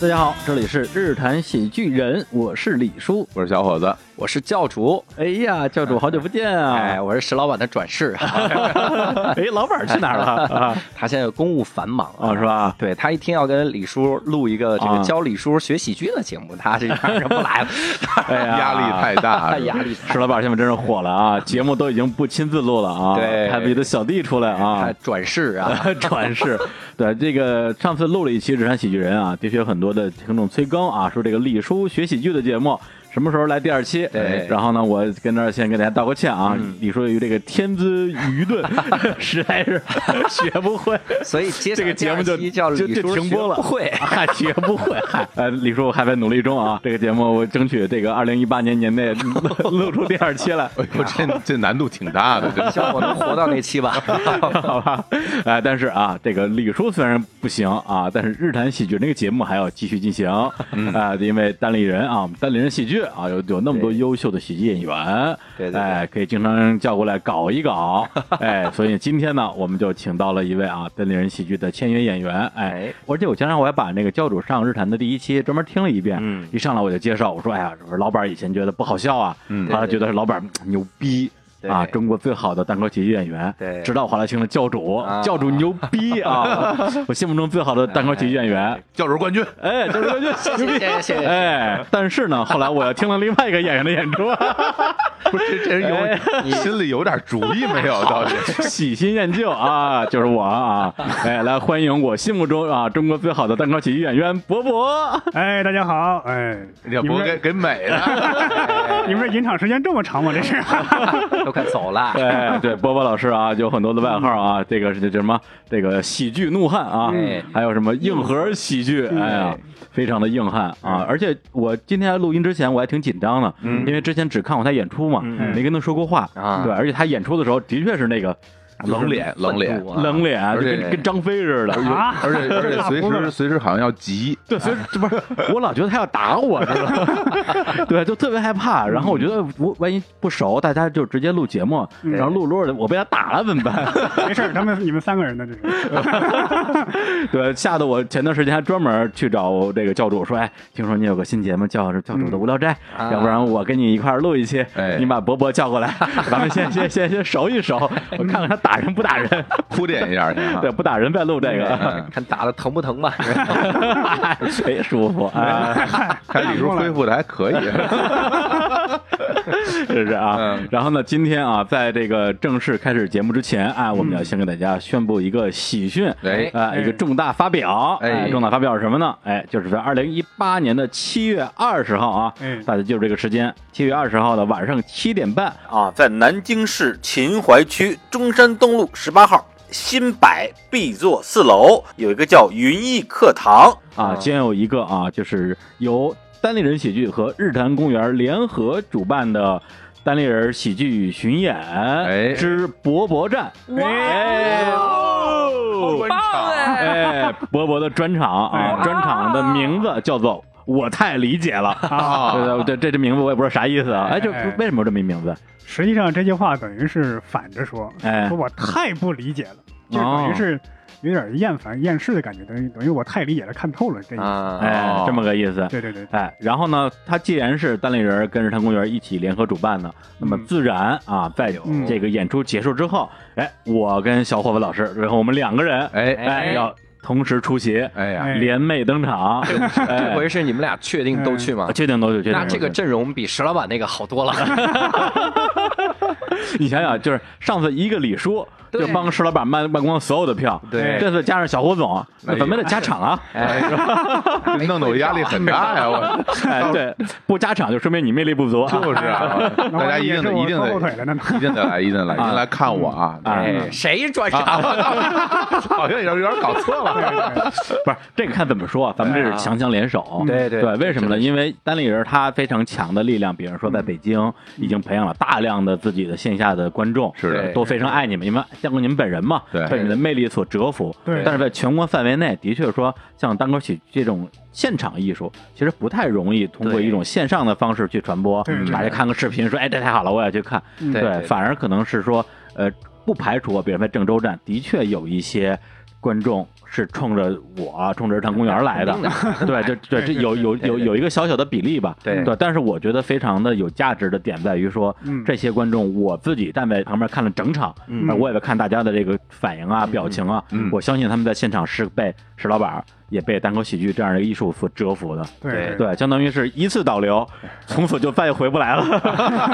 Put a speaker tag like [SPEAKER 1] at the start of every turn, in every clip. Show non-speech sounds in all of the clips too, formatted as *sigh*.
[SPEAKER 1] 大家好，这里是日坛喜剧人，我是李叔。
[SPEAKER 2] 我是小伙
[SPEAKER 1] 啊
[SPEAKER 2] 子，
[SPEAKER 3] 我是教主，
[SPEAKER 1] 哎呀，教主，好久不见啊！
[SPEAKER 3] 哎，我是石老板的转世，啊
[SPEAKER 1] *laughs* 哎，老板去哪儿了啊？
[SPEAKER 3] 他现在公务繁忙啊
[SPEAKER 1] 哦，是？吧？
[SPEAKER 3] 对他一听要跟李叔录一个这
[SPEAKER 1] 啊
[SPEAKER 3] 个教李叔学喜剧的节目，他这当然不来了，
[SPEAKER 1] 哎
[SPEAKER 3] *laughs*
[SPEAKER 1] 呀，
[SPEAKER 2] 压力太
[SPEAKER 1] *laughs*
[SPEAKER 2] 大，
[SPEAKER 3] 太
[SPEAKER 2] 是吧
[SPEAKER 3] 压力大。
[SPEAKER 1] 石老板现在真是火了啊！节目都已经不亲自录了啊，
[SPEAKER 3] 对
[SPEAKER 1] 还逼着小弟出来啊
[SPEAKER 3] 他。转世啊，
[SPEAKER 1] *laughs* 传世，对这个上次录了一期《日产喜剧人》啊，的确有很多的听众催更啊，说这个李叔学喜剧的节目什么时候来第二期？哎
[SPEAKER 3] 对
[SPEAKER 1] 然后呢，我跟这儿先给大家道个歉啊，李叔由于这个天资愚 *laughs* 钝，实在是学不会，
[SPEAKER 3] 所以接
[SPEAKER 1] *laughs*
[SPEAKER 3] 下
[SPEAKER 1] 这个
[SPEAKER 3] 来
[SPEAKER 1] 节目就
[SPEAKER 3] 第二期叫
[SPEAKER 1] 就
[SPEAKER 3] 李
[SPEAKER 1] 就
[SPEAKER 3] 叔
[SPEAKER 1] 停播 *laughs* 了，
[SPEAKER 3] 学不会
[SPEAKER 1] 嗨，学不 *laughs* 会，嗨，呃，李叔还在努力中啊，这个节目我争取这个二零一八年年内 *laughs* 录出第二期来。
[SPEAKER 2] 哎呦，这这难度挺大的， *laughs* 这
[SPEAKER 3] 希望我能活到那期吧。 *laughs*
[SPEAKER 1] *laughs* 好吧，哎，但是啊，这个李叔虽然不行啊，但是日坛喜剧那个节目还要继续进行啊、
[SPEAKER 3] 嗯
[SPEAKER 1] 因为单立人啊，我们单立人喜剧啊，有有那么多
[SPEAKER 3] 对
[SPEAKER 1] 优秀的喜剧演员，
[SPEAKER 3] 对对对
[SPEAKER 1] 哎，可以经常叫过来搞一
[SPEAKER 3] *laughs*
[SPEAKER 1] 搞，哎，所以今天呢，我们就请到了一位啊，单立人喜剧的签约演员，哎
[SPEAKER 3] 哎，
[SPEAKER 1] 而且我前两天我还把那个教主上日坛的第一期专门听了一遍，
[SPEAKER 3] 嗯
[SPEAKER 1] 一上来我就介绍，我说，哎呀，是老板以前觉得不好笑啊，
[SPEAKER 2] 嗯
[SPEAKER 1] 后来
[SPEAKER 3] 对对
[SPEAKER 1] 觉得是老板牛逼。
[SPEAKER 3] 对
[SPEAKER 1] 啊，中国最好的单口喜剧演员，
[SPEAKER 3] 对
[SPEAKER 1] 直到后来听了教主，
[SPEAKER 3] 啊
[SPEAKER 1] 教主牛逼 *laughs* 啊！我心目中最好的单口喜剧演员，
[SPEAKER 2] 教授冠军，
[SPEAKER 1] 哎，教主牛逼，
[SPEAKER 3] *laughs* 谢谢谢谢谢谢，
[SPEAKER 1] 哎，但是呢，后来我又听了另外一个演员的 *laughs* 演出，
[SPEAKER 2] 不是这这人有心里有点主意没有？ *laughs* 到底
[SPEAKER 1] 喜新厌旧啊，就是我啊，哎，来欢迎我心目中啊中国最好的单口喜剧演员博博，
[SPEAKER 4] 哎，大家好，哎，
[SPEAKER 2] 要
[SPEAKER 4] 你
[SPEAKER 2] 不
[SPEAKER 4] 们
[SPEAKER 2] 给
[SPEAKER 4] 这
[SPEAKER 2] 给美 *laughs* 了？
[SPEAKER 4] *laughs* 你们这引场时间这么长吗？这是
[SPEAKER 3] 都快走了。
[SPEAKER 1] 哎， *laughs* 对，波波老师啊，有很多的外号啊，这个是这什么，这个喜剧怒汉啊，
[SPEAKER 3] 嗯
[SPEAKER 1] 还有什么硬核喜剧，哎呀，非常的硬汉啊！而且我今天录音之前我还挺紧张的，因为之前只看过他演出嘛，
[SPEAKER 3] 嗯
[SPEAKER 1] 没跟他说过话
[SPEAKER 3] 啊
[SPEAKER 1] 对，而且他演出的时候的确是那个
[SPEAKER 2] 啊冷脸，冷脸
[SPEAKER 3] 愤，怒啊
[SPEAKER 1] 冷脸，就
[SPEAKER 2] 且
[SPEAKER 1] 跟跟张飞似的。
[SPEAKER 4] 啊，
[SPEAKER 2] *laughs* 而且而且随时随时好像要急，
[SPEAKER 1] *laughs* 对，所以不是，我老觉得他要打我，知道吗？ *laughs* 对，就特别害怕。然后我觉得我万一不熟，大家就直接录节目，然后录着录着我被他打了怎么办？
[SPEAKER 4] 没事儿，他们你们三个人呃的这是，
[SPEAKER 1] *laughs* 对，吓得我前段时间还专门去找这个教主说，哎，听说你有个新节目叫《教主的无聊斋》，
[SPEAKER 3] 啊
[SPEAKER 1] 要不然我跟你一块儿录一期，
[SPEAKER 2] 嗯哎
[SPEAKER 1] 你把博博叫过来，咱们先先先先熟
[SPEAKER 2] *laughs*
[SPEAKER 1] 一熟，我看看他打人不打人，
[SPEAKER 2] 铺垫一下去啊
[SPEAKER 1] 对，。不打人再录这个，
[SPEAKER 2] 嗯
[SPEAKER 3] 看打的疼不
[SPEAKER 1] *laughs*
[SPEAKER 3] 疼吧？
[SPEAKER 1] 哎，舒服啊，
[SPEAKER 2] 看李叔恢复的还可以，
[SPEAKER 1] 是不是啊
[SPEAKER 2] 嗯？
[SPEAKER 1] 然后呢，今天啊，在这个正式开始节目之前啊，
[SPEAKER 2] 嗯
[SPEAKER 1] 我们要先给大家宣布一个喜讯，
[SPEAKER 2] *laughs* 哎
[SPEAKER 1] 啊，一个重大发表，啊
[SPEAKER 2] 哎
[SPEAKER 1] 重大发表是什么呢？哎，就是在二零一八年的七月二十号啊
[SPEAKER 4] 哎，
[SPEAKER 2] 嗯
[SPEAKER 1] 大家记住这个时间，七月二十号的晚上七点半，
[SPEAKER 5] 啊，在南京市秦淮区中山东路十八号新柏 B 座四楼有一个叫云逸课堂，
[SPEAKER 1] 啊，
[SPEAKER 3] 啊
[SPEAKER 1] 将有一个啊，就是由单立人喜剧和日坛公园联合主办的单立人喜剧巡演
[SPEAKER 2] 哎
[SPEAKER 1] 之博博站，哎哦
[SPEAKER 2] 场
[SPEAKER 1] 哎，博博的专场啊，
[SPEAKER 4] 哎
[SPEAKER 1] 专场的名字叫做。我太理解了，对
[SPEAKER 2] 啊，
[SPEAKER 1] *laughs* 对对，这这名字我也不知道啥意思啊。哎，这
[SPEAKER 4] 哎
[SPEAKER 1] 为什么有这么一名字？
[SPEAKER 4] 实际上这句话等于是反着说，
[SPEAKER 1] 哎
[SPEAKER 4] 说我太不理解了，就
[SPEAKER 1] 哦
[SPEAKER 4] 等于是有点厌烦、厌世的感觉，等于等于我太理解了，看透了这一思。
[SPEAKER 3] 啊，
[SPEAKER 1] 哎
[SPEAKER 2] 哦，
[SPEAKER 1] 这么个意思。
[SPEAKER 4] 对对对，
[SPEAKER 1] 哎，然后呢，它既然是单立人跟日坛公园一起联合主办的，那么自然啊，在
[SPEAKER 4] 嗯
[SPEAKER 1] 这个演出结束之后，哎，我跟小伙伴老师，然后我们两个人，
[SPEAKER 2] 哎
[SPEAKER 1] 哎，要同时出席，
[SPEAKER 2] 哎呀，
[SPEAKER 4] 哎
[SPEAKER 1] 联袂登场。
[SPEAKER 3] 这
[SPEAKER 1] 哎，
[SPEAKER 3] 回是你们俩确定都去吗？
[SPEAKER 1] 确定都就嗯确定。
[SPEAKER 3] 那这个阵容比石老板那个
[SPEAKER 1] *laughs*
[SPEAKER 3] 好多了。
[SPEAKER 1] 你想想，就是上次一个李叔就
[SPEAKER 3] 对
[SPEAKER 1] 帮石老板卖卖光所有的票，
[SPEAKER 3] 对
[SPEAKER 1] 这次加上小胡总，那
[SPEAKER 2] 哎呀
[SPEAKER 1] 怎么也得加场啊？
[SPEAKER 3] 哎，
[SPEAKER 2] 弄得我压力很大呀， *laughs* 我
[SPEAKER 1] 哎，对，不加场就说明你魅力不足啊。
[SPEAKER 2] 就是啊，
[SPEAKER 4] 那
[SPEAKER 2] 大
[SPEAKER 4] 万
[SPEAKER 2] 家一
[SPEAKER 4] 也
[SPEAKER 2] 定
[SPEAKER 4] 是
[SPEAKER 2] 得
[SPEAKER 4] 我
[SPEAKER 2] 一定
[SPEAKER 4] 拖
[SPEAKER 2] 得
[SPEAKER 4] 后腿了呢。
[SPEAKER 2] 一定得来，一定得来，一定来看我啊！
[SPEAKER 1] 啊
[SPEAKER 3] 哎，谁转场？
[SPEAKER 2] 好像有点搞错了，
[SPEAKER 1] *laughs* 不是这个看怎么说啊，咱们这
[SPEAKER 3] 哎
[SPEAKER 1] 是
[SPEAKER 3] 啊
[SPEAKER 1] 强强联手。
[SPEAKER 3] 对对
[SPEAKER 1] 对，为什么呢？因为单立人他非常强的力量，比如说在北京已经培养了大量的自己的线下的观众，
[SPEAKER 2] 是的
[SPEAKER 3] 对
[SPEAKER 1] 都非常爱你们，因为见过你们本人嘛，
[SPEAKER 2] 对
[SPEAKER 1] 被你们的魅力所折服。
[SPEAKER 4] 对
[SPEAKER 1] 但是在全国范围内，的确说像单口喜剧这种现场艺术，其实不太容易通过
[SPEAKER 3] 对
[SPEAKER 1] 一种线上的方式去传播
[SPEAKER 4] 对对，对
[SPEAKER 1] 大家看个视频说，哎，这太好了，我也去看。
[SPEAKER 4] 嗯
[SPEAKER 3] 对
[SPEAKER 1] 对，反而啊可能是说，呃，不排除，比如说郑州站的确有一些观众是冲着我、啊冲着日坛公园来的
[SPEAKER 3] 肯
[SPEAKER 1] *laughs*
[SPEAKER 3] 定，
[SPEAKER 1] 对，这对这有有有有一个小小的比例吧，
[SPEAKER 3] 对
[SPEAKER 1] 对，但是我觉得非常的有价值的点在于说，
[SPEAKER 4] 嗯
[SPEAKER 1] 这些观众我自己站在旁边看了整场，
[SPEAKER 4] 嗯
[SPEAKER 1] 呃我也看大家的这个反应啊、表情啊，
[SPEAKER 2] 嗯
[SPEAKER 1] 我相信他们在现场是被石老板也被单口喜剧这样的艺术所折服的，
[SPEAKER 4] 对
[SPEAKER 1] 对，相当于是一次导流，从此就再也回不来了，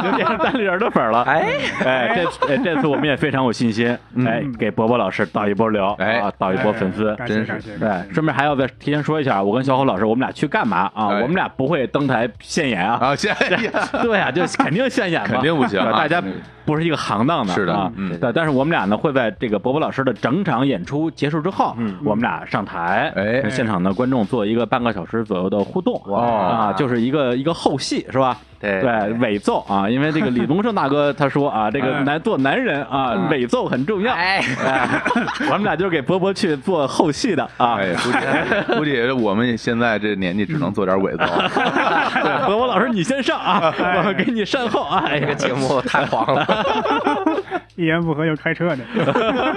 [SPEAKER 1] 就变成单立人的粉儿了。哎哎，这哎这次我们也非常有信心，哎，给伯伯老师导一波流，
[SPEAKER 2] 哎
[SPEAKER 1] 啊，导一波粉丝。哎
[SPEAKER 4] 感
[SPEAKER 2] 真
[SPEAKER 4] 谢
[SPEAKER 2] 是
[SPEAKER 4] 感谢，
[SPEAKER 1] 对，顺便还要再提前说一下，我跟小虎老师，我们俩去干嘛啊？
[SPEAKER 2] 哎
[SPEAKER 1] 我们俩不会登台现演啊。
[SPEAKER 2] 啊，现在
[SPEAKER 1] 对啊，就肯定现演嘛，
[SPEAKER 2] 肯定不行啊
[SPEAKER 1] 对大家
[SPEAKER 2] 肯定
[SPEAKER 1] 不是一个行当的，
[SPEAKER 2] 是的
[SPEAKER 1] 啊
[SPEAKER 2] 嗯
[SPEAKER 1] 对，但是我们俩呢会在这个伯伯老师的整场演出结束之后，我们俩上台，
[SPEAKER 2] 嗯哎
[SPEAKER 1] 跟现场的观众做一个半个小时左右的互动，
[SPEAKER 3] 哇
[SPEAKER 1] 啊，就是一个一个后戏是吧？
[SPEAKER 3] 对
[SPEAKER 1] 对，伪奏啊，因为这个李宗盛大哥他说
[SPEAKER 2] *laughs*
[SPEAKER 1] 啊，这个
[SPEAKER 4] 哎
[SPEAKER 1] 男做男人
[SPEAKER 2] 嗯
[SPEAKER 1] 啊，伪奏很重要。
[SPEAKER 3] 哎，
[SPEAKER 1] 哎 *laughs* 我们俩就给伯伯去做后戏的啊。 *laughs*
[SPEAKER 2] 哎，估 *laughs* 计估计我们现在这年纪只能做点伪造。
[SPEAKER 1] 对伯伯老师，你先上啊，
[SPEAKER 2] 哎
[SPEAKER 1] 我们给你善后啊。哎呀
[SPEAKER 3] 这个节目太黄了。
[SPEAKER 4] 一言不合就开车的，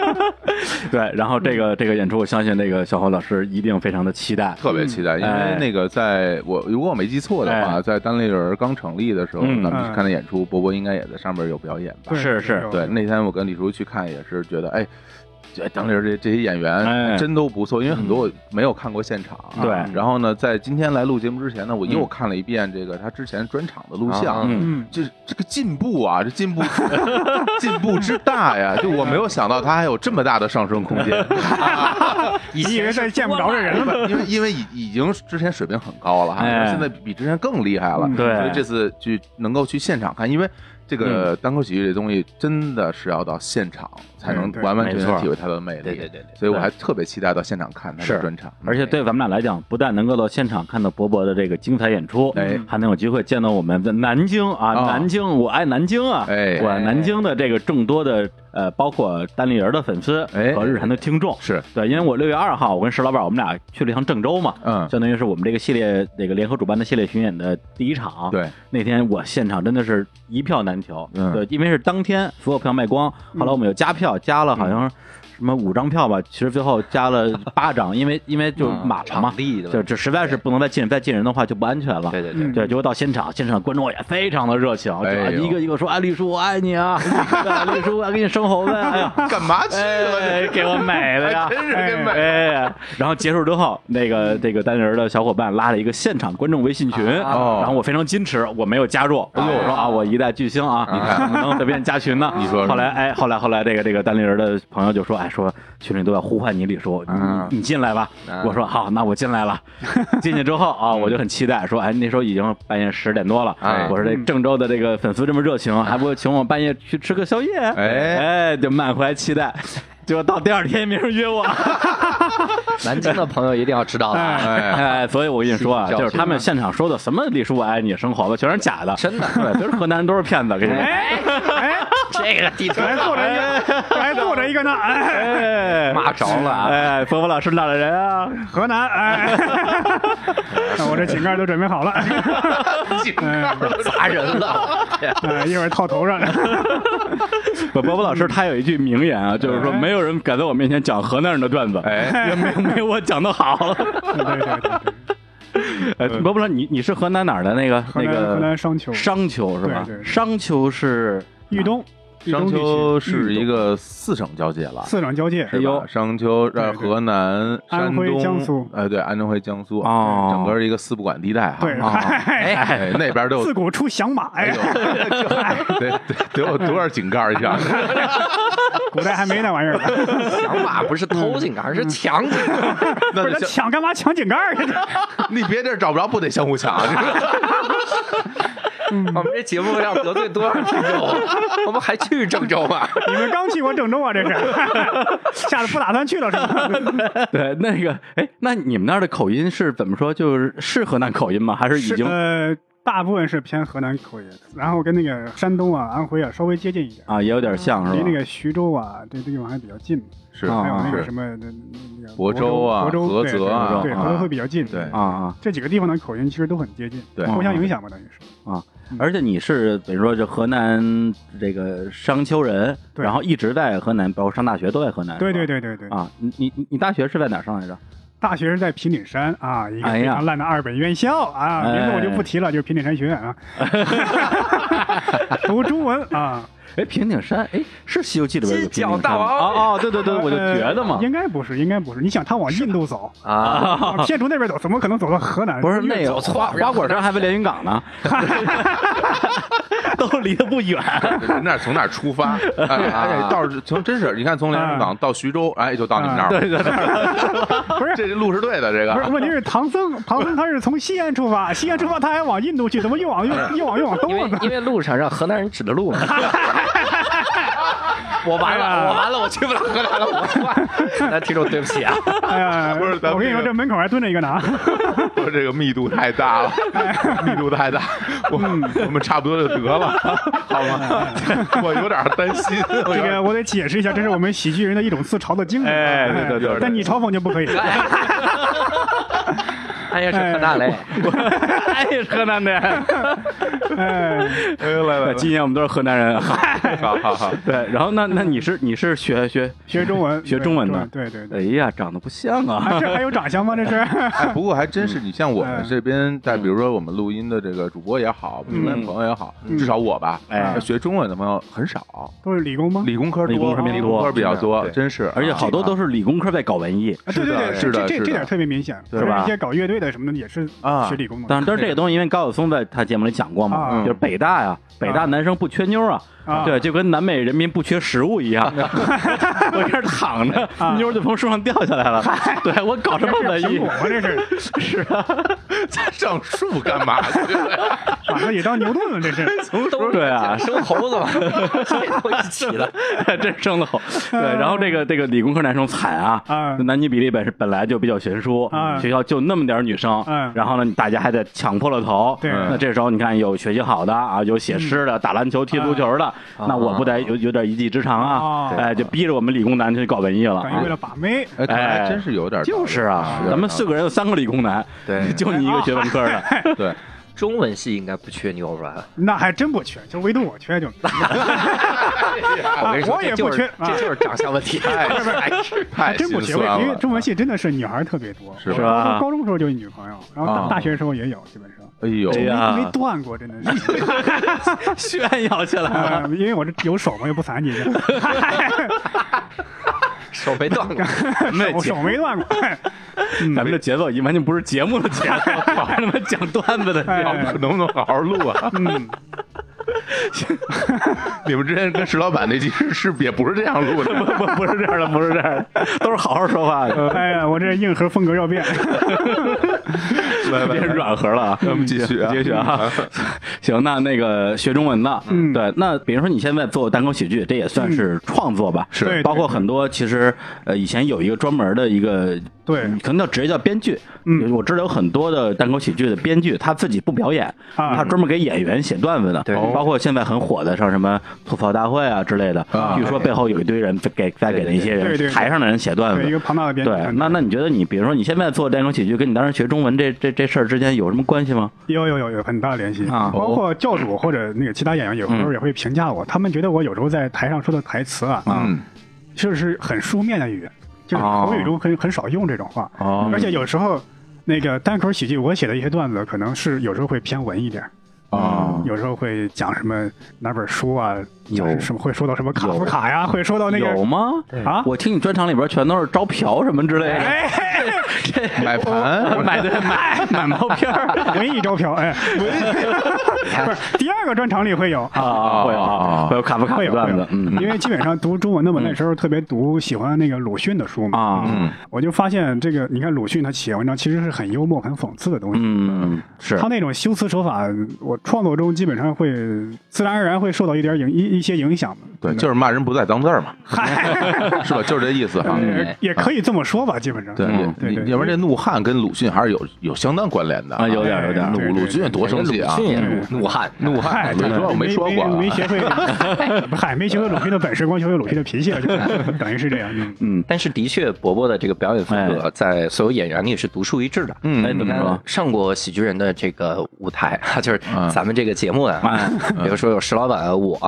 [SPEAKER 1] *laughs* 对，然后这个这个演出，我相信那个小侯老师一定非常的期待。
[SPEAKER 2] 嗯特别期待，因
[SPEAKER 1] 哎
[SPEAKER 2] 为那个在我如果我没记错的话，
[SPEAKER 1] 哎
[SPEAKER 2] 在单立人刚成立的时候，
[SPEAKER 1] 嗯
[SPEAKER 2] 咱们去看的演出，波波应该也在上面有表演吧？
[SPEAKER 4] 对
[SPEAKER 1] 是是
[SPEAKER 4] 有
[SPEAKER 2] 对，那天我跟李叔去看也是觉得，哎，这单立人这这些演
[SPEAKER 1] 哎嗯
[SPEAKER 2] 员真都不错，因为很多我没有看过现场。啊
[SPEAKER 1] 对
[SPEAKER 2] 然后呢，在今天来录节目之前呢，我又
[SPEAKER 1] 嗯
[SPEAKER 2] 看了一遍这个他之前专场的录
[SPEAKER 3] 啊
[SPEAKER 2] 像，
[SPEAKER 1] 嗯
[SPEAKER 4] 嗯，
[SPEAKER 2] 就是这个进步啊，这进步 *laughs* 进步之大呀！就我没有想到他还有这么大的上升空间，
[SPEAKER 4] 你以为再见不着这人
[SPEAKER 2] *laughs*
[SPEAKER 4] 了吧？
[SPEAKER 2] 因为因为已已经之前水平很高了哈，
[SPEAKER 1] 哎
[SPEAKER 2] 现在比之前更厉害了，
[SPEAKER 4] 嗯
[SPEAKER 1] 对
[SPEAKER 2] 所以这次去能够去现场看，因为这个单口喜剧这东西真的是要到现场才能
[SPEAKER 4] 对对
[SPEAKER 2] 完完全
[SPEAKER 1] 没
[SPEAKER 2] 全
[SPEAKER 1] 错
[SPEAKER 2] 体会它的魅力，
[SPEAKER 3] 对对对对
[SPEAKER 2] 所以我还特别期待到现场看他
[SPEAKER 1] 是
[SPEAKER 2] 的专场，嗯
[SPEAKER 1] 而且对咱们俩来讲，不但能够到现场看到博博的这个精彩演出，
[SPEAKER 2] 哎
[SPEAKER 1] 还能有机会见到我们的南京啊，
[SPEAKER 2] 哦
[SPEAKER 1] 南京，我爱南京啊，
[SPEAKER 2] 哎
[SPEAKER 1] 我南京的这个众多的呃，包括单立人的粉丝
[SPEAKER 2] 哎
[SPEAKER 1] 和日坛的听众，
[SPEAKER 2] 是
[SPEAKER 1] 对，因为我六月二号，我跟石老板我们俩去了一趟郑州嘛，
[SPEAKER 2] 嗯
[SPEAKER 1] 相当于是我们这个系列这个联合主办的系列巡演的第一场，
[SPEAKER 2] 对，
[SPEAKER 1] 那天我现场真的是一票难求，
[SPEAKER 2] 嗯
[SPEAKER 1] 对，因为是当天所有票卖光，
[SPEAKER 3] 嗯
[SPEAKER 1] 后来我们有加票，加了好像什么五张票吧，其实最后加
[SPEAKER 3] *laughs*
[SPEAKER 1] 了八张，因为因为就满了嘛
[SPEAKER 3] 嗯场，地的
[SPEAKER 1] 就
[SPEAKER 3] 问题，
[SPEAKER 1] 就实在是不能再进再进人的话就不安全了。
[SPEAKER 3] *laughs* 对对对，
[SPEAKER 4] 嗯
[SPEAKER 1] 对，结果到现场，现场观众也非常的热情，就
[SPEAKER 2] 哎呦
[SPEAKER 1] 一个一个说：“哎，李叔，我爱你啊！哎李叔，我要给你生猴子！”哎呀，
[SPEAKER 2] *laughs* 干嘛去了？
[SPEAKER 1] 哎，给我美的呀！
[SPEAKER 3] *laughs*
[SPEAKER 2] 真是给买
[SPEAKER 1] 哎， *laughs* 然后结束之后，那个这个单人的小伙伴拉了一个现场观众微信群，
[SPEAKER 2] 哦
[SPEAKER 1] 然后我非常矜持，我没有加入，我说啊，我一代巨星啊，
[SPEAKER 2] 你看
[SPEAKER 1] 怎么能随便加群呢？
[SPEAKER 2] 哦 *laughs* 你说是
[SPEAKER 1] 后来哎，后来后来这个这个单立人的朋友就说，哎，说群里都要呼唤你李叔，你
[SPEAKER 2] 啊嗯
[SPEAKER 1] 你你进来吧。我说好，那我进来
[SPEAKER 2] *laughs*
[SPEAKER 1] 了。进去之后啊，我就很期待，说哎，那时候已经半夜十点多了
[SPEAKER 2] 哎，
[SPEAKER 1] 我说这郑州的这个粉丝这么热情，啊还不请我半夜去吃个宵夜？
[SPEAKER 2] 哎
[SPEAKER 1] 哎，就满怀期待。结果到第二天没人约我，
[SPEAKER 3] 南京的朋友一定要知道的啊，
[SPEAKER 1] *laughs*
[SPEAKER 2] 哎，
[SPEAKER 4] *laughs*
[SPEAKER 1] 哎，所以我跟你说啊，
[SPEAKER 3] 教训
[SPEAKER 1] 就是他们现场说的什么“李叔我爱你”“生猴子”，全是假
[SPEAKER 4] *laughs*
[SPEAKER 1] 的，
[SPEAKER 3] 真的
[SPEAKER 1] 对，都是河南人，都是骗子，跟你说。
[SPEAKER 4] 哎，
[SPEAKER 3] 这个地图
[SPEAKER 4] 还坐着一个，还坐着一个呢，哎，
[SPEAKER 1] 哎，
[SPEAKER 3] 骂着了啊。
[SPEAKER 1] 哎，伯伯老师哪的人啊？
[SPEAKER 4] 河南，
[SPEAKER 1] *laughs*
[SPEAKER 4] 哎，那我这井盖都准备好了，
[SPEAKER 3] 砸人了，
[SPEAKER 4] 哎，一会儿套头上， *laughs*
[SPEAKER 1] 不伯伯老师他有一句名言
[SPEAKER 4] 哎
[SPEAKER 1] 啊，就是说没有人敢在我面前讲河南人的段子，
[SPEAKER 2] 哎
[SPEAKER 1] *laughs*
[SPEAKER 4] *laughs*
[SPEAKER 1] 也没有没有我讲的好。
[SPEAKER 4] 对对对对，
[SPEAKER 1] 哎，伯伯老师，你你是河南哪儿的那个
[SPEAKER 4] 河
[SPEAKER 1] 那
[SPEAKER 4] 南河南
[SPEAKER 1] 个
[SPEAKER 4] 商丘，
[SPEAKER 1] 商啊丘是吧
[SPEAKER 4] 对？对
[SPEAKER 1] 商丘是
[SPEAKER 4] 豫东，豫
[SPEAKER 2] 商
[SPEAKER 4] 东地区
[SPEAKER 2] 丘是一个四省交界了。
[SPEAKER 4] 四省交界，
[SPEAKER 1] 哎
[SPEAKER 2] 是
[SPEAKER 1] 呦
[SPEAKER 2] 吧？商丘、
[SPEAKER 4] 对
[SPEAKER 2] 呃，
[SPEAKER 4] 对
[SPEAKER 2] 河南、山
[SPEAKER 4] 安徽
[SPEAKER 2] 东、
[SPEAKER 4] 江苏
[SPEAKER 2] 呃，对，安徽、江苏，哎
[SPEAKER 1] 哦
[SPEAKER 2] 整个一个四不管地带哈。
[SPEAKER 4] 对，
[SPEAKER 2] 啊
[SPEAKER 4] *laughs* 嗨，
[SPEAKER 2] 哎，那边都有
[SPEAKER 4] 自古出响马，哎，
[SPEAKER 2] 得得得有多少井盖儿一样？
[SPEAKER 4] *laughs* 古代还没那玩意儿呢，
[SPEAKER 1] *laughs*
[SPEAKER 3] 抢马不是偷井盖，而是抢啊井盖。
[SPEAKER 4] 不
[SPEAKER 2] 那
[SPEAKER 4] 是
[SPEAKER 2] 就
[SPEAKER 4] 他
[SPEAKER 2] 像
[SPEAKER 4] 抢干嘛抢井
[SPEAKER 1] *laughs*
[SPEAKER 4] 盖儿去？
[SPEAKER 2] 你别地儿找不着，不得相互抢？啊
[SPEAKER 4] *laughs*
[SPEAKER 3] 我们这节目要得罪多少听众啊？我们还去郑州啊吗？
[SPEAKER 4] 你们刚去过郑州啊？这是， *laughs* 下次不打算去了是吧？
[SPEAKER 1] 对那个哎，那你们那儿的口音是怎么说？就是是河南口音吗？还 *laughs* 是已经
[SPEAKER 4] 呃，大部分是偏河南口音，然后跟那个山东啊、安徽啊稍微接近一点，
[SPEAKER 1] 啊也有点像是
[SPEAKER 4] 离
[SPEAKER 1] 吧
[SPEAKER 4] 那？个徐州啊这地方还比较近，
[SPEAKER 2] 是
[SPEAKER 1] 啊
[SPEAKER 4] 还哦有那个
[SPEAKER 2] 是
[SPEAKER 4] 什么那那个
[SPEAKER 2] 亳州啊
[SPEAKER 4] 亳州、
[SPEAKER 2] 菏
[SPEAKER 4] 对
[SPEAKER 2] 泽啊
[SPEAKER 4] 对，
[SPEAKER 1] 啊
[SPEAKER 4] 亳州会比较近。
[SPEAKER 2] 对
[SPEAKER 1] 啊啊
[SPEAKER 4] 这几个地方的口音其实都很接近，
[SPEAKER 2] 对
[SPEAKER 1] 嗯
[SPEAKER 4] 互相影响吧，等于是。
[SPEAKER 1] 啊！而且你是等于说这河南这个商丘人，
[SPEAKER 4] 对
[SPEAKER 1] 然后一直在河南，包括上大学都在河南。
[SPEAKER 4] 对对
[SPEAKER 1] 哎是吧
[SPEAKER 4] 对对对，
[SPEAKER 1] 啊，你你你你大学是在哪儿上来着？
[SPEAKER 4] 大学是在平顶山啊，一个
[SPEAKER 1] 哎
[SPEAKER 4] 非
[SPEAKER 1] 呀
[SPEAKER 4] 常烂的二本院校啊，
[SPEAKER 1] 哎
[SPEAKER 4] 名字我就不提了，就是平顶山学院啊， *laughs* 读中文啊，
[SPEAKER 1] 哎，平顶山，哎，是《西游记》里边有个
[SPEAKER 3] 犄角
[SPEAKER 1] 平顶山
[SPEAKER 3] 大
[SPEAKER 1] 吗
[SPEAKER 3] 王
[SPEAKER 1] 哦哦，对 *laughs* 对对，我就
[SPEAKER 4] 呃
[SPEAKER 1] 觉得嘛，
[SPEAKER 4] 应该不是，应该不是，你想他往印度走，
[SPEAKER 3] 啊，
[SPEAKER 4] 往天竺那边走，怎么可能走到河南？
[SPEAKER 1] 不是那个
[SPEAKER 3] 走错
[SPEAKER 1] 花
[SPEAKER 3] 然
[SPEAKER 1] 花
[SPEAKER 3] 后
[SPEAKER 1] 果山还没连云港 *laughs* 呢，都离得不远。
[SPEAKER 2] 从那儿从那儿出
[SPEAKER 4] *laughs*
[SPEAKER 2] 发，哎，哎倒是从真是，你看从连云
[SPEAKER 4] 嗯
[SPEAKER 2] 港到徐州，哎，就到你们那儿了，
[SPEAKER 1] 对对对，
[SPEAKER 4] 不是
[SPEAKER 2] 这这路是对的，这
[SPEAKER 4] 嗯不是，
[SPEAKER 2] 个。
[SPEAKER 4] 问题是
[SPEAKER 1] *laughs*
[SPEAKER 4] 唐僧，唐僧他是从西安出发，西安出发他还往印度去，怎么越往
[SPEAKER 1] 哎
[SPEAKER 4] 越越往越往
[SPEAKER 3] 因
[SPEAKER 4] 东了
[SPEAKER 3] 为
[SPEAKER 4] 呢？
[SPEAKER 3] 因为路上让河南人指着路嘛。我完
[SPEAKER 4] 哎呀
[SPEAKER 3] 了，我完了，我去不了河南了，我完了。听众，对不起啊，
[SPEAKER 4] 哎呀，
[SPEAKER 2] 不是咱们
[SPEAKER 4] 我跟你说，
[SPEAKER 2] 这个
[SPEAKER 4] 这门口还蹲着一
[SPEAKER 2] *laughs*
[SPEAKER 4] 个呢。
[SPEAKER 2] 这个密度太大 *laughs* 了，密度太大，我我们差不多就得 *laughs* 了，好吗？我有点担心，我
[SPEAKER 4] 这
[SPEAKER 2] 有点
[SPEAKER 4] 个我得解
[SPEAKER 2] 啊
[SPEAKER 4] 释一下，这是我们喜剧人的一种自嘲的精神啊。
[SPEAKER 1] 哎对对对对
[SPEAKER 4] 但你嘲讽就不可以。
[SPEAKER 3] 哎呀，是河南嘞，
[SPEAKER 1] 哎，河南的，
[SPEAKER 4] 哎，
[SPEAKER 2] 哎呦来来
[SPEAKER 1] 今年我们都是河南人。啊
[SPEAKER 2] 来，好好好，
[SPEAKER 1] *laughs* 对，然后那那你是你是学学，
[SPEAKER 4] 学中文，
[SPEAKER 1] 学中文的
[SPEAKER 4] 对对对。
[SPEAKER 1] 哎呀，长得不像啊。
[SPEAKER 4] 啊，这还有长相吗？这是？
[SPEAKER 2] *laughs* 哎，不过还真是，你像我们
[SPEAKER 4] 嗯
[SPEAKER 2] 这边，在比如说我们录音的这个主播也好，我们身边朋友也好，
[SPEAKER 4] 嗯
[SPEAKER 2] 至少我吧，
[SPEAKER 1] 哎
[SPEAKER 2] 学中文的朋友很少，
[SPEAKER 4] 都是理工吗？
[SPEAKER 2] 理工科多，
[SPEAKER 1] 理工科偏
[SPEAKER 2] 理
[SPEAKER 1] 多
[SPEAKER 2] 科比较多，
[SPEAKER 1] 是的
[SPEAKER 2] 真嗯是，
[SPEAKER 1] 而且好多都是理工科在搞文艺，
[SPEAKER 4] 啊，对对对，
[SPEAKER 2] 是的是
[SPEAKER 4] 这这
[SPEAKER 2] 的
[SPEAKER 4] 这点特别明显，
[SPEAKER 2] 对
[SPEAKER 4] 就
[SPEAKER 1] 吧
[SPEAKER 4] 一些搞乐队的什么的也是
[SPEAKER 2] 啊
[SPEAKER 4] 学理工的
[SPEAKER 1] 但是但是这个东
[SPEAKER 4] *laughs*
[SPEAKER 1] 西，因为高晓松在他节目里讲过嘛，
[SPEAKER 4] 啊
[SPEAKER 1] 就是北大呀，北大男生不缺妞啊，
[SPEAKER 4] 啊
[SPEAKER 1] 对，就跟南美人民不缺食物一
[SPEAKER 4] *laughs*
[SPEAKER 1] 样，我这儿躺着，
[SPEAKER 4] 啊
[SPEAKER 1] 妞儿就从树上掉下来
[SPEAKER 4] *laughs*
[SPEAKER 1] 了，对我搞什么文
[SPEAKER 4] 苹
[SPEAKER 1] 艺
[SPEAKER 4] 果？吗？这是，
[SPEAKER 2] *laughs*
[SPEAKER 1] 是啊，
[SPEAKER 2] 在上树干嘛去？
[SPEAKER 4] 把自己当牛顿了，这是。
[SPEAKER 3] 都
[SPEAKER 1] 对啊
[SPEAKER 3] 生猴子嘛，所以都一起的。
[SPEAKER 1] *laughs* 真生了好。对，然后这
[SPEAKER 4] 嗯
[SPEAKER 1] 个这个理工科男生惨啊，
[SPEAKER 4] 啊
[SPEAKER 1] 男女比例本是本来就比较悬殊，
[SPEAKER 4] 啊
[SPEAKER 1] 学校就那么点儿女生，
[SPEAKER 4] 嗯
[SPEAKER 1] 然后呢，大家还得抢破了头。嗯
[SPEAKER 4] 对嗯
[SPEAKER 1] 那这时候你看有学习好的啊，有写诗的，打篮球、踢足球的，那我不得有有点一技之长啊
[SPEAKER 4] 哦？
[SPEAKER 1] 哎，就逼着我们理工男去搞文艺了
[SPEAKER 4] 等于
[SPEAKER 1] 啊
[SPEAKER 4] 为。了把妹，
[SPEAKER 2] *laughs* 哎，可能还真是有点道理，
[SPEAKER 1] 就是啊，
[SPEAKER 2] 是
[SPEAKER 1] 咱们四个人有三个理工男，
[SPEAKER 2] 对
[SPEAKER 1] *laughs* 就你一个学文科的，
[SPEAKER 4] 哎
[SPEAKER 2] 啊对，
[SPEAKER 3] 中文系应该不缺妞吧？
[SPEAKER 4] 那还真不缺，就唯独我缺
[SPEAKER 2] *laughs*
[SPEAKER 4] 就。
[SPEAKER 3] 我跟你说
[SPEAKER 4] 我也
[SPEAKER 3] 这就
[SPEAKER 4] 不缺
[SPEAKER 3] 是这就是长相问题。哎
[SPEAKER 1] *laughs* 哎
[SPEAKER 2] 哎太
[SPEAKER 4] 真不
[SPEAKER 2] 心
[SPEAKER 4] 缺，
[SPEAKER 2] 酸
[SPEAKER 4] 因为
[SPEAKER 2] 了啊
[SPEAKER 4] 中文系真的是女孩儿特别多，
[SPEAKER 2] 是
[SPEAKER 4] 我
[SPEAKER 1] 吧
[SPEAKER 4] 高中高中时候就有女朋友，然后
[SPEAKER 2] 啊
[SPEAKER 4] 大大学时候也有，基本上
[SPEAKER 2] 哎呦，
[SPEAKER 1] 哎呀
[SPEAKER 4] 没没断过，真的是。 *laughs* 哦
[SPEAKER 1] *laughs* 炫耀起来了。
[SPEAKER 4] 啊，因为我这有手嘛，又不残疾，
[SPEAKER 3] 手没断过，
[SPEAKER 1] 那
[SPEAKER 4] 我
[SPEAKER 1] 节
[SPEAKER 4] 手没断过。哎嗯
[SPEAKER 1] 咱们这节奏已经完全不是节目的节奏，
[SPEAKER 4] *laughs*
[SPEAKER 1] 还他妈讲段子的节奏。
[SPEAKER 4] 哎，
[SPEAKER 2] 能不能好好录啊？
[SPEAKER 4] 嗯，
[SPEAKER 2] *laughs* 你们之前跟石老板那集是是也不是这样录的，
[SPEAKER 1] *laughs* 不不是这样的，不是这样的，都是好好说话的，
[SPEAKER 4] 哎呀，我这硬核风格要变。
[SPEAKER 2] 来
[SPEAKER 1] 别 *laughs*
[SPEAKER 2] 来来，
[SPEAKER 1] 软核了啊。
[SPEAKER 4] 嗯
[SPEAKER 2] 咱们继续啊，
[SPEAKER 1] 继续啊， *laughs* 行，那那个学中文的，
[SPEAKER 4] 嗯
[SPEAKER 1] 对，那比如说你现在做单口喜剧，这也算是创作吧，
[SPEAKER 2] 是
[SPEAKER 4] 对
[SPEAKER 1] 包括很多其实呃以前有一个专门的一个，
[SPEAKER 4] 对
[SPEAKER 1] 嗯可能叫职业叫编剧，
[SPEAKER 4] 嗯
[SPEAKER 1] 我知道有很多的单口喜剧的编剧，他自己不表演，
[SPEAKER 4] 啊
[SPEAKER 1] 他专门给演员写段子的，
[SPEAKER 3] 对
[SPEAKER 1] 包括现在很火的像什么吐槽大会啊之类的，
[SPEAKER 2] 啊
[SPEAKER 1] 据说背后有一堆人在给在给那些
[SPEAKER 4] 对对
[SPEAKER 1] 人
[SPEAKER 4] 对
[SPEAKER 1] 台上的人写段子
[SPEAKER 4] 对，一，个庞大的编
[SPEAKER 1] 嗯
[SPEAKER 4] 剧
[SPEAKER 1] 对，
[SPEAKER 4] 团
[SPEAKER 1] 那
[SPEAKER 4] 队。
[SPEAKER 1] 那你觉得你，比如说你现在做单口喜剧，跟你当时学中文这这这事儿之间有什么关系吗？
[SPEAKER 4] 有有有有很大的联系
[SPEAKER 1] 啊嗯
[SPEAKER 4] 包括教主或者那个其他演员，有时候也会评价我，他们觉得我有时候在台上说的台词啊，
[SPEAKER 2] 嗯，
[SPEAKER 4] 就是很书面的语言，就是
[SPEAKER 1] 哦
[SPEAKER 4] 口语中很很少用这种话，
[SPEAKER 2] 哦
[SPEAKER 4] 而且有时候。那个单口喜剧，我写的一些段子，可能是有时候会偏文一点儿，
[SPEAKER 2] 啊，
[SPEAKER 4] 有时候会讲什么哪本书啊，
[SPEAKER 1] 哦有
[SPEAKER 4] 讲什么会说到什么卡
[SPEAKER 1] 有
[SPEAKER 4] 夫卡呀，会说到那个
[SPEAKER 1] 有吗？
[SPEAKER 4] 啊
[SPEAKER 1] 我听你专场里边全都是招嫖什么之类的，
[SPEAKER 4] 哎，
[SPEAKER 2] 买盘
[SPEAKER 1] 买对买买毛片儿 *laughs*
[SPEAKER 4] 文艺招嫖，哎，不是第二个专场里会有，
[SPEAKER 1] 啊，会有啊，
[SPEAKER 2] 啊
[SPEAKER 1] 会有卡夫卡
[SPEAKER 4] 会
[SPEAKER 1] 的
[SPEAKER 4] 有会
[SPEAKER 1] 段
[SPEAKER 4] 有
[SPEAKER 1] 子，，嗯
[SPEAKER 4] 因为基本上读中文的嘛，那时候特别读喜欢那个鲁迅的书嘛，
[SPEAKER 1] 啊，
[SPEAKER 2] 嗯，
[SPEAKER 4] 我就发现这个，你看鲁迅他写文章其实是很幽默、很讽刺的东西，
[SPEAKER 1] 嗯是
[SPEAKER 4] 他那种修辞手法，我创作中基本上会自然而然会受到一点影一一一些影响嘛。
[SPEAKER 2] 对，就是是骂人不带脏字儿嘛，
[SPEAKER 4] 嗨，
[SPEAKER 2] *laughs* 是吧？就是这意
[SPEAKER 4] *laughs*
[SPEAKER 2] 思哈。啊
[SPEAKER 4] 呃也可以这么说吧，基本上。
[SPEAKER 2] 对，
[SPEAKER 1] 嗯
[SPEAKER 4] 对对
[SPEAKER 2] 要不然这怒汉跟鲁迅还是有有相当关联的
[SPEAKER 1] 啊，有点有点
[SPEAKER 4] 哎
[SPEAKER 2] 鲁
[SPEAKER 4] 对
[SPEAKER 2] 鲁迅多生气啊！
[SPEAKER 3] 鲁迅也怒怒汉，
[SPEAKER 2] 怒
[SPEAKER 4] 嗨，
[SPEAKER 2] 汉，没说我没说过啊，
[SPEAKER 4] 哎没学会，嗨，没学会鲁迅的本事，光学会鲁迅的脾气了，就等于是这样。嗯
[SPEAKER 3] 但是的确，伯伯的这个表演风格在所有演员里是独树一帜的。
[SPEAKER 2] 嗯
[SPEAKER 1] 哎，怎么
[SPEAKER 3] 他
[SPEAKER 1] 说？
[SPEAKER 3] 上过喜剧人的这个舞台， *laughs* 就是咱们这个节目啊， *laughs* 比如说有石老板啊我，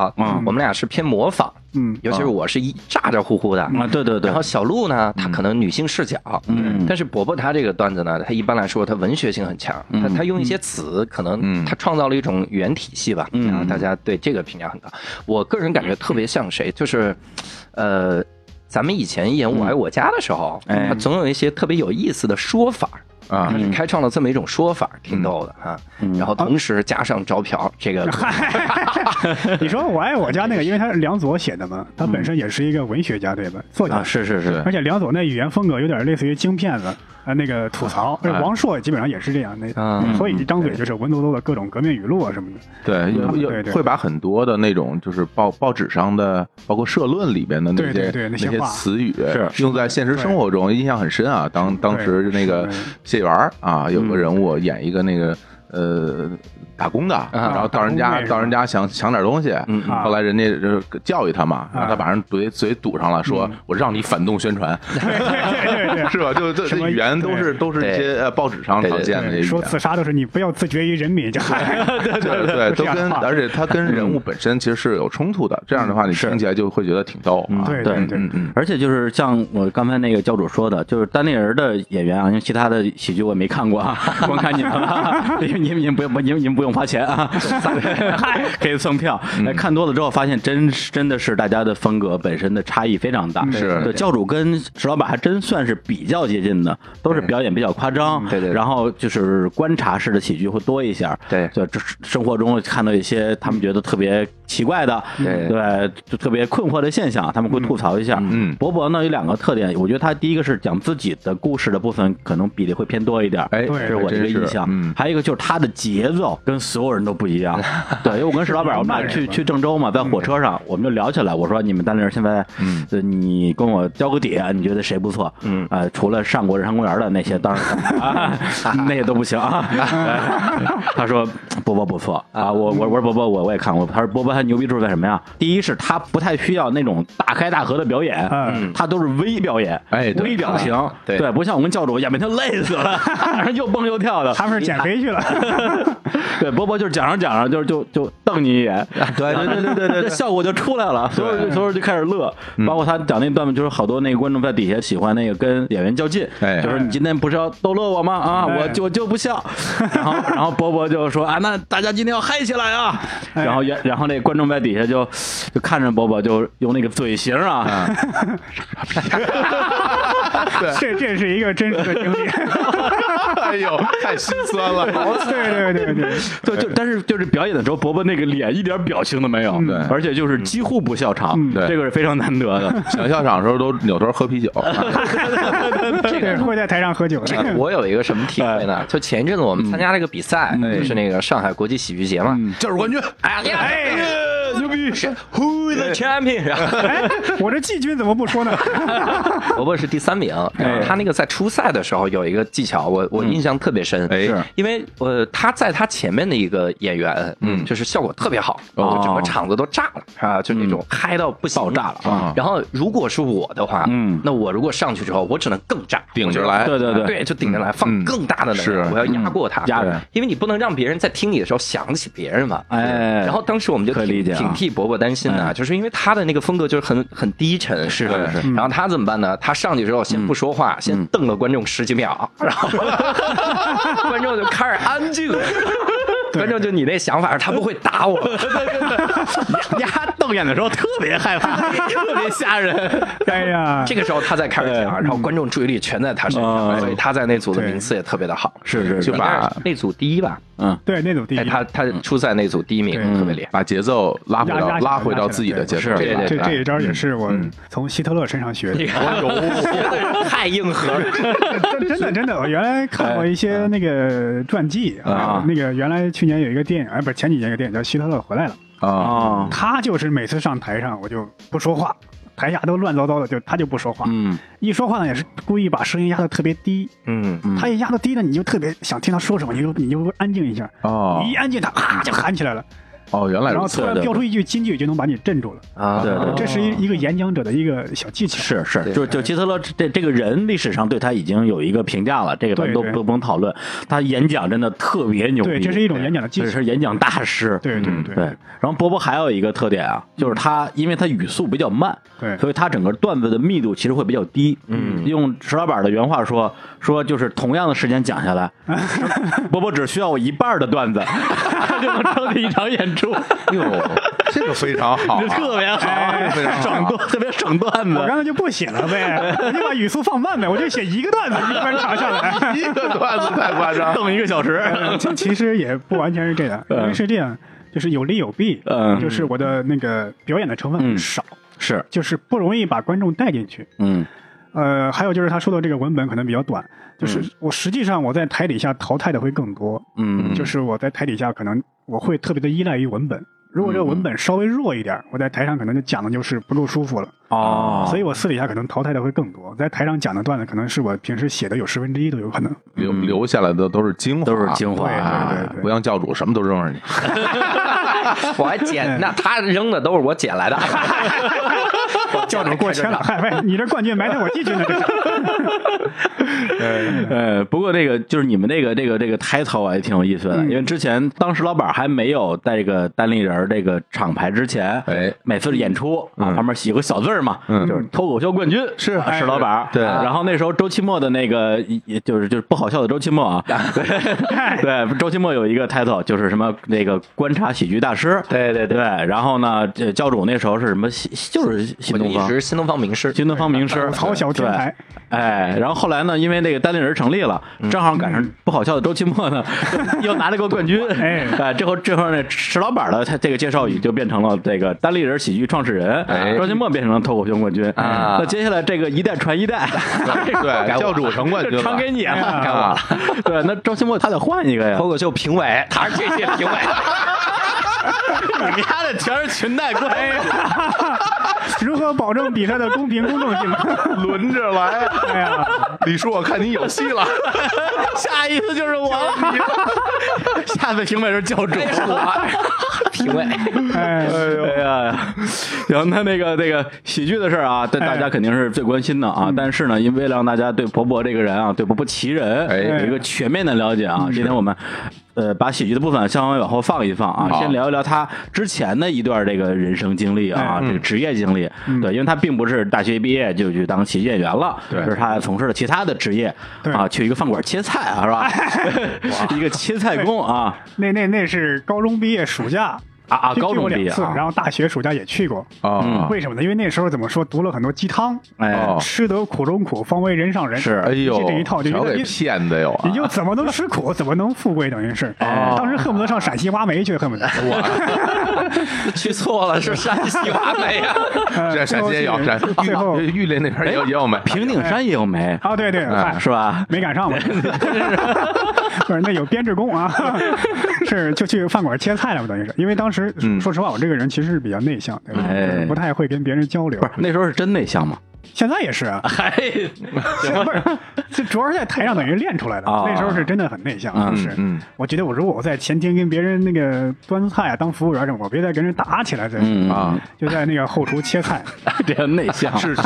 [SPEAKER 3] 我们俩是偏模仿，
[SPEAKER 4] 嗯
[SPEAKER 3] 尤其是我是一咋咋呼呼的，
[SPEAKER 1] 啊，对对对
[SPEAKER 3] 然后，小鹿呢，他可能女性视角，
[SPEAKER 1] 嗯
[SPEAKER 3] 但是伯伯他这个段子呢，他一般来说他文学性很强，他他用一些词，可能
[SPEAKER 2] 嗯
[SPEAKER 3] 他创造了一种语言体系吧，
[SPEAKER 1] 嗯
[SPEAKER 3] 然后大家对这个评价很高。我个人感觉特别像谁，就是，呃，咱们以前演《我爱我家》的时候，
[SPEAKER 1] 哎
[SPEAKER 3] 他总有一些特别有意思的说法。
[SPEAKER 2] 啊
[SPEAKER 3] 他是开创了这么一种说法，挺逗的啊。然后同时加上招嫖这 *laughs* 个，
[SPEAKER 4] 你说我爱我家那个，因为他是梁左写的嘛，他本身也是一个文学家，对吧？作家
[SPEAKER 1] 啊，是是是，
[SPEAKER 4] 而且梁左那语言风格有点类似于京片子。啊，那个吐槽，而且王朔基本上也是这样，那、
[SPEAKER 2] 啊
[SPEAKER 3] 嗯
[SPEAKER 4] 所以一张嘴就是文绉绉的各种革命语录啊什么的。
[SPEAKER 2] *laughs* 对，有
[SPEAKER 4] 对对
[SPEAKER 2] 有会把很多的那种就是报报纸上的，包括社论里边的那
[SPEAKER 4] 对对
[SPEAKER 2] 些
[SPEAKER 4] 对那
[SPEAKER 2] 那
[SPEAKER 4] 些
[SPEAKER 2] 些
[SPEAKER 4] 话
[SPEAKER 2] 词语，用在现实生活中，印象很深啊。当当时那个
[SPEAKER 4] 是
[SPEAKER 2] 谢元儿啊，有个人物演一个那个呃打工的，然后到人
[SPEAKER 4] 嗯啊打
[SPEAKER 2] 家
[SPEAKER 4] 工妹是吧
[SPEAKER 2] 到人家想抢点东西，
[SPEAKER 4] 啊
[SPEAKER 2] 后来人家就是教育他嘛，然后他把人嘴嘴堵上了，
[SPEAKER 4] 嗯
[SPEAKER 2] 说我让你反动宣
[SPEAKER 4] *laughs*
[SPEAKER 2] 传，
[SPEAKER 4] 对对对对
[SPEAKER 2] 是吧？就这
[SPEAKER 4] 什
[SPEAKER 2] 这
[SPEAKER 4] 么
[SPEAKER 2] 语言都
[SPEAKER 4] 对
[SPEAKER 2] 是都是一些呃报纸上常见的这些
[SPEAKER 4] 对，
[SPEAKER 2] 语
[SPEAKER 4] 说
[SPEAKER 2] 言。
[SPEAKER 4] 自杀都是你不要自绝于人民，就 *laughs*
[SPEAKER 2] 对对，
[SPEAKER 4] 这
[SPEAKER 2] 都
[SPEAKER 4] 样的
[SPEAKER 2] 跟
[SPEAKER 4] 话
[SPEAKER 2] 而且它跟人物本身其实是有冲突的。这样的话，你听起来就会觉得挺逗啊。
[SPEAKER 1] 对
[SPEAKER 4] 对对
[SPEAKER 2] 嗯
[SPEAKER 4] 对，
[SPEAKER 1] *laughs*
[SPEAKER 2] 嗯
[SPEAKER 1] 而且就是像我刚才那个教主说的，就是单立人的演员啊，因为其他的喜剧我也没看过
[SPEAKER 3] *laughs*
[SPEAKER 1] 啊，光看你们了，因为你们你们不用你们你们不用花钱
[SPEAKER 3] *laughs*
[SPEAKER 1] 啊，可以送票。
[SPEAKER 3] 嗯
[SPEAKER 1] 哎，看多了之后发现真是真的是大家的风格本身的差异非常
[SPEAKER 3] 嗯
[SPEAKER 1] 大。
[SPEAKER 2] 是
[SPEAKER 1] 对教主跟石老板还真算是比较接近的，都是表演比较夸张，
[SPEAKER 3] 嗯对对对
[SPEAKER 1] 然后就是观察式的喜剧会多一些，
[SPEAKER 3] 对
[SPEAKER 1] 就这生活中看到一些他们觉得特别奇怪的，
[SPEAKER 3] 对
[SPEAKER 1] 对，就特别困惑的现象，啊他们会吐槽一下。
[SPEAKER 2] 嗯嗯
[SPEAKER 1] 博博呢有两个特点，我觉得他第一个是讲自己的故事的部分，可能比例会偏多一点。
[SPEAKER 2] 哎，
[SPEAKER 4] 对
[SPEAKER 1] 这是我的一个
[SPEAKER 2] 真是
[SPEAKER 1] 印象，
[SPEAKER 2] 嗯
[SPEAKER 1] 还有一个就是他的节奏跟所有人都不一
[SPEAKER 2] *laughs*
[SPEAKER 1] 样，对，因为我跟石老板我们俩去去郑州嘛，在火车上
[SPEAKER 4] 嗯
[SPEAKER 1] 我们就聊起来，我说你们单立人现在，呃你跟我交个底，啊你觉得谁不错？嗯，呃，除了上过人上公园的那些，当然
[SPEAKER 4] *laughs*
[SPEAKER 1] 啊那些都不行啊。他说波波不错啊，我我我说波波我我也看过，他说波波他牛逼之处在什么呀？第一是他不太需要那种大开大合的表演，
[SPEAKER 4] 嗯啊
[SPEAKER 1] 他都是微表演，
[SPEAKER 2] 哎对
[SPEAKER 1] 微表情，
[SPEAKER 3] 对
[SPEAKER 1] 对，不像我跟教主演，每天累死
[SPEAKER 4] *laughs*
[SPEAKER 1] 了， *laughs* 又蹦又跳的，
[SPEAKER 4] 他们是减肥去了。
[SPEAKER 1] *laughs* 对，波波就是讲着讲着，就是就就瞪你一眼，啊对对对对对 *laughs* 对，这嗯效果就出来了，所有人所有人就开始乐，包括他讲那段子，就是好多那个观众在底下喜欢那个跟演员较劲，
[SPEAKER 2] 哎
[SPEAKER 1] 就是你今天不是要逗乐我吗？啊，
[SPEAKER 4] 哎
[SPEAKER 1] 我就我就不笑，然后然后波波就说啊，那大家今天要嗨起来啊，
[SPEAKER 4] 哎
[SPEAKER 1] 然后原然后那观众在底下就就看着波波，就用那个嘴型啊，
[SPEAKER 4] *laughs* 这这是一个真实的经历。
[SPEAKER 2] 哎呦，太心酸了。
[SPEAKER 4] 对对对对，
[SPEAKER 1] 对，就但是就是表演的时候，伯伯那个脸一点表情都没有，
[SPEAKER 2] 对
[SPEAKER 1] 而且就是几乎不笑场，
[SPEAKER 4] 嗯
[SPEAKER 2] 对
[SPEAKER 1] 这个是非常难得的。
[SPEAKER 2] *laughs* 想笑场的时候都扭头喝啤酒，啊
[SPEAKER 4] 对会在台上喝酒的。
[SPEAKER 3] 呃我有一个什么体会呢？就前一阵子我们参加了一个比赛，就是那个上海国际喜剧节嘛，
[SPEAKER 2] 就是冠军。
[SPEAKER 3] 哎呀，
[SPEAKER 4] *laughs*
[SPEAKER 3] 牛逼！Who the champion？然 *laughs* 后
[SPEAKER 4] 哎，我这季军怎么不
[SPEAKER 2] *laughs*
[SPEAKER 4] 说呢？
[SPEAKER 3] 伯伯是第三名。然后他那个在初赛的时候有一个技巧，我我印象特别深，
[SPEAKER 2] 哎是
[SPEAKER 3] 因为呃他在他前面的一个演员，嗯，就是效果特别好，
[SPEAKER 1] 哦
[SPEAKER 3] 就整个场子都炸了啊，就那种嗨到不行，爆炸了
[SPEAKER 2] 啊
[SPEAKER 3] 然后如果是我的话，
[SPEAKER 1] 嗯
[SPEAKER 3] 那我如果上去之后，我只能更炸，
[SPEAKER 2] 顶着
[SPEAKER 3] 我就啊
[SPEAKER 2] 来
[SPEAKER 1] 对对对
[SPEAKER 3] 对，就顶着来放
[SPEAKER 2] 嗯
[SPEAKER 3] 更大的能量，
[SPEAKER 2] 是
[SPEAKER 3] 我要压过他，
[SPEAKER 1] 压
[SPEAKER 3] 对因为你不能让别人在听你的时候想起别人嘛。
[SPEAKER 1] 哎
[SPEAKER 3] 然后当时我们就
[SPEAKER 1] 可以理
[SPEAKER 3] 挺
[SPEAKER 1] 解啊哎
[SPEAKER 3] 挺替伯伯担心的啊，就是因为他的那个风格就是很很低沉，是的。然后他怎么办呢？他上去之后先不说话，
[SPEAKER 1] 嗯
[SPEAKER 3] 先瞪了观众十几秒，然后 *laughs* 观众就开始安静。
[SPEAKER 1] *laughs*
[SPEAKER 3] 观众就你那想法，他不会打我。
[SPEAKER 1] 丫瞪眼的时候特别害
[SPEAKER 4] *laughs*
[SPEAKER 1] 怕，特别吓人。
[SPEAKER 4] 哎呀，
[SPEAKER 3] 这个时候他才开始讲，然后观众注意力全在他身上，
[SPEAKER 1] 哎嗯
[SPEAKER 3] 所以他在那组的名次也特别的好，
[SPEAKER 1] 是是
[SPEAKER 2] 是
[SPEAKER 3] 应该是那组第一吧？
[SPEAKER 4] 对那种第一
[SPEAKER 3] 哎，，他他初赛那组第一名
[SPEAKER 4] 对
[SPEAKER 3] 特别厉害。
[SPEAKER 2] *laughs* 把节奏拉回
[SPEAKER 4] 压压
[SPEAKER 2] 到
[SPEAKER 4] 起来
[SPEAKER 2] 拉回
[SPEAKER 4] 压起
[SPEAKER 2] 到
[SPEAKER 4] 来
[SPEAKER 2] 自己的节奏
[SPEAKER 3] 对是
[SPEAKER 2] 里来，啊
[SPEAKER 4] 这
[SPEAKER 3] 对
[SPEAKER 4] 这一招也是
[SPEAKER 2] 嗯
[SPEAKER 4] 我从希特勒身上学的。
[SPEAKER 3] *laughs* 太硬核了，
[SPEAKER 4] *laughs* 真
[SPEAKER 1] *laughs*
[SPEAKER 4] 真的真的，我原来看过一些那个传记啊
[SPEAKER 1] 啊，
[SPEAKER 4] 哎那个原来去年有一个电影，哎，不是前几年有一个电影叫《希特勒回来了》。
[SPEAKER 2] 啊，
[SPEAKER 1] 啊，
[SPEAKER 4] 他就是每次上台上我就不说话，台下都乱糟糟的，就他就不说话。
[SPEAKER 1] 嗯
[SPEAKER 4] 一说话呢也是故意把声音压得特别低，
[SPEAKER 3] 嗯，
[SPEAKER 1] *laughs* 嗯
[SPEAKER 4] 他一压得低呢，你就特别想听他说什么，你就你就安静一下。
[SPEAKER 2] 哦
[SPEAKER 4] 你一安静，他啊就喊起来了，
[SPEAKER 2] 哦，原来
[SPEAKER 4] 然
[SPEAKER 2] 如
[SPEAKER 4] 后
[SPEAKER 2] 此，
[SPEAKER 4] 突然
[SPEAKER 1] 对
[SPEAKER 4] 飙出一句金句，就能把你镇住了。
[SPEAKER 3] 啊，
[SPEAKER 1] 对对
[SPEAKER 4] 这是一一个演讲者的一个小技巧。
[SPEAKER 1] *laughs* 哦是是，
[SPEAKER 3] 对
[SPEAKER 1] 就就希特勒这这个人历史上对他已经有一个评价了，这个咱们
[SPEAKER 4] 对
[SPEAKER 1] 都
[SPEAKER 4] 对
[SPEAKER 1] 不不用讨论。他演讲真的特别牛逼，
[SPEAKER 4] 对，这是一种演讲的技
[SPEAKER 1] 这
[SPEAKER 4] 巧。
[SPEAKER 1] 是演讲大师。嗯
[SPEAKER 4] 对对嗯
[SPEAKER 1] 对，然后波波还有一个特点啊，就是他因为他语速比较慢，
[SPEAKER 4] 对
[SPEAKER 1] 所以他整个段子的密度其实会比较低。嗯，用石老板的原话说，说就是同样的时间讲下
[SPEAKER 4] *laughs*
[SPEAKER 1] 来，波波只需要我一半的段子 *laughs* 就能撑起一场演出，
[SPEAKER 2] 哟，这个非常好啊，
[SPEAKER 1] *laughs* 特别
[SPEAKER 2] 非常
[SPEAKER 1] 好，
[SPEAKER 2] 好
[SPEAKER 1] 省段特别省段
[SPEAKER 4] 我
[SPEAKER 1] 子。
[SPEAKER 4] 刚才就不写了
[SPEAKER 1] *laughs*
[SPEAKER 4] 呗，我就把语速放慢呗，我就写一个段子，一般长下
[SPEAKER 2] *laughs*
[SPEAKER 4] 来。
[SPEAKER 2] 一个段子太夸张，
[SPEAKER 1] 等一个小
[SPEAKER 4] *laughs*
[SPEAKER 1] 时，
[SPEAKER 4] 呃其其实也不完全是这样，因为是这样，就是有利有弊。
[SPEAKER 1] 嗯
[SPEAKER 4] 就是我的那个表演的成分很少，
[SPEAKER 1] 是，
[SPEAKER 4] 就是不容易把观众带进去。
[SPEAKER 1] 嗯
[SPEAKER 4] 呃，还有就是他说的这个文本可能比较短，就是我实际上我在台底下淘汰的会更多，
[SPEAKER 1] 嗯，
[SPEAKER 4] 就是我在台底下可能我会特别的依赖于文本。如果这个
[SPEAKER 1] 嗯
[SPEAKER 4] 文本稍微弱一点，我在台上可能就讲的就是不够舒服了，
[SPEAKER 1] 哦，
[SPEAKER 4] 所以我私底下可能淘汰的会更多。在台上讲的段子，可能是我平时写的有十分之一都有可能。
[SPEAKER 2] 留留下来的都是精华，
[SPEAKER 1] 都是精华
[SPEAKER 4] 对
[SPEAKER 2] 啊
[SPEAKER 4] 对对对
[SPEAKER 2] 不像教主什么都扔上 *laughs* 去。
[SPEAKER 3] *laughs* 我还捡，那他扔的都是我捡来的。
[SPEAKER 4] 教主过谦了，嗨喂，你这冠军埋汰我进去呢，这是。
[SPEAKER 1] 呃，不过这个就是你们这个这个这个 title 啊，也挺有意思的，
[SPEAKER 4] 嗯
[SPEAKER 1] 因为之前当时老板还没有带这个单立人儿这个厂牌之前，
[SPEAKER 2] 哎
[SPEAKER 1] 每次演出、啊旁边写个小字儿嘛，
[SPEAKER 2] 嗯
[SPEAKER 1] 就是脱口秀冠军是
[SPEAKER 4] 哎
[SPEAKER 1] 是老板儿，
[SPEAKER 2] 对
[SPEAKER 1] 然后那时候周奇墨的那个也也就是就是不好笑的周奇墨啊，对，周奇墨有一个 title 就是什么那个观察喜剧大师，
[SPEAKER 3] 对对
[SPEAKER 1] 对，然后呢，这教主那时候是什么新就是新
[SPEAKER 3] 我就
[SPEAKER 1] 东
[SPEAKER 3] 一
[SPEAKER 1] 方。
[SPEAKER 3] 直新东方名 *laughs* 师，
[SPEAKER 1] 新东方名师
[SPEAKER 4] 吐，槽小天才
[SPEAKER 1] 对。哎，然后后来呢，因为那个单立人成立了，正好赶上不好笑的周奇墨呢，又拿了个冠军。
[SPEAKER 4] 哎
[SPEAKER 1] 哎，这后这后呢，石老板的他这个介绍语就变成了这个单立人喜剧创始人，
[SPEAKER 2] 哎
[SPEAKER 1] 周奇墨变成了脱口秀冠军。
[SPEAKER 3] 啊
[SPEAKER 1] 那接下来这个一代传一代，
[SPEAKER 3] *laughs*
[SPEAKER 2] 对，教主成冠军
[SPEAKER 1] 传
[SPEAKER 2] 了
[SPEAKER 1] 给。你
[SPEAKER 4] 哎
[SPEAKER 1] 了，
[SPEAKER 3] 该我了。
[SPEAKER 1] *laughs* 对，那周奇墨他得换一个呀
[SPEAKER 3] *laughs* 脱。口秀评委，他是这届评 *laughs* 委。
[SPEAKER 1] 你们家的全是裙带关系。
[SPEAKER 4] 如何保证比赛的公平公正性？ *laughs*
[SPEAKER 2] 轮着来，
[SPEAKER 4] 哎呀，
[SPEAKER 2] 李叔，我看你有戏了。
[SPEAKER 1] *laughs* 下一次就是我了，下次评委是教主。
[SPEAKER 3] 评委，
[SPEAKER 4] 哎，
[SPEAKER 1] *laughs* 哎呀，行，那那个那个喜剧的事儿啊，
[SPEAKER 4] 哎
[SPEAKER 1] 大大家肯定是最关心的啊。
[SPEAKER 4] 嗯
[SPEAKER 1] 但是呢，因为让大家对伯伯这个人啊，对伯伯奇人、
[SPEAKER 2] 哎
[SPEAKER 1] 有一个全面的了解啊，
[SPEAKER 4] 嗯
[SPEAKER 1] 今天我们呃把喜剧的部分稍微往后放一放啊，
[SPEAKER 2] 好
[SPEAKER 1] 先聊一聊他之前的一段这个人生经历啊，
[SPEAKER 4] 哎
[SPEAKER 1] 这个
[SPEAKER 4] 嗯
[SPEAKER 1] 职业经历。对，因为他并不是大学毕业就去当喜剧演员了，
[SPEAKER 2] 对
[SPEAKER 1] 就是他还从事了其他的职业
[SPEAKER 4] 对哎
[SPEAKER 1] 啊，去一个饭馆切菜啊，是 *laughs* 吧？一个切菜工啊
[SPEAKER 4] 那那那是高中毕业暑假
[SPEAKER 1] 啊啊，
[SPEAKER 4] 去
[SPEAKER 1] 高中
[SPEAKER 4] 去过
[SPEAKER 1] 毕业
[SPEAKER 4] 两次，
[SPEAKER 1] 啊，
[SPEAKER 4] 然后大学暑假也去过。
[SPEAKER 2] 啊，
[SPEAKER 4] 为什么呢？因为那时候怎么说，读了很多鸡汤，
[SPEAKER 1] 哎
[SPEAKER 2] 哦，
[SPEAKER 4] 吃得苦中苦，方为人上人。
[SPEAKER 1] 是
[SPEAKER 2] 哎呦，
[SPEAKER 4] 就这一套就
[SPEAKER 2] 全
[SPEAKER 4] 有点
[SPEAKER 2] 给
[SPEAKER 4] 意思
[SPEAKER 2] 骗的哟啊！
[SPEAKER 4] 你就怎么能吃苦，怎么能富贵，等于是。哎当时恨不得上陕西挖煤去，恨不得。
[SPEAKER 3] 去错了，是山西华啊美 *laughs* 呀。
[SPEAKER 4] 呃
[SPEAKER 2] 这陕西哎也有，
[SPEAKER 4] 最
[SPEAKER 2] 陕
[SPEAKER 4] 后最后哎
[SPEAKER 2] 玉玉林那边也有也有卖。
[SPEAKER 1] 平顶山也有煤。
[SPEAKER 4] 啊，对对，嗨
[SPEAKER 1] 是吧？
[SPEAKER 4] *laughs* 没赶上嘛，不是那有编制工啊，是就去饭馆切菜了嘛，等于是，因为当时、说实话，我这个人其实是比较内向，对吧？
[SPEAKER 1] 嗯哎
[SPEAKER 4] 就是不太会跟别人交流
[SPEAKER 1] 不，是那时候是真内向吗？
[SPEAKER 4] 现在也
[SPEAKER 1] *laughs*
[SPEAKER 4] 是啊，
[SPEAKER 1] 还
[SPEAKER 4] 现在不 *laughs* 是，这主要是在台上等于练出来的，
[SPEAKER 1] 啊
[SPEAKER 4] 那时候是真的很内向，
[SPEAKER 1] 嗯
[SPEAKER 4] 就是。
[SPEAKER 2] 嗯，
[SPEAKER 4] 我觉得我如果我在前厅跟别人那个端菜啊，当服务员什么，我别再跟人打起来，再、
[SPEAKER 1] 嗯
[SPEAKER 2] *laughs* 啊，
[SPEAKER 4] 就在那个后厨切菜，
[SPEAKER 1] 这样内
[SPEAKER 4] 啊
[SPEAKER 1] 向
[SPEAKER 2] 是
[SPEAKER 4] *laughs*
[SPEAKER 2] 是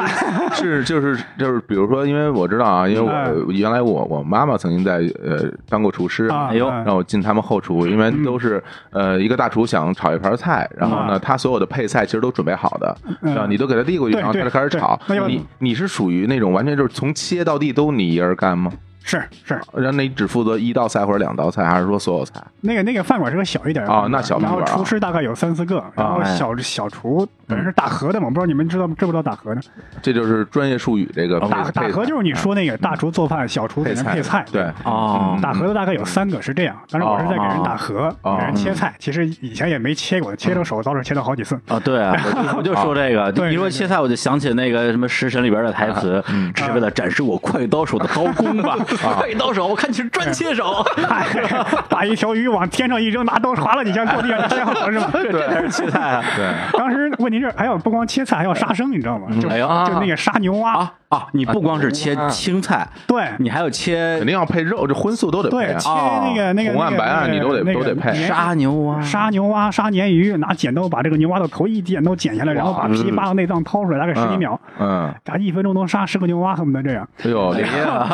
[SPEAKER 2] 是就是就是，比如说，因为我知道啊，因为
[SPEAKER 4] 哎
[SPEAKER 2] 我原来我我妈妈曾经在呃当过厨师，
[SPEAKER 4] 啊，
[SPEAKER 1] 哎呦
[SPEAKER 4] 嗯
[SPEAKER 2] 让我进他们后厨，因为都是呃一个大厨想炒一盘菜，然后呢，他所有的配菜其实都准备好的，
[SPEAKER 4] 啊嗯
[SPEAKER 2] 然后你都给他递过去，
[SPEAKER 4] 对
[SPEAKER 2] 然后他就开始
[SPEAKER 4] 对
[SPEAKER 2] 炒
[SPEAKER 4] 对那。要
[SPEAKER 2] 你你是属于那种完全就是从切到地都你一人干吗？
[SPEAKER 4] 是是，
[SPEAKER 2] 然后那你只负责一道菜或者两道菜，还是说所有菜？
[SPEAKER 4] 那个那个饭馆是个小一点的
[SPEAKER 2] 哦那小饭馆啊哦
[SPEAKER 4] 然后厨师大概有三四个，然后
[SPEAKER 1] 哎
[SPEAKER 4] 小、小厨本来是打荷的嘛，我不知道你们知道知不知道打荷呢？
[SPEAKER 2] 这就是专业术语，这个
[SPEAKER 4] 哦打
[SPEAKER 2] 哦配嗯
[SPEAKER 4] 打荷就是你说那个大厨做饭，小厨给
[SPEAKER 2] 配
[SPEAKER 4] 人
[SPEAKER 2] 菜
[SPEAKER 4] 配菜，
[SPEAKER 2] 对。嗯
[SPEAKER 1] 哦，
[SPEAKER 4] 打荷的大概有三个是这样，当时我是在给人打荷，
[SPEAKER 2] 哦嗯
[SPEAKER 4] 给人切菜。其实以前也没切过，切着手倒是切了好几次。 *laughs*
[SPEAKER 1] 啊，对啊，我就我就说这个，
[SPEAKER 4] 对
[SPEAKER 1] 一说切菜，我就想起那个什么《食神》里边的台词，只是为了展示我快刀手的刀工吧。
[SPEAKER 3] 啊
[SPEAKER 1] 快刀手，我看你是专切手。
[SPEAKER 4] 把一条鱼往天上一扔，拿刀划了几下，过地上切好了是 *laughs* 吧？
[SPEAKER 1] 这才是切菜啊！
[SPEAKER 2] 对，
[SPEAKER 4] 当时问题是还要不光切菜，还要杀生，你知道吗？
[SPEAKER 2] 嗯
[SPEAKER 4] 就
[SPEAKER 1] 哎呦
[SPEAKER 4] 就那个杀牛蛙，
[SPEAKER 1] 啊啊！你不光是切青菜，
[SPEAKER 4] 对
[SPEAKER 1] 你还有切
[SPEAKER 2] 肯定要配肉，这荤素都得配
[SPEAKER 4] 对，
[SPEAKER 2] 啊
[SPEAKER 4] 切。那个那个
[SPEAKER 2] 红案
[SPEAKER 4] 那个
[SPEAKER 2] 白案你都得
[SPEAKER 4] 那个
[SPEAKER 2] 都得配
[SPEAKER 4] 鲶
[SPEAKER 1] 杀牛啊蛙、
[SPEAKER 4] 杀牛蛙、杀鲶鱼，拿剪刀把这个牛蛙的头一剪刀剪下来，然后把皮扒到内脏掏出来，大概十几秒，
[SPEAKER 2] 嗯，
[SPEAKER 4] 打一分钟能杀十个牛蛙，恨不得这样。
[SPEAKER 2] 哎呦，练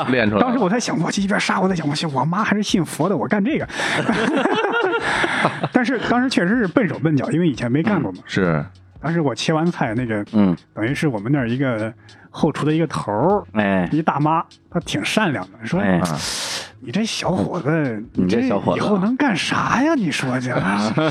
[SPEAKER 2] 练出来了。
[SPEAKER 4] 当时我在想，我这一边杀，我在想，我去，我妈还是信佛的，我干这个。 *laughs* 但是当时确实是笨手笨脚，因为以前没干过嘛。
[SPEAKER 2] 是
[SPEAKER 4] 当时我切完菜，那个
[SPEAKER 1] 嗯，
[SPEAKER 4] 等于是我们那儿一个后厨的一个头儿，
[SPEAKER 1] 哎
[SPEAKER 4] 一大妈，她挺善良的，说
[SPEAKER 1] 哎，
[SPEAKER 4] 你这小伙子，
[SPEAKER 1] 你这
[SPEAKER 4] 这
[SPEAKER 1] 小伙子
[SPEAKER 4] 以后能干啥呀？你说
[SPEAKER 1] *laughs*
[SPEAKER 4] 这。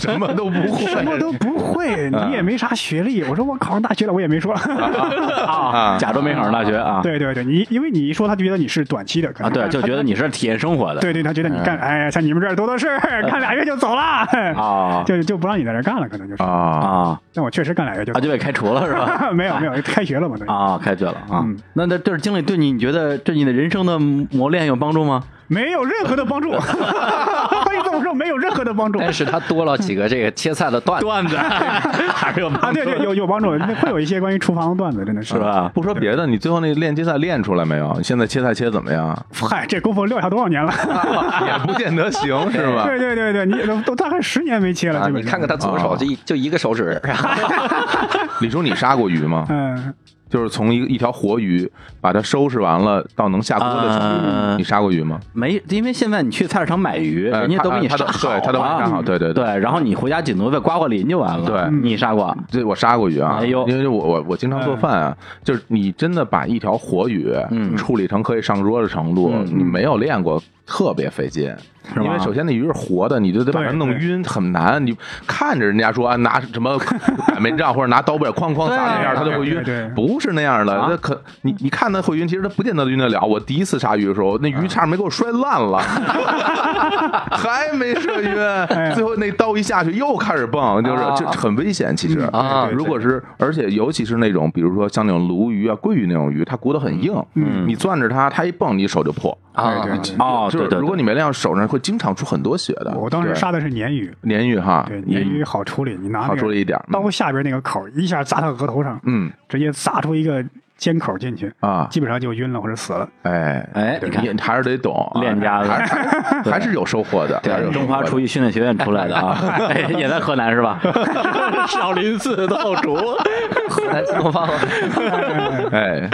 [SPEAKER 2] 什么都不会，
[SPEAKER 4] 什么
[SPEAKER 2] *laughs*
[SPEAKER 4] 都不会，你也没啥学历。我说我考上大学了，我也
[SPEAKER 1] *laughs*
[SPEAKER 4] 没说。
[SPEAKER 1] 啊，假装没考上大学啊？
[SPEAKER 4] 对对对，你因为你一说，他就觉得你是短期的，可
[SPEAKER 1] 啊，
[SPEAKER 4] 能
[SPEAKER 1] 对，
[SPEAKER 4] 他
[SPEAKER 1] 就嗯觉得你是体验生活的。
[SPEAKER 4] 对对，他觉得你干，哎，像你们这儿多的是，干俩月就走了，
[SPEAKER 1] 啊
[SPEAKER 4] *laughs* 就就不让你在这儿干了，可能就是。
[SPEAKER 2] 啊，
[SPEAKER 1] 啊，
[SPEAKER 4] 但我确实干俩月就
[SPEAKER 1] 他
[SPEAKER 4] 走
[SPEAKER 1] 就
[SPEAKER 4] 了， *laughs*
[SPEAKER 1] 被开除了是吧？
[SPEAKER 4] 没有没有，开学了嘛，对。
[SPEAKER 1] 啊，开学了啊
[SPEAKER 4] 嗯。
[SPEAKER 1] 那那这是经历对你，你觉得对你的人生的磨练有帮助吗？
[SPEAKER 4] 没有任何的帮助， *laughs* 可以这么说，没有任何的帮助。
[SPEAKER 3] *laughs* 但是他多了几个这个切菜的段子，
[SPEAKER 1] 段子还是有
[SPEAKER 4] 啊，
[SPEAKER 1] 帮助
[SPEAKER 4] 对对，有有帮助，那会有一些关于厨房的段子，真的是
[SPEAKER 1] 是？吧？
[SPEAKER 2] 不说别的，你最后那练切菜练出来没有？你现在切菜切得怎么样？
[SPEAKER 4] 嗨，这功夫撂下多少年了？
[SPEAKER 2] 也不见得行，是吧？
[SPEAKER 4] *laughs* 对对对对，你都都大概十年没切了，
[SPEAKER 3] 啊，
[SPEAKER 4] 基
[SPEAKER 3] 你
[SPEAKER 4] 本上
[SPEAKER 3] 看看他左手就一就一个手指，
[SPEAKER 2] 李叔，你杀过鱼吗？
[SPEAKER 4] 嗯，
[SPEAKER 2] 就是从一一条活鱼把它收拾完了，到能下锅的程
[SPEAKER 1] 啊
[SPEAKER 2] 度，你杀过鱼吗？
[SPEAKER 1] 没，因为现在你去菜市场买鱼，
[SPEAKER 2] 呃
[SPEAKER 1] 人家都给你
[SPEAKER 2] 他
[SPEAKER 1] 杀
[SPEAKER 2] 他都
[SPEAKER 1] 好
[SPEAKER 2] 对他都给你
[SPEAKER 1] 了
[SPEAKER 2] 杀好对对对
[SPEAKER 1] 对，然后你回家仅奴再刮刮鳞就完了。
[SPEAKER 2] 对
[SPEAKER 1] 你杀过？
[SPEAKER 2] 这我杀过鱼啊，
[SPEAKER 1] 哎呦
[SPEAKER 2] 因为我我我经常
[SPEAKER 4] 嗯
[SPEAKER 2] 做饭啊，就是你真的把一条活鱼
[SPEAKER 1] 嗯
[SPEAKER 2] 处理成可以上桌的程度，你没有练过。特别费劲，
[SPEAKER 1] 吗
[SPEAKER 2] 因为首先那鱼是活的，你就得把它
[SPEAKER 4] 对
[SPEAKER 2] 弄
[SPEAKER 4] 对
[SPEAKER 2] 晕，很难。你看着人家说啊，拿什么擀面杖或者拿刀背哐哐
[SPEAKER 1] 对
[SPEAKER 2] 砸
[SPEAKER 1] 啊
[SPEAKER 2] 那样，它就会晕
[SPEAKER 4] 对对对，
[SPEAKER 2] 不是那样的。那可你你看它会晕，其实它不见得晕得了。我第一次杀鱼的时候，那
[SPEAKER 1] 啊
[SPEAKER 2] 鱼差点没给我摔烂了， *laughs* 还没摔
[SPEAKER 4] 哎
[SPEAKER 2] 晕。最后那刀一下去又开始蹦，就是
[SPEAKER 3] 啊
[SPEAKER 2] 这很危险，其实
[SPEAKER 1] 嗯
[SPEAKER 4] 嗯
[SPEAKER 3] 啊
[SPEAKER 2] 如果是，而且尤其是那种，比如说像那种鲈鱼啊、鲑鱼那种鱼，它骨头很硬，嗯，你攥着它，它一蹦，你手就破。
[SPEAKER 3] 啊
[SPEAKER 4] 对对对
[SPEAKER 1] 哦，
[SPEAKER 2] 就
[SPEAKER 1] 对
[SPEAKER 2] 是
[SPEAKER 1] 对，
[SPEAKER 2] 如果
[SPEAKER 1] 你
[SPEAKER 2] 你没练，手上会经常出很多血的。
[SPEAKER 4] 我当时
[SPEAKER 2] 对
[SPEAKER 4] 杀的是鲶鱼，
[SPEAKER 2] 鲶鱼哈，
[SPEAKER 4] 对，鲶鱼好处理，你拿
[SPEAKER 2] 好
[SPEAKER 4] 那
[SPEAKER 2] 处理
[SPEAKER 4] 个
[SPEAKER 2] 一点，嗯
[SPEAKER 4] 刀下边那个口儿一下砸他额头上，
[SPEAKER 2] 嗯
[SPEAKER 4] 直接砸出一个尖口进去
[SPEAKER 2] 啊
[SPEAKER 4] 基本上就晕了或者死了。
[SPEAKER 2] 哎
[SPEAKER 1] 哎你看
[SPEAKER 2] 还是得懂啊
[SPEAKER 1] 练家子
[SPEAKER 2] 还是还是还是有收获的。还是有收
[SPEAKER 1] 中
[SPEAKER 2] 获的
[SPEAKER 1] 华厨艺训练学院出来的
[SPEAKER 2] *laughs*
[SPEAKER 1] 啊，哎也在河南是吧？少林寺的后厨。
[SPEAKER 3] 来自东方了，
[SPEAKER 2] 哎，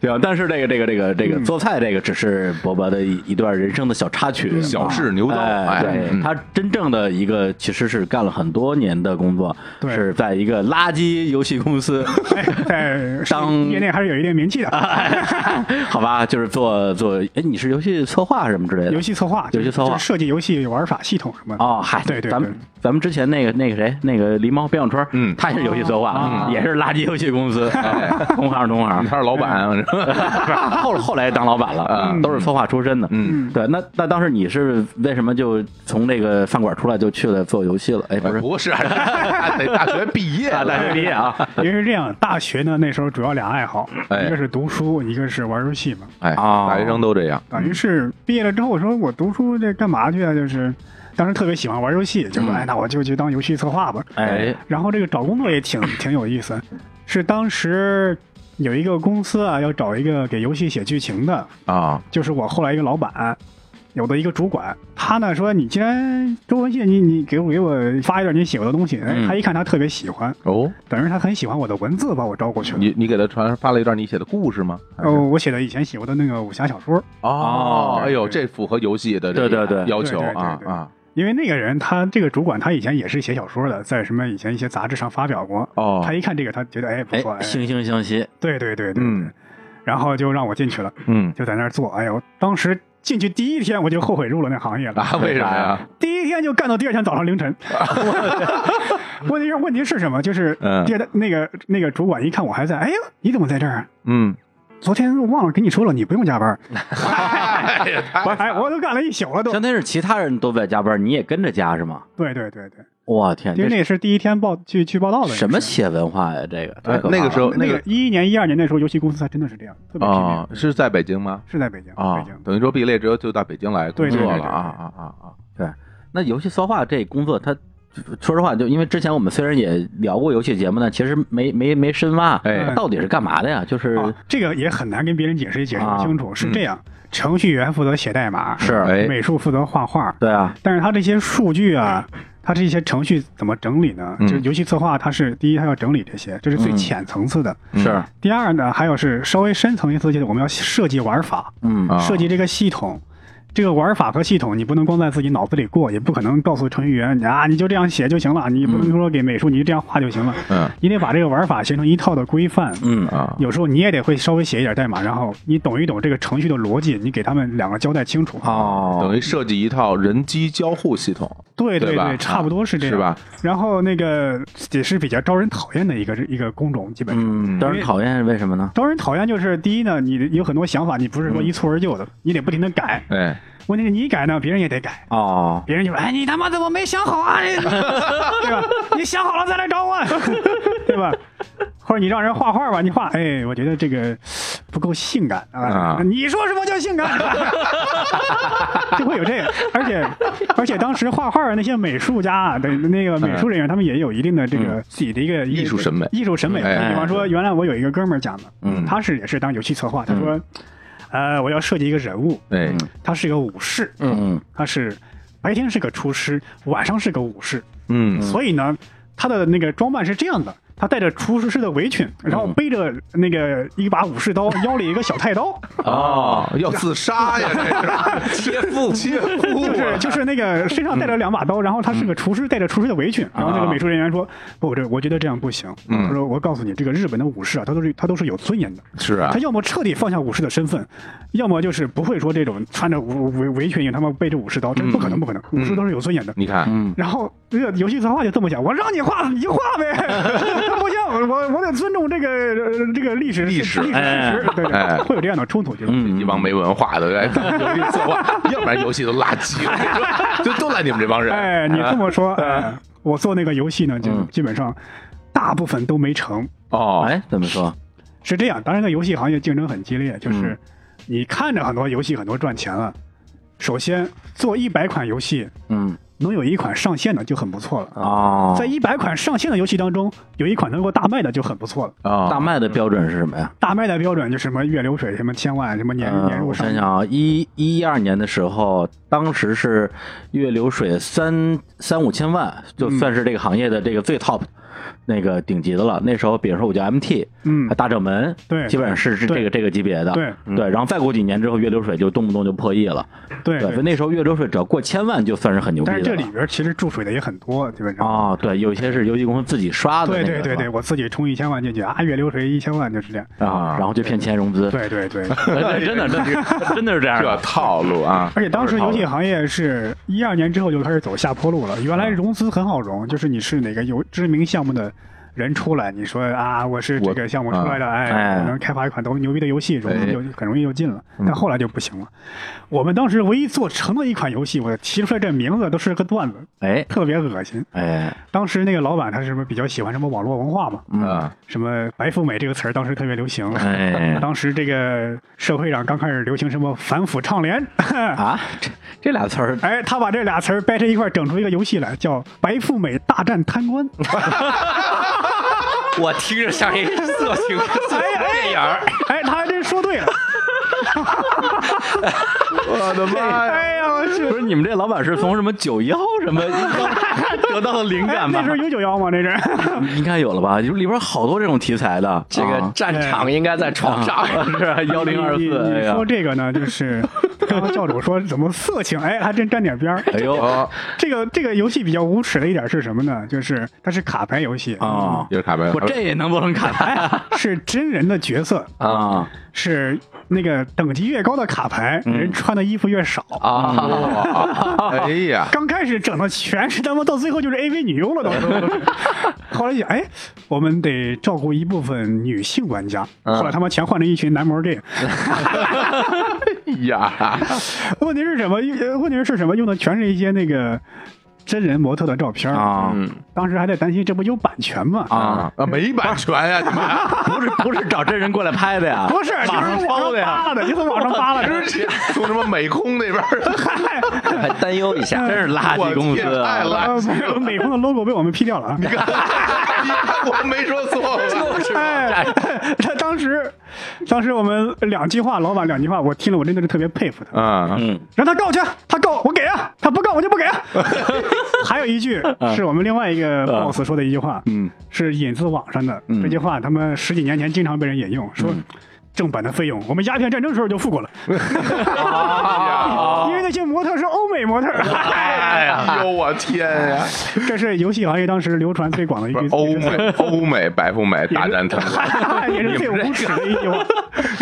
[SPEAKER 1] 对，但是这个这个这个这
[SPEAKER 2] 嗯
[SPEAKER 1] 个做菜这个只是伯伯的一一段人生的小插曲，啊
[SPEAKER 2] 小试牛刀，
[SPEAKER 1] 哎，
[SPEAKER 2] 哎，
[SPEAKER 1] 对
[SPEAKER 2] 嗯
[SPEAKER 1] 他真正的一个其实是干了很多年的工作，
[SPEAKER 4] 对
[SPEAKER 1] 是在一个垃圾游戏公司，
[SPEAKER 4] 哎，在
[SPEAKER 1] 当啊
[SPEAKER 4] 业内还是有一定名气的，
[SPEAKER 1] *laughs* 好吧，就是做做，哎，你是游戏策划什么之类的？
[SPEAKER 4] 游戏策划，
[SPEAKER 1] 游戏策划
[SPEAKER 4] 就是设计游戏玩法系统什么的。
[SPEAKER 1] 哦，嗨，
[SPEAKER 4] 对对
[SPEAKER 1] 咱
[SPEAKER 4] 对
[SPEAKER 1] 们。咱们之前那个那个谁，那个狸猫边小川，
[SPEAKER 2] 嗯哎
[SPEAKER 1] 他也是游戏策划，
[SPEAKER 4] 啊
[SPEAKER 1] 也是垃圾游戏公司，
[SPEAKER 2] *laughs*
[SPEAKER 1] 同行同行。
[SPEAKER 2] 他是老板，
[SPEAKER 1] 嗯
[SPEAKER 2] 我
[SPEAKER 1] 后
[SPEAKER 2] 说
[SPEAKER 1] 后来当老板了，都是策划出身的。
[SPEAKER 2] 嗯，
[SPEAKER 1] 对，那那当时你是为什么就从这个饭馆出来就去了做游戏了？哎，不是，
[SPEAKER 2] 不是， *laughs* 还得大学毕业
[SPEAKER 1] 大
[SPEAKER 2] 了，
[SPEAKER 1] 大学毕业啊，
[SPEAKER 4] 因为是这样，大学呢那时候主要俩爱好，
[SPEAKER 2] 哎
[SPEAKER 4] 一个是读书，一个是玩游戏嘛。
[SPEAKER 2] 哎，
[SPEAKER 1] 哦
[SPEAKER 2] 大学生都这样，
[SPEAKER 4] 等于是毕业了之后，我说我读书这干嘛去啊？就是当时特别喜欢玩游戏，就说哎，那我就去当游戏策划吧。
[SPEAKER 1] 哎，
[SPEAKER 4] 然后这个找工作也挺挺有意思，是当时有一个公司啊，要找一个给游戏写剧情的，
[SPEAKER 2] 啊，
[SPEAKER 4] 就是我后来一个老板，有的一个主管，他呢说你既然周文信，你你给我给我发一段你写过的东西，哎
[SPEAKER 1] 嗯
[SPEAKER 4] 他一看他特别喜欢，
[SPEAKER 2] 哦，
[SPEAKER 4] 等于他很喜欢我的文字，把我招过去了。
[SPEAKER 2] 你你给他传发了一段你写的故事吗？还是
[SPEAKER 4] 哦，我写的以前写过的那个武侠小说，
[SPEAKER 2] 哦，
[SPEAKER 1] 哦
[SPEAKER 2] 哎呦，这符合游戏的这
[SPEAKER 1] 对
[SPEAKER 2] 个
[SPEAKER 1] 对对
[SPEAKER 2] 要求
[SPEAKER 4] 对对对
[SPEAKER 2] 啊
[SPEAKER 4] 对
[SPEAKER 2] 啊
[SPEAKER 4] 因为那个人他这个主管他以前也是写小说的，在什么以前一些杂志上发表过。
[SPEAKER 2] 哦
[SPEAKER 4] 他一看这个，他觉得哎不
[SPEAKER 1] 哎
[SPEAKER 4] 错，，哎，
[SPEAKER 1] 惺惺相惜，
[SPEAKER 4] 对对对对对，
[SPEAKER 2] 嗯
[SPEAKER 4] 然后就让我进去了，
[SPEAKER 2] 嗯
[SPEAKER 4] 就在那儿做。哎呦，当时进去第一天我就后悔入了那行业了。
[SPEAKER 2] 啊，为啥呀？
[SPEAKER 4] 第一天就干到第二天早上
[SPEAKER 2] *laughs*
[SPEAKER 4] 凌晨。问题是问题是什么？就是
[SPEAKER 2] 嗯
[SPEAKER 4] 第二天那个那个主管一看我还在，哎呦，你怎么在这儿？
[SPEAKER 2] 嗯，
[SPEAKER 4] 昨天我忘了跟你说了，你不用加班。
[SPEAKER 2] *laughs* 哎呀，太
[SPEAKER 4] 哎，我都干了一宿了都。
[SPEAKER 1] 相当于是其他人都在加班，你也跟着加是吗？
[SPEAKER 4] 对对对对，
[SPEAKER 1] 我天，
[SPEAKER 4] 因为
[SPEAKER 1] 这
[SPEAKER 4] 那也是第一天报去去报道的。
[SPEAKER 1] 什么写文化呀？这个太可怕了
[SPEAKER 2] 哎那个时候哦
[SPEAKER 4] 那
[SPEAKER 2] 那
[SPEAKER 4] 个一一年、一二年那时候，游戏公司还真的是这样，特别拼命。
[SPEAKER 2] 啊，是在北京吗？
[SPEAKER 4] 是在北京，
[SPEAKER 2] 啊
[SPEAKER 4] 北京，
[SPEAKER 2] 等于说毕业之后就到北京来工
[SPEAKER 4] 对对
[SPEAKER 2] 作
[SPEAKER 4] 对
[SPEAKER 2] 了
[SPEAKER 4] 对
[SPEAKER 2] 啊啊啊啊！
[SPEAKER 1] 那游戏策划这工作，它说实话，就因为之前我们虽然也聊过游戏节目呢，其实没没没深挖，
[SPEAKER 2] 哎
[SPEAKER 1] 到底是干嘛的呀？就是、
[SPEAKER 4] 啊，这个也很难跟别人解释解释不清楚。是这样，程序员负责写代码，
[SPEAKER 1] 是
[SPEAKER 2] 哎
[SPEAKER 4] 美术负责画画，
[SPEAKER 1] 对啊，
[SPEAKER 4] 但是他这些数据啊，他这些程序怎么整理呢？
[SPEAKER 2] 嗯
[SPEAKER 4] 就是游戏策划，它是第一，它要整理这些，这是最
[SPEAKER 1] 嗯
[SPEAKER 4] 浅层次的。
[SPEAKER 1] 是，
[SPEAKER 4] 第二呢，还有是稍微深层一次，就是我们要设计玩法，
[SPEAKER 1] 嗯
[SPEAKER 2] 啊
[SPEAKER 4] 设计这个系统。这个玩法和系统，你不能光在自己脑子里过，也不可能告诉程序员你啊，你就这样写就行了，你不能说给美术你就这样画就行了，
[SPEAKER 2] 嗯
[SPEAKER 4] 你得把这个玩法形成一套的规范，
[SPEAKER 1] 嗯
[SPEAKER 2] 啊，
[SPEAKER 4] 有时候你也得会稍微写一点代码，然后你懂一懂这个程序的逻辑，你给他们两个交代清楚。
[SPEAKER 2] 啊
[SPEAKER 1] 哦，
[SPEAKER 2] 等于设计一套人机交互系统，
[SPEAKER 4] 对
[SPEAKER 2] 对吧
[SPEAKER 4] 对，差不多是这样，
[SPEAKER 2] 是吧？
[SPEAKER 4] 然后那个也是比较招人讨厌的一个一个工种，基本上。
[SPEAKER 1] 嗯，当然讨厌是为什么呢？
[SPEAKER 4] 招人讨厌就是第一呢，你有很多想法，你不
[SPEAKER 2] 嗯
[SPEAKER 4] 是说一蹴而就的，你得不停的改。
[SPEAKER 2] 哎，
[SPEAKER 4] 问题是你一改呢，别人也得改，
[SPEAKER 1] 哦，
[SPEAKER 4] 别人就说：“哎，你他妈怎么没想好
[SPEAKER 2] *laughs*
[SPEAKER 4] 啊？你对吧？你想好了再来找我，对吧？或者你让人画画吧，你画，哎，我觉得这个不够性感啊！
[SPEAKER 2] 啊
[SPEAKER 4] 你说什么叫性感？
[SPEAKER 2] *laughs*
[SPEAKER 4] 就会有这个，而且而且当时画画的那些美术家啊，对那个美术人员，他们也有一定的这个自己的一个一个
[SPEAKER 2] 嗯艺术审美
[SPEAKER 4] 艺术审美。
[SPEAKER 2] 哎
[SPEAKER 4] 比方说，原来我有一个哥们儿讲的，
[SPEAKER 1] 嗯
[SPEAKER 4] 他是也是当游戏策划，
[SPEAKER 2] 嗯
[SPEAKER 4] 他说，呃，我要设计一个人物，
[SPEAKER 2] 哎，
[SPEAKER 4] 他是一个武士，
[SPEAKER 1] 嗯
[SPEAKER 4] 他是白天是个厨师，晚上是个武士，
[SPEAKER 2] 嗯
[SPEAKER 4] 所以呢，他的那个装扮是这样的。他戴着厨师的围裙，然
[SPEAKER 2] 嗯
[SPEAKER 4] 后背着那个一把武士刀，腰里一个小菜刀，
[SPEAKER 2] *laughs* 哦，要自杀呀，这
[SPEAKER 1] *laughs*
[SPEAKER 2] 是切腹，切腹
[SPEAKER 4] 就
[SPEAKER 2] 啊，
[SPEAKER 4] 是就是那个身上带着两把
[SPEAKER 2] 嗯
[SPEAKER 4] 刀，然后他是个厨师，带着厨师的围裙，然后那个美术人员说：“不，这我觉得这样不行。”
[SPEAKER 2] 啊嗯
[SPEAKER 4] 他说：“我告诉你，这个日本的武士啊，他都是他都是有尊严的，
[SPEAKER 2] 是啊
[SPEAKER 4] 他，要么彻底放下武士的身份，要么就是不会说这种穿着武围围裙，他们背着武士刀，这不
[SPEAKER 2] 嗯
[SPEAKER 4] 可能不可能，武士都是有尊严的。
[SPEAKER 2] 你看，
[SPEAKER 1] 嗯
[SPEAKER 4] 然后这个游戏策划就这么想，我让你画你就画呗， *laughs* 不行，我我得尊重这个呃这个历史
[SPEAKER 2] 历史
[SPEAKER 4] 历史
[SPEAKER 1] 哎
[SPEAKER 4] 事实，对
[SPEAKER 2] 哎
[SPEAKER 4] 对，会有这样的冲突，就是
[SPEAKER 1] 嗯，
[SPEAKER 2] 一帮没文化的，哎，游戏策
[SPEAKER 1] *laughs*
[SPEAKER 2] 划，要不然游戏都垃圾，我跟你说就都赖你们这帮人。
[SPEAKER 4] 哎，你这么说，哎，我做那个游戏呢，就
[SPEAKER 1] 嗯
[SPEAKER 4] 基本上大部分都没成。
[SPEAKER 2] 哦，
[SPEAKER 1] 哎，怎么说？
[SPEAKER 4] 是这样，当然在游戏行业竞争很激烈，就是你看着很多游戏很多赚钱了，首先做一百款游戏，
[SPEAKER 1] 嗯，
[SPEAKER 4] 能有一款上线的就很不错了。
[SPEAKER 1] 哦，
[SPEAKER 4] 在一百款上线的游戏当中，有一款能够大卖的就很不错了。
[SPEAKER 2] 啊，
[SPEAKER 1] 大麦的标准是什么呀？
[SPEAKER 4] 大卖的标准就什么月流水，什么千万，什么年
[SPEAKER 1] 嗯
[SPEAKER 4] 年入
[SPEAKER 1] 我
[SPEAKER 4] 上
[SPEAKER 1] 想想啊，一一二年的时候，当时是月流水三三五千万，就
[SPEAKER 4] 嗯
[SPEAKER 1] 算是这个行业的这个最 top、那个顶级的了。那时候，比如说我叫 MT，
[SPEAKER 4] 嗯
[SPEAKER 1] 还大正门，
[SPEAKER 4] 对
[SPEAKER 1] 基本上是是
[SPEAKER 4] 对
[SPEAKER 1] 这个这个级别的，嗯
[SPEAKER 4] 对
[SPEAKER 1] 对。然后再过几年之后，月流水就动不动就破亿了，
[SPEAKER 4] 对
[SPEAKER 1] 对。所以那时候月流水只要过千万就算是很牛逼
[SPEAKER 4] 但
[SPEAKER 1] 的
[SPEAKER 4] 是
[SPEAKER 1] 了。
[SPEAKER 4] 这里边其实注水的也很多，基本上。
[SPEAKER 1] 哦，对，有些是游戏公司自己刷啊的那
[SPEAKER 4] 对
[SPEAKER 1] 个，
[SPEAKER 4] 对对对，我自己充一千万进去啊，月流水一千
[SPEAKER 1] *laughs*
[SPEAKER 4] 万就是这样。
[SPEAKER 1] 对啊，然后就骗钱融资， *laughs*
[SPEAKER 4] 对对对，
[SPEAKER 1] 对，真的真的真的是这样
[SPEAKER 2] 这
[SPEAKER 1] 的，
[SPEAKER 2] 套路啊，
[SPEAKER 4] 而且当时游戏行业是一二年之后就开始走下坡路了。原来
[SPEAKER 1] 嗯
[SPEAKER 4] 融资很好融，就是你是哪个有知名项目的人出来，你说啊，我是这个项目出来的，
[SPEAKER 1] 哎嗯
[SPEAKER 4] 哎，我能开发一款多么牛逼的游戏，融
[SPEAKER 2] 哎
[SPEAKER 4] 资就很容易就进了。但后来就不行了。我们当时唯一做成的一款游戏，我提出来这名字都是个段子，
[SPEAKER 1] 哎
[SPEAKER 4] 特别恶心。
[SPEAKER 1] 哎，
[SPEAKER 4] 当时那个老板他是什么比较喜欢什么网络文化嘛，
[SPEAKER 1] 嗯
[SPEAKER 2] 啊，
[SPEAKER 4] 什么“白富美”这个词儿当时特别流行。
[SPEAKER 1] 哎
[SPEAKER 4] 当时这个社会上刚开始流行什么反腐倡廉，
[SPEAKER 1] 啊，这这俩词儿
[SPEAKER 4] 哎，他把这俩词儿掰成一块儿，整出一个游戏来，叫《白富美大战贪官》。
[SPEAKER 3] 我听着像一
[SPEAKER 1] *laughs*
[SPEAKER 3] 色情色情电影儿。
[SPEAKER 4] 哎，他还真说对了。
[SPEAKER 2] 我的妈呀！
[SPEAKER 4] 哎呀，我去！
[SPEAKER 1] 不是你们这老板是从什么九幺什么
[SPEAKER 4] *laughs*
[SPEAKER 1] 得到的灵
[SPEAKER 4] 哎
[SPEAKER 1] 感
[SPEAKER 4] 那
[SPEAKER 1] 吧
[SPEAKER 4] 时？候有九幺吗？那是。
[SPEAKER 1] 应该有了吧？就里边好多这种题材的，
[SPEAKER 3] 这个
[SPEAKER 1] 啊
[SPEAKER 3] 战场应该在床上， *laughs*
[SPEAKER 1] 是 *laughs* *laughs* 幺零二
[SPEAKER 4] 你
[SPEAKER 1] 四，哎
[SPEAKER 4] 你
[SPEAKER 1] 呀
[SPEAKER 4] 说这个
[SPEAKER 1] *laughs*
[SPEAKER 4] 呢，就是刚刚教主说怎么色情，哎，还真沾点边儿。
[SPEAKER 1] 哎呦，
[SPEAKER 2] 哦，
[SPEAKER 4] 这个这个游戏比较无耻的一点是什么呢？就是它是卡牌游戏
[SPEAKER 1] 啊，
[SPEAKER 2] 又是卡牌，
[SPEAKER 1] 我这也能不能看牌啊
[SPEAKER 4] *laughs* 是真人的角色，
[SPEAKER 1] 啊？
[SPEAKER 4] 是那个等级越高的卡牌，
[SPEAKER 1] 嗯
[SPEAKER 4] 人穿的衣服越少。
[SPEAKER 1] 啊
[SPEAKER 2] 哇哦哎
[SPEAKER 1] *laughs*
[SPEAKER 2] 呀，
[SPEAKER 4] 刚开始整的全是他妈，到最后就是 AV 女优了都都 *laughs* 是。后来一想，哎，我们得照顾一部分女性玩家。
[SPEAKER 1] 嗯
[SPEAKER 4] 后来他妈全换成一群男
[SPEAKER 1] *laughs*
[SPEAKER 4] 模 gay。
[SPEAKER 2] 哎呀，
[SPEAKER 1] 哎
[SPEAKER 2] 哎
[SPEAKER 4] 问题是什么？呃问题是什么？用的全是一些那个。真人模特的照片儿
[SPEAKER 1] 啊
[SPEAKER 2] 嗯
[SPEAKER 4] 当时还在担心这不有版权吗？
[SPEAKER 1] 啊，
[SPEAKER 2] 啊，没版权呀，你们。
[SPEAKER 1] *laughs* 不是不是找真人过来拍的呀，
[SPEAKER 4] 不是，就是
[SPEAKER 1] 网上搜
[SPEAKER 4] 网上
[SPEAKER 1] 的呀，
[SPEAKER 4] 扒拉的，你从网上
[SPEAKER 1] *laughs*
[SPEAKER 4] 扒拉的
[SPEAKER 2] 之。前从什么美空那边儿，
[SPEAKER 3] 还哎担忧一下，
[SPEAKER 1] 真是垃圾公司
[SPEAKER 2] 我
[SPEAKER 1] 啊
[SPEAKER 2] 太！垃
[SPEAKER 4] 呃
[SPEAKER 2] 圾
[SPEAKER 1] *laughs*
[SPEAKER 2] 了，
[SPEAKER 4] 美美工的 logo 被我们 P 掉了啊！
[SPEAKER 2] 你看，你看我没说错吧？ *laughs*
[SPEAKER 3] 就是
[SPEAKER 1] 啊
[SPEAKER 4] 哎， *laughs* 他当时，当时我们两句话，老板两句话，我听了我真的是特别佩服他。
[SPEAKER 2] 嗯，
[SPEAKER 4] 让他告去，他告我给啊，他不告我就不
[SPEAKER 2] *laughs*
[SPEAKER 4] 给啊。 *laughs* 还有一句
[SPEAKER 2] 嗯
[SPEAKER 4] 是我们另外一个 boss 说的一句话，嗯，是引自网上的
[SPEAKER 2] 嗯
[SPEAKER 4] 这句话，他们十几年前经常被人引用，说正版的费用我们鸦片战争时候就
[SPEAKER 2] *laughs*
[SPEAKER 4] 付过了， *laughs* 因为那些模特是欧美模特，
[SPEAKER 2] 哎呀，呦我天呀！
[SPEAKER 4] *laughs* 这是游戏行业当时流传最广的一
[SPEAKER 2] 不
[SPEAKER 4] 句
[SPEAKER 2] 是欧美，欧美白富美大战贪官，
[SPEAKER 4] *laughs* 也是最无耻的一句话。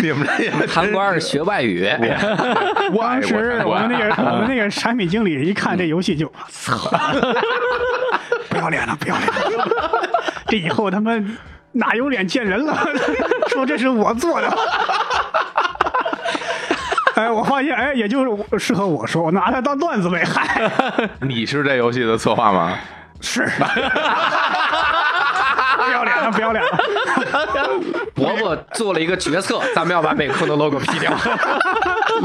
[SPEAKER 2] 你们这也真是
[SPEAKER 3] 韩官是学外 *laughs* 语，
[SPEAKER 2] *laughs* 哎我爱
[SPEAKER 4] 当
[SPEAKER 2] 过
[SPEAKER 4] 时
[SPEAKER 2] 贪
[SPEAKER 4] 我们
[SPEAKER 2] 官
[SPEAKER 4] 那个我们那个产品经理一看这游戏就，操，不要脸了，不要脸了，这以后他们哪有脸见人了？ *laughs* 说这是我做的。哎，我发现，哎，也就是我适合我说，我拿它当段子呗。嗨，
[SPEAKER 2] 你是这游戏的策划吗？
[SPEAKER 4] 是， *laughs* 不要脸了，不要脸了。
[SPEAKER 3] 伯伯做了一个决策，咱们要把美空的 *laughs* logo P 掉。
[SPEAKER 2] *laughs*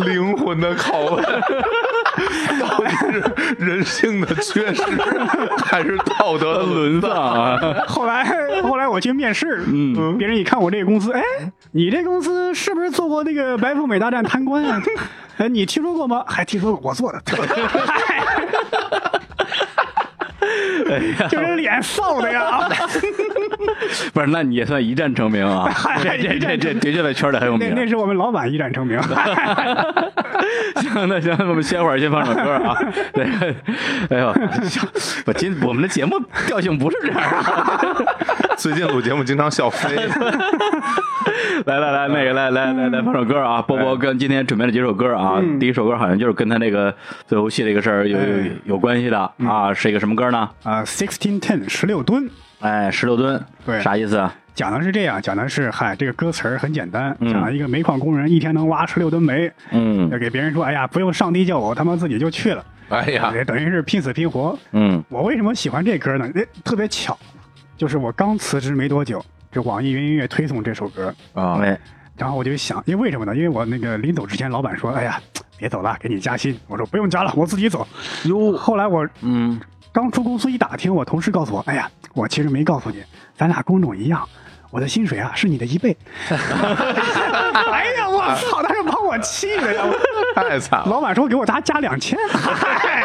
[SPEAKER 2] 灵魂的拷问， *laughs* 到底是人性的缺失，还是道德的
[SPEAKER 4] 哎
[SPEAKER 2] 沦丧？
[SPEAKER 1] 啊
[SPEAKER 4] *laughs* 后来后来我去面试，嗯，别人一看我这个公司，哎，你这公司是不是做过那个《白富美大战贪官》啊？ *laughs* 哎，你听说过吗？还听说过，我做的。这人脸臊的呀！
[SPEAKER 1] 不是，那你也算一战成名啊！
[SPEAKER 4] 哎
[SPEAKER 1] 这这这这的确在圈里很有
[SPEAKER 4] 那那
[SPEAKER 1] 名。
[SPEAKER 4] 是我们老板一战成名。 *laughs* 啊
[SPEAKER 1] *laughs* 行，那行，那我们歇会儿，先放首歌啊。 *laughs* 对，哎呦，我今我们的节目调性不是这样啊。
[SPEAKER 2] *laughs* 最近录节目经常笑飞，
[SPEAKER 1] 来来来，那个来来来来放首歌啊！波波跟今天准备了几首歌啊，第一首歌好像就是跟他那个做游戏这个事儿有有有关系的啊，是一个什么歌呢？
[SPEAKER 4] 啊，sixteen ten 十六吨，
[SPEAKER 1] 哎，十六吨，
[SPEAKER 4] 对
[SPEAKER 1] 啥意思啊？
[SPEAKER 4] 讲的是这样，讲的是嗨，这个歌词儿很简单，讲了一个煤矿工人一天能挖十六吨煤，
[SPEAKER 1] 嗯
[SPEAKER 4] 要给别人说，哎呀，不用上帝叫我，我他妈自己就去了，
[SPEAKER 2] *laughs* 哎呀，
[SPEAKER 4] 也等于是拼死拼活。
[SPEAKER 1] 嗯
[SPEAKER 4] 我为什么喜欢这歌呢？诶，特别巧，就是我刚辞职没多久，这网易云音乐推送这首歌，
[SPEAKER 2] 啊，
[SPEAKER 1] 哎，
[SPEAKER 4] 然后我就想，因为为什么呢？因为我那个临走之前，老板说：“哎呀，别走了，给你加薪。”我说：“不用加了，我自己走。”哟，后来我
[SPEAKER 1] 嗯，
[SPEAKER 4] 刚出公司一打听，我同事告诉我：“哎呀，我其实没告诉你，咱俩工种一样。”我的薪水啊是你的一倍， *laughs* 哎呀，我操！当时把我气的呀！我
[SPEAKER 2] 太惨了。
[SPEAKER 4] 老板说给我加加两千，嗨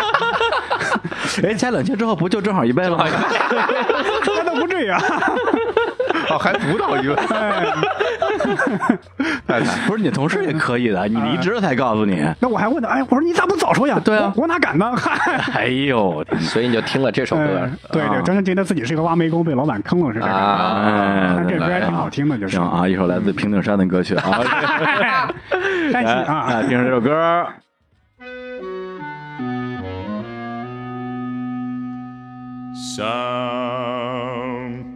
[SPEAKER 1] 哎，加两千之后不就正好一倍了吗？
[SPEAKER 4] 那哎倒不至于啊。
[SPEAKER 2] 哦，还不到 *laughs* 一个，太
[SPEAKER 1] *laughs*
[SPEAKER 2] 惨
[SPEAKER 1] 不是你同事也可以 *laughs* 的，你离职了才告诉你。
[SPEAKER 4] 那我还问他，哎，我说你咋不早说呀？
[SPEAKER 1] 对啊
[SPEAKER 4] 我我哪敢呢？ *laughs* 嗨，
[SPEAKER 1] 哎呦，
[SPEAKER 3] 所以你就听了这首歌
[SPEAKER 4] 嗯，对对，真是觉得自己是个挖煤工，被老板坑了是这
[SPEAKER 3] 啊
[SPEAKER 4] 个。
[SPEAKER 1] 哎
[SPEAKER 4] 但这歌还挺好听的，就是
[SPEAKER 1] 行。啊，一首来自平顶山的歌曲 *laughs* 啊。
[SPEAKER 4] 但是
[SPEAKER 1] 哎
[SPEAKER 4] 啊
[SPEAKER 1] 那，听着这首歌，
[SPEAKER 6] Some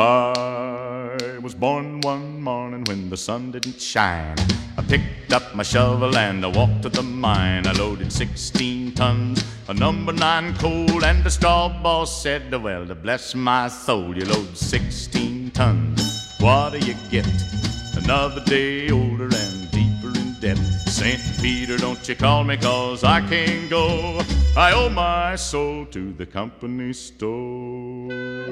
[SPEAKER 6] I was born one morning when the sun didn't shine. I picked up my shovel and I walked to the mine. I loaded 16 tons of number nine coal, and the straw boss said, Well, to bless my soul, you load 16 tons. What do you get? Another day older and deeper in debt. St. Peter, don't you call me 'cause I can't go. I owe my soul to the company store.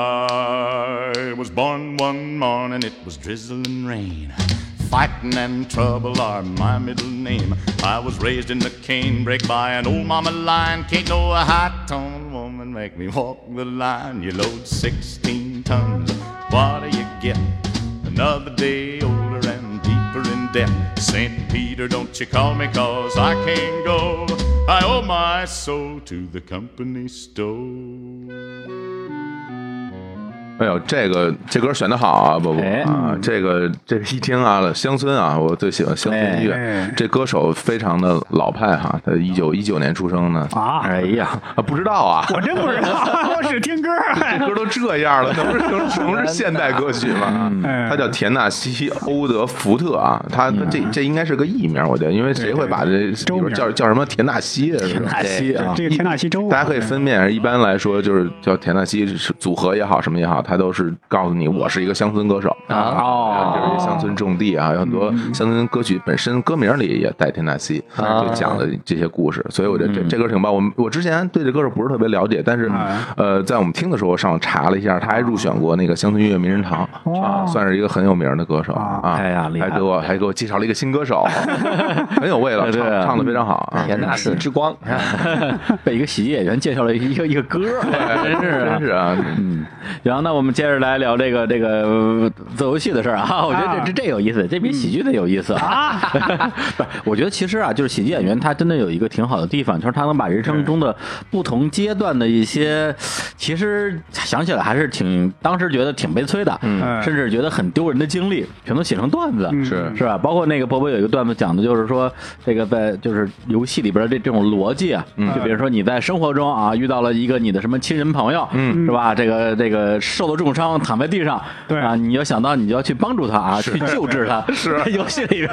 [SPEAKER 6] I was born one morning, it was drizzling rain. Fighting and trouble are my middle name. I was raised in the canebrake by an old mama lion. Can't know a high tone woman make me walk the line. You load 16 tons, what do you get? Another day older and deeper in in debt. St. Peter, don't you call me, cause I can't go. I owe my soul to the company store.
[SPEAKER 2] 哎呦，这个这歌选的好啊，波波
[SPEAKER 1] 哎
[SPEAKER 2] 啊，这个这一听啊，乡村啊，我最喜欢乡村音乐
[SPEAKER 4] 哎。
[SPEAKER 2] 这歌手非常的老派哈，他一九一九年出生的
[SPEAKER 4] 啊，
[SPEAKER 1] 哎呀，
[SPEAKER 2] 啊，不知道啊，
[SPEAKER 4] 我真不知道，我只听歌。哎
[SPEAKER 2] 这歌都这样了，能是 *laughs* 能是能是现代歌曲吗？
[SPEAKER 4] 嗯
[SPEAKER 2] 他叫田纳西·欧德福特啊，他他这这应该是个艺名，我觉得，因为谁会把这
[SPEAKER 4] 周名
[SPEAKER 2] 叫叫什么田纳西啊？是吧
[SPEAKER 1] 纳西啊，
[SPEAKER 4] 哎这个田纳西州，
[SPEAKER 2] 大家可以分辨，一般来说就是叫田纳西是组合也好，什么也好，他都是告诉你我是一个乡村歌手啊，
[SPEAKER 1] 哦，嗯
[SPEAKER 2] 这是乡村种地啊，有很多乡村歌曲本身歌名里也带田纳西，
[SPEAKER 1] 啊
[SPEAKER 2] 就讲了这些故事，所以我觉得
[SPEAKER 1] 嗯
[SPEAKER 2] 这这歌挺棒。我们我之前对这歌手不是特别了解，但是
[SPEAKER 1] 啊
[SPEAKER 2] 呃，在我们听的时候，我上网查了一下，他还入选过那个乡村音乐名人堂啊，算是一个很有名的歌手啊，
[SPEAKER 1] 哦哎呀厉害
[SPEAKER 2] 还给我还给我介绍了一个新
[SPEAKER 1] *laughs*
[SPEAKER 2] 歌手，很有味道，
[SPEAKER 1] 对
[SPEAKER 2] 唱
[SPEAKER 1] 啊
[SPEAKER 2] 唱的非常好啊。
[SPEAKER 3] 田纳西之光，
[SPEAKER 1] *laughs* 被一个洗液员介绍了一个一个歌 *laughs* 儿，真是啊
[SPEAKER 2] 真
[SPEAKER 1] *laughs*
[SPEAKER 2] 是啊，
[SPEAKER 1] 然后，那我们接着来聊这个这个呃做游戏的事儿啊， *laughs* 我觉得这这这有意思，这比喜剧的有意思啊。 *laughs* 不是，我觉得其实啊，就是喜剧演员他真的有一个挺好的地方，就是他能把人生中的不同阶段的一些，其实想起来还是挺当时觉得挺悲催的，
[SPEAKER 4] 嗯
[SPEAKER 1] 甚至觉得很丢人的经历，全都写成段子，
[SPEAKER 4] 嗯
[SPEAKER 2] 是
[SPEAKER 1] 是吧？包括那个波波有一个段子讲的就是说，这个在就是游戏里边的这这种逻辑啊，
[SPEAKER 4] 嗯
[SPEAKER 1] 就比如说你在生活中啊遇到了一个你的什么亲人朋友，嗯，是吧？这个这个受了重伤躺在地上，
[SPEAKER 4] 对
[SPEAKER 1] 啊，你要想到你就要去帮助他啊，去救治
[SPEAKER 4] *laughs*
[SPEAKER 1] 他。是 *laughs* 游戏里边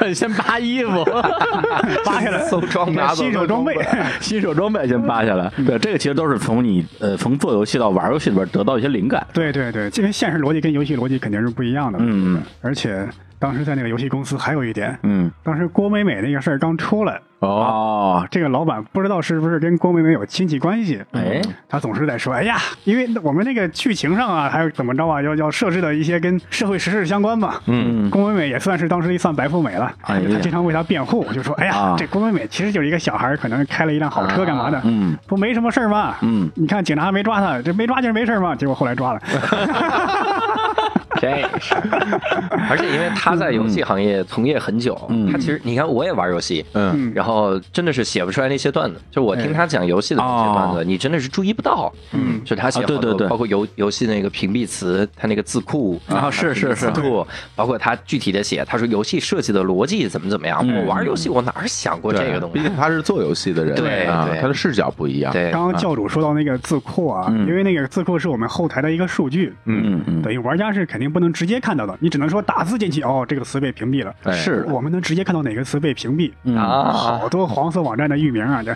[SPEAKER 1] 让你先扒衣服，
[SPEAKER 4] 扒下来，
[SPEAKER 2] 搜装拿走
[SPEAKER 4] 新手装备， *laughs* 嗯
[SPEAKER 1] 新手装备先扒下来。对，这个其实都是从你呃从做游戏到玩游戏里边得到一些灵感。
[SPEAKER 4] 对对对，因为现实逻辑跟游戏逻辑肯定是不一样的。嗯嗯。而且当时在那个游戏公司还有一点，
[SPEAKER 1] 嗯，
[SPEAKER 4] 当时郭美美那个事儿刚出来，
[SPEAKER 1] 哦，
[SPEAKER 4] 这个老板不知道是不是跟郭美美有亲戚关系，嗯
[SPEAKER 1] 哎，
[SPEAKER 4] 他总是在说，哎呀，因为我们那个剧情上啊，还有怎么着啊，要要设置的一些跟社会时事相关嘛。嗯，郭美美也算是当时一算白富美了，
[SPEAKER 1] 哎呀
[SPEAKER 4] 他经常为她辩护，就说，哎呀，
[SPEAKER 1] 啊
[SPEAKER 4] 这郭美美其实就是一个小孩儿，可能开了一辆好车干嘛的，
[SPEAKER 1] 嗯，
[SPEAKER 4] 不没什么事儿嘛，
[SPEAKER 1] 嗯哎
[SPEAKER 4] 你看警察没抓他，这没抓就是没事儿嘛，结果后来抓了，
[SPEAKER 3] 这是，而且因为他在游戏行业从业很久，
[SPEAKER 1] 嗯
[SPEAKER 3] 他其实你看我也玩游戏，
[SPEAKER 2] 嗯，
[SPEAKER 3] 然后真的是写不出来那些段子，就我听他讲游戏的那些段子，你真的是注意不到，嗯，就他写
[SPEAKER 1] 哎啊对对
[SPEAKER 3] 好多
[SPEAKER 1] 对
[SPEAKER 3] 包括游游戏那个屏蔽词，他那个字库
[SPEAKER 1] 啊是是是
[SPEAKER 3] 字库，包括他具体的写，他说游戏设计的逻辑怎么怎么样，
[SPEAKER 1] 嗯
[SPEAKER 3] 我玩游戏我哪儿想过
[SPEAKER 2] 对啊
[SPEAKER 3] 这个东
[SPEAKER 2] 毕
[SPEAKER 3] 西
[SPEAKER 2] 竟？他是做游戏的人，
[SPEAKER 3] 对
[SPEAKER 2] 啊
[SPEAKER 3] 对，
[SPEAKER 2] 他的视角不一样。
[SPEAKER 3] 对，
[SPEAKER 4] 刚刚教主说到那个字库啊，
[SPEAKER 1] 嗯
[SPEAKER 4] 因为那个字库是我们后台的一个数据，嗯嗯，等于玩家是肯定不能直接看到的，你只能说打字进去，哦，这个词被屏蔽了，
[SPEAKER 2] 哎
[SPEAKER 1] 是嗯
[SPEAKER 4] 我们能直接看到哪个词被屏蔽，
[SPEAKER 3] 啊，
[SPEAKER 4] 好多黄色网站的域名
[SPEAKER 1] *laughs*
[SPEAKER 4] 啊，这，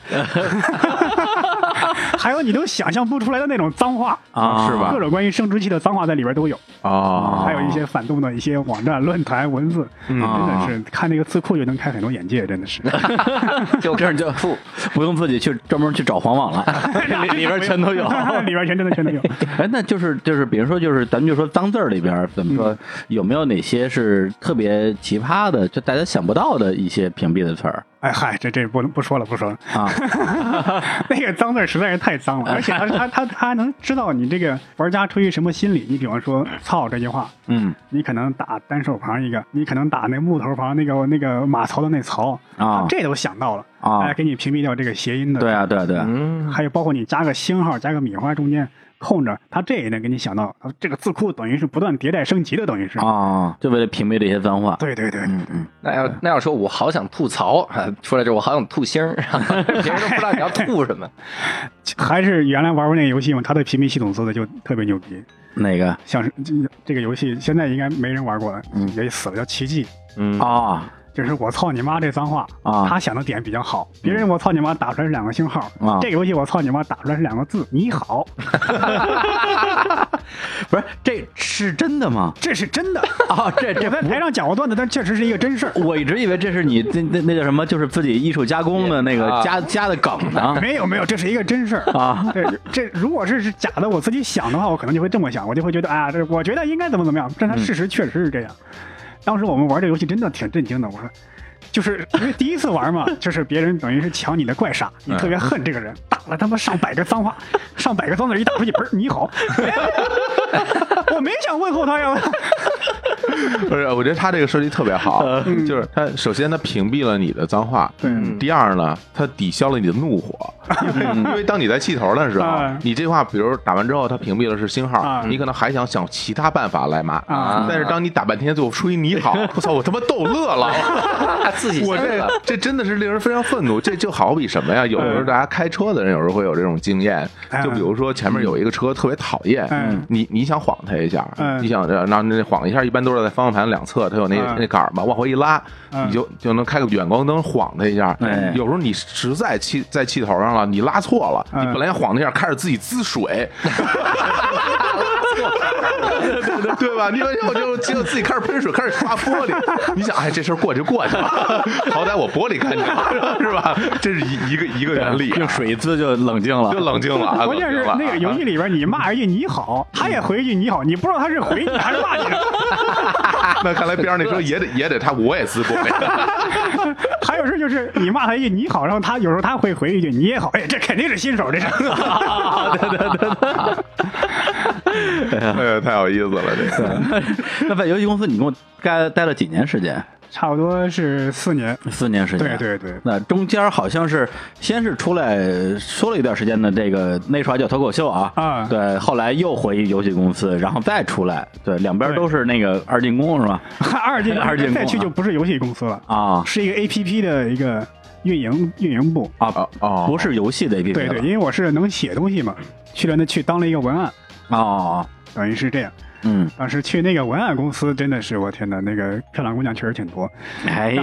[SPEAKER 4] 还有你都想象不出来的那种脏话
[SPEAKER 1] 啊是吧啊
[SPEAKER 4] 各种关于生殖器的脏话在里边都有，
[SPEAKER 2] 哦，
[SPEAKER 4] 还有一些反动的一些网站、论坛、文字，
[SPEAKER 1] 嗯
[SPEAKER 4] 真的是看那个字库就能开很多眼界，真的是。
[SPEAKER 3] 就
[SPEAKER 1] 这样就不用自己去专门去找黄网了，里里边 *laughs* 全都有。
[SPEAKER 4] *laughs* 里边全真的全都有。
[SPEAKER 1] 哎，那就是就是，比如说就是，咱们就说脏字儿里边儿，怎么说、有没有哪些是特别奇葩的，就大家想不到的一些屏蔽的词儿
[SPEAKER 4] 哎嗨，这这不不说了，不说了。
[SPEAKER 1] 啊？
[SPEAKER 4] *laughs* 那个脏字儿实在是太脏了，而且他他他他能知道你这个玩家出于什么心理。你比方说“操”这句话，
[SPEAKER 1] 嗯
[SPEAKER 4] 你可能打单手旁一个，你可能打那木头旁那个那个马槽的那槽
[SPEAKER 1] 啊
[SPEAKER 4] 这都想到了
[SPEAKER 1] 啊
[SPEAKER 4] 哎给你屏蔽掉这个谐音的。
[SPEAKER 1] 对，啊，对啊，对啊，
[SPEAKER 3] 嗯，
[SPEAKER 4] 还有包括你加个星号，加个米花中间空着，他这也能给你想到。这个字库等于是不断迭代升级的，等于是。
[SPEAKER 1] 啊，嗯就为了屏蔽这些脏话。
[SPEAKER 4] 对对对，
[SPEAKER 3] 那要那要说，我好想吐槽啊！出来之后，我好想吐星儿， *laughs* 别人都不知道你要吐什么。
[SPEAKER 4] 还是原来玩过那个游戏嘛，它的屏蔽系统做的就特别牛逼。
[SPEAKER 1] 哪个
[SPEAKER 4] 像是这这个游戏现在应该没人玩过了，
[SPEAKER 1] 嗯
[SPEAKER 4] 也死了叫奇迹，
[SPEAKER 1] 啊
[SPEAKER 4] 就是我操你妈这脏话
[SPEAKER 1] 啊嗯
[SPEAKER 4] 他想的点比较好，别人我操你妈打出来是两个星号，
[SPEAKER 1] 啊
[SPEAKER 4] 这个游戏我操你妈打出来是两个字，
[SPEAKER 1] *laughs*
[SPEAKER 4] 你好，
[SPEAKER 1] 不是，这是真的吗？
[SPEAKER 4] 这是真的。
[SPEAKER 1] 啊，这
[SPEAKER 4] 我
[SPEAKER 1] 这
[SPEAKER 4] 在台上讲过段子，但确实是一个真事儿。
[SPEAKER 1] 我一直以为这是你那那那叫什么，就是自己艺术加工的那个
[SPEAKER 3] 啊
[SPEAKER 1] 加加的梗呢。
[SPEAKER 4] *laughs* 没有没有，这是一个真事儿
[SPEAKER 1] 啊！
[SPEAKER 4] *laughs* 对，这如果是是假的，我自己想的话，我可能就会这么想，我就会觉得啊，这我觉得应该怎么怎么样，但它事实确实是这样。当时我们玩这游戏真的挺震惊的，我说。就是因为第一次玩嘛，就是别人等于是抢你的怪杀，你特别恨这个人，打了他妈上百个脏话，上百个脏字一打出去，嘣儿，你好， *laughs* 我没想问候他呀。
[SPEAKER 2] 不是，我觉得他这个设计特别好，*laughs*
[SPEAKER 4] 嗯
[SPEAKER 2] 就是他首先他屏蔽了你的脏话，第二呢，他抵消了你的怒
[SPEAKER 4] *laughs*
[SPEAKER 2] 火，因为因为当你在气头的时候
[SPEAKER 4] 啊，
[SPEAKER 2] 你这话比如打完之后，他屏蔽了是星号
[SPEAKER 4] 啊，
[SPEAKER 2] 你可能还想想其他办法来骂，
[SPEAKER 4] 啊
[SPEAKER 2] 但是当你打半天最后说一你
[SPEAKER 4] *laughs*
[SPEAKER 2] 好，我操，我他妈逗乐了。
[SPEAKER 3] 他自己
[SPEAKER 2] 我
[SPEAKER 3] 信了
[SPEAKER 2] 这这真的是令人非常愤怒，这就好比什么呀？有
[SPEAKER 4] 嗯
[SPEAKER 2] 时候大家开车的人有时候会有这种经验，就比如说前面有一个车特别讨厌
[SPEAKER 4] 嗯，
[SPEAKER 2] 你你想晃他一下，
[SPEAKER 4] 嗯
[SPEAKER 2] 你想让那晃一下，一般都是在方向盘两侧，它有那
[SPEAKER 4] 嗯
[SPEAKER 2] 那杆儿嘛，往回一拉，
[SPEAKER 4] 嗯
[SPEAKER 2] 你就就能开个远光灯晃他一下
[SPEAKER 1] 哎。
[SPEAKER 2] 有时候你实在气在气头上了，你拉错了，你
[SPEAKER 4] 嗯
[SPEAKER 2] 本来晃那一下，开始自己滋水。 *laughs* 对吧？你说我就结果自己开始喷水，开始刷玻璃。你想，哎，这事儿过就过去了，好歹我玻璃干净了，是吧？这是一一个一个原理，
[SPEAKER 1] 用水一滋就冷静了
[SPEAKER 2] 啊就。冷静了啊。
[SPEAKER 4] 关键是
[SPEAKER 2] 冷静了
[SPEAKER 4] 那个游戏里边，你骂一句你好，他也回一句你好，你不知道他是回你还是骂你，
[SPEAKER 2] 啊那看来边上那车也得也得他，我也自玻璃。
[SPEAKER 4] 还有时候就是你骂他一句你好，然后他有时候他会回一句你也好，哎，这肯定是新手，这是。
[SPEAKER 1] *laughs*
[SPEAKER 2] 哎呀，太有意思了，这个。
[SPEAKER 1] *laughs* 那在游戏公司，你跟我待待了几年时间？
[SPEAKER 4] 差不多是四年，
[SPEAKER 1] 四年时间。
[SPEAKER 4] 对对对
[SPEAKER 1] 那中间好像是先是出来说了一段时间的这个那时候还叫脱口秀啊，
[SPEAKER 4] 啊
[SPEAKER 1] 对，后来又回游戏公司，然后再出来，对，两边都是那个二进宫是吧？
[SPEAKER 4] 二进
[SPEAKER 1] 二进宫啊
[SPEAKER 4] 再去就不是游戏公司了，
[SPEAKER 1] 啊
[SPEAKER 4] 是一个 A P P 的一个运营运营部。
[SPEAKER 1] 啊
[SPEAKER 2] 哦
[SPEAKER 1] 不是游戏的 APP
[SPEAKER 4] 对对，因为我是能写东西嘛，去了那去当了一个文案，
[SPEAKER 1] 哦哦，
[SPEAKER 4] 等于是这样。
[SPEAKER 1] 嗯，
[SPEAKER 4] 当时去那个文案公司，真的是我天哪，那个漂亮姑娘确实挺多。
[SPEAKER 1] 哎呀，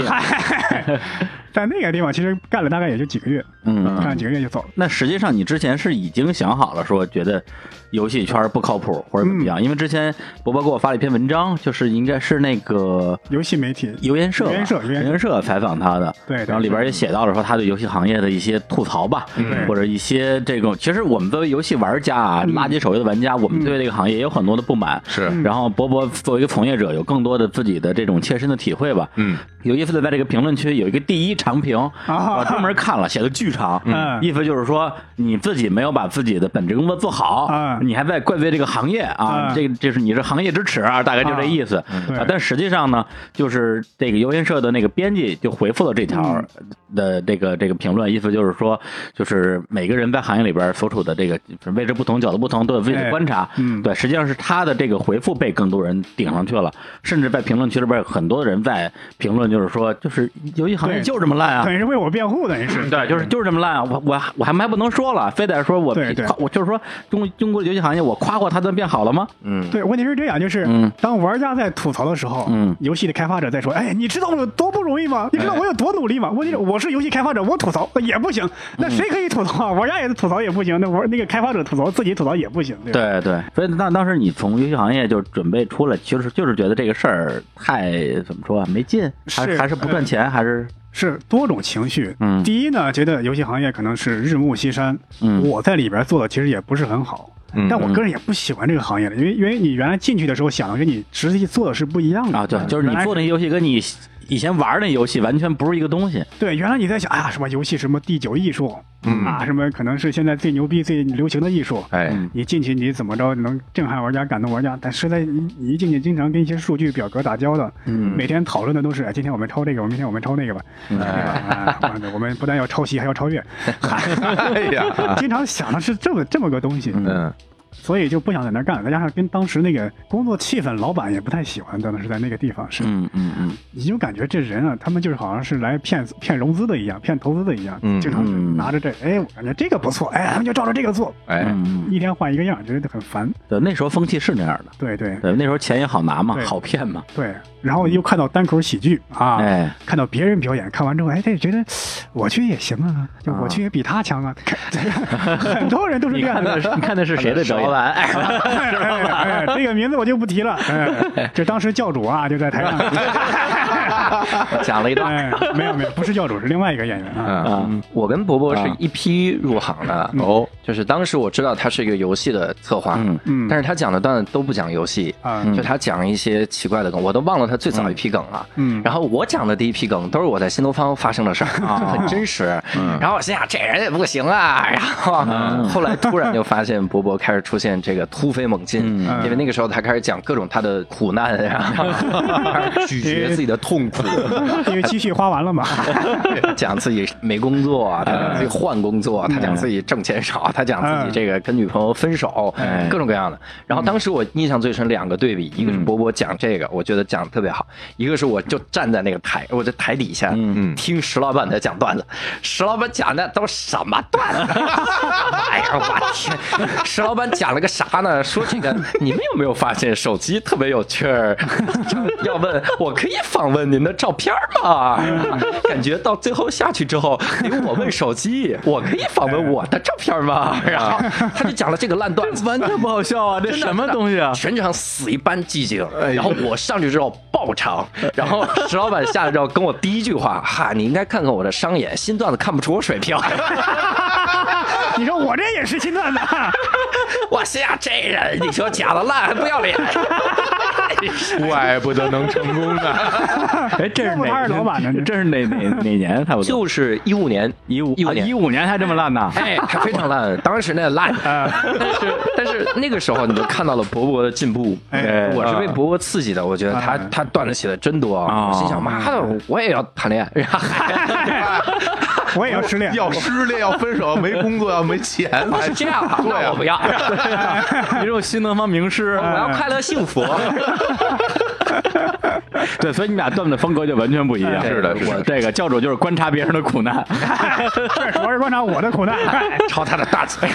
[SPEAKER 4] *laughs* 在那个地方其实干了大概也就几个月，
[SPEAKER 1] 嗯。
[SPEAKER 4] 干了几个月就走了。
[SPEAKER 1] 那实际上，你之前是已经想好了，说觉得游戏圈不靠谱或者
[SPEAKER 4] 嗯
[SPEAKER 1] 怎么样？因为之前博博给我发了一篇文章，就是应该是那个
[SPEAKER 4] 游戏媒体
[SPEAKER 1] 游研社吧，
[SPEAKER 4] 游研社游研社
[SPEAKER 1] 采访他的，
[SPEAKER 4] 对对
[SPEAKER 1] 然后里边也写到了说他对游戏行业的一些吐槽吧，
[SPEAKER 2] 嗯
[SPEAKER 1] 或者一些这种，其实我们作为游戏玩家啊，
[SPEAKER 4] 嗯
[SPEAKER 1] 垃圾手游的玩家，我们对这个行业也有很多的不满，
[SPEAKER 2] 是
[SPEAKER 1] 然后博博作为一个从业者，有更多的自己的这种切身的体会吧，
[SPEAKER 2] 嗯，
[SPEAKER 1] 有意思的在这个评论区有一个第一长评，
[SPEAKER 4] 啊
[SPEAKER 1] 我专门看了，写的巨长，
[SPEAKER 4] 嗯
[SPEAKER 1] 意思就是说你自己没有把自己的本职工作做好，
[SPEAKER 4] 嗯
[SPEAKER 1] 你还在怪罪这个行业啊，
[SPEAKER 4] 嗯
[SPEAKER 1] 这这是你是行业之耻啊，大概就这意思
[SPEAKER 4] 对
[SPEAKER 1] 啊，但实际上呢，就是这个游研社的那个编辑就回复了这条
[SPEAKER 4] 嗯
[SPEAKER 1] 的这个这个评论，意思就是说，就是每个人在行业里边所处的这个位置不同、角度不同，都有自己的
[SPEAKER 4] 哎
[SPEAKER 1] 观察。
[SPEAKER 4] 嗯
[SPEAKER 1] 对，实际上是他的这个回复被更多人顶上去了，甚至在评论区里边有很多人在评论，就是说，就是游戏行业
[SPEAKER 4] 对
[SPEAKER 1] 就这么烂啊
[SPEAKER 4] 等。于是为我辩护，等于是。
[SPEAKER 1] 对，就是就是这么烂啊！我我我还还不能说了，非得说我
[SPEAKER 4] 对对
[SPEAKER 1] 夸我就是说中中国游戏行业，我夸过它，它变好了吗？
[SPEAKER 4] 对，问题是这样，就是、
[SPEAKER 1] 嗯
[SPEAKER 4] 当玩家在吐槽的时候，
[SPEAKER 1] 嗯哎
[SPEAKER 4] 游戏的开发者在说：“哎，你知道我有多不容易吗？你知道我有多努力吗？”问题是我是游戏开发者，我吐槽也不行，
[SPEAKER 1] 嗯
[SPEAKER 4] 那谁可以吐槽啊？玩家也吐槽也不行，那玩那个开发者吐槽自己吐槽也不行，对
[SPEAKER 1] 对
[SPEAKER 4] 吧？
[SPEAKER 1] 对，所以那当时你从游戏行业就准备出来，其实就是觉得这个事儿太怎么说啊，没劲，还
[SPEAKER 4] 是
[SPEAKER 1] 还是不呃赚钱，还是
[SPEAKER 4] 是多种情绪。
[SPEAKER 1] 嗯
[SPEAKER 4] 第一呢，觉得游戏行业可能是日暮西山，
[SPEAKER 1] 嗯
[SPEAKER 4] 我在里边做的其实也不是很好。但我个人也不喜欢这个行业了，因为因为你原来进去的时候想的跟你实际做的是不一样的
[SPEAKER 1] 啊，对，就是你
[SPEAKER 4] 原来
[SPEAKER 1] 做那游戏跟你以前玩那游戏完全不是一个东西。
[SPEAKER 4] 对，原来你在想，哎呀，什么游戏，什么第九艺术，啊，什么可能是现在最牛逼、最流行的艺术。
[SPEAKER 2] 嗯哎，
[SPEAKER 4] 你进去你怎么着能震撼玩家、感动玩家？但实在你你一进去，经常跟一些数据表格打交道，
[SPEAKER 2] 嗯
[SPEAKER 4] 每天讨论的都是，哎，今天我们抄这个，我明天我们抄那个吧，对吧？啊，我们不但要抄袭，还要
[SPEAKER 2] *laughs*
[SPEAKER 4] 超越，
[SPEAKER 2] 哎呀，
[SPEAKER 4] 经常想的是这么这么个东西，
[SPEAKER 2] 嗯，
[SPEAKER 4] 所以就不想在那儿干。再加上跟当时那个工作气氛，老板也不太喜欢，当时在那个地方是，
[SPEAKER 1] 嗯嗯嗯，
[SPEAKER 4] 你就感觉这人啊，他们就是好像是来骗骗融资的一样，骗投资的一样，
[SPEAKER 2] 嗯
[SPEAKER 4] 经常是
[SPEAKER 1] 嗯
[SPEAKER 4] 拿着这，哎，我感觉这个不错，哎，咱们就照着这个做，
[SPEAKER 2] 哎，
[SPEAKER 4] 一天换一个样，觉得很烦。
[SPEAKER 1] 嗯对，那时候风气是那样的，
[SPEAKER 4] 对对
[SPEAKER 1] 对，那时候钱也好拿嘛，
[SPEAKER 4] 对
[SPEAKER 1] 好骗嘛，
[SPEAKER 4] 对，然后又看到单口喜剧啊，
[SPEAKER 1] 哎
[SPEAKER 4] 看到别人表演，看完之后，哎，这觉得我去也行啊，就我去也比他强啊，看 *laughs* 很多人都是
[SPEAKER 1] 你
[SPEAKER 4] 这样
[SPEAKER 1] 看
[SPEAKER 4] 的
[SPEAKER 1] 那。是 *laughs* 你看那是谁的表 *laughs* 演？哎
[SPEAKER 4] 哎
[SPEAKER 1] *laughs*
[SPEAKER 4] 哎哎，这个名字我就不提了。哎，就当时教主啊，就在台上，
[SPEAKER 3] 讲了一段。
[SPEAKER 4] 哎，没有没有，不是教主，是另外一个演员啊。
[SPEAKER 2] 嗯
[SPEAKER 3] 啊，我跟伯伯是一批入行的，
[SPEAKER 2] 哦，
[SPEAKER 3] 就是当时我知道他是一个游戏的策划，
[SPEAKER 1] 嗯
[SPEAKER 4] 嗯
[SPEAKER 3] 但是他讲的段子都不讲游戏，
[SPEAKER 4] 啊
[SPEAKER 3] 就他讲一些奇怪的梗，我都忘了他最早一批梗了。
[SPEAKER 4] 嗯
[SPEAKER 3] 然后我讲的第一批梗都是我在新东方发生的事儿， *laughs* 很真实。然后我心想这人也不行啊， *laughs* 然后后来突然就发现伯伯开始出现这个突飞猛进，因为那个时候他开始讲各种他的苦难，然 *laughs* 后咀嚼自己的痛苦。
[SPEAKER 1] 嗯
[SPEAKER 4] 因为积蓄花完了
[SPEAKER 1] *laughs*
[SPEAKER 4] 嘛，
[SPEAKER 3] *laughs* 讲自己没工作啊，他讲自己换工作，他讲自己挣钱少，他讲自己这个跟女朋友分手，各种各样的。然后当时我印象最深两个对比，一个是波波讲这个，我觉得讲的特别好；一个是我就站在那个台，我在台底下听石老板在讲段子，石老板讲的都什么段子？ *laughs* 哎呀，我天！石老板讲了个啥呢？说这个你们有没有发现手机特别有趣儿？ *laughs* 要问我可以访问您的照片吗？ *laughs* 感觉到最后下去之后，连我问手机，我可以访问我的照片吗？ *laughs* 然后他就讲了这个烂段子，
[SPEAKER 1] 完全不好笑啊！这
[SPEAKER 3] 真的
[SPEAKER 1] 什么东西啊？
[SPEAKER 3] 全场死一般寂静。然后我上去之后爆 *laughs* 场，然后石老板下来之后跟我第一句话：“哈，你应该看看我的商演，新段子看不出我水 *laughs* 平。”
[SPEAKER 4] *laughs* 你说我这也是新段子，
[SPEAKER 3] 我心想这人，你说假的烂还不要 *laughs* 脸。
[SPEAKER 2] 怪不得能成功呢。
[SPEAKER 1] 哎，这是
[SPEAKER 4] 要不
[SPEAKER 1] 哪？
[SPEAKER 4] 他是老板呢这
[SPEAKER 1] 这是哪哪哪年？差不多
[SPEAKER 3] 就是一五年，
[SPEAKER 1] 一五
[SPEAKER 3] 一五年
[SPEAKER 1] 一五年还这么烂呢？
[SPEAKER 3] 哎，还非常烂，当时那 *laughs* 烂，但是但是那个时候你就看到了博博的进步，啊
[SPEAKER 1] 哎
[SPEAKER 3] 我是被博博刺激的，我觉得他他段子写的真多，
[SPEAKER 1] 啊
[SPEAKER 3] 我心想妈的，我也要谈恋爱，然 *laughs* 后
[SPEAKER 4] 我也要失恋。
[SPEAKER 2] 要失恋，要分手，没工作，要没钱，
[SPEAKER 3] 我哦是这 *laughs* 样，
[SPEAKER 2] 对
[SPEAKER 3] 那
[SPEAKER 2] 啊
[SPEAKER 3] 我不要，哎
[SPEAKER 1] *laughs* 你这种新东方名师
[SPEAKER 3] 我，
[SPEAKER 4] 嗯
[SPEAKER 3] 要快乐幸
[SPEAKER 4] *laughs*
[SPEAKER 3] 福。
[SPEAKER 1] 对，所以你们俩段子风格就完全不一样。
[SPEAKER 3] 哎是的是的
[SPEAKER 1] 我这个教主就是观察别人的苦难，
[SPEAKER 4] 这主要是观察我的苦
[SPEAKER 1] *laughs*
[SPEAKER 4] 难。哎
[SPEAKER 3] 朝他的大嘴，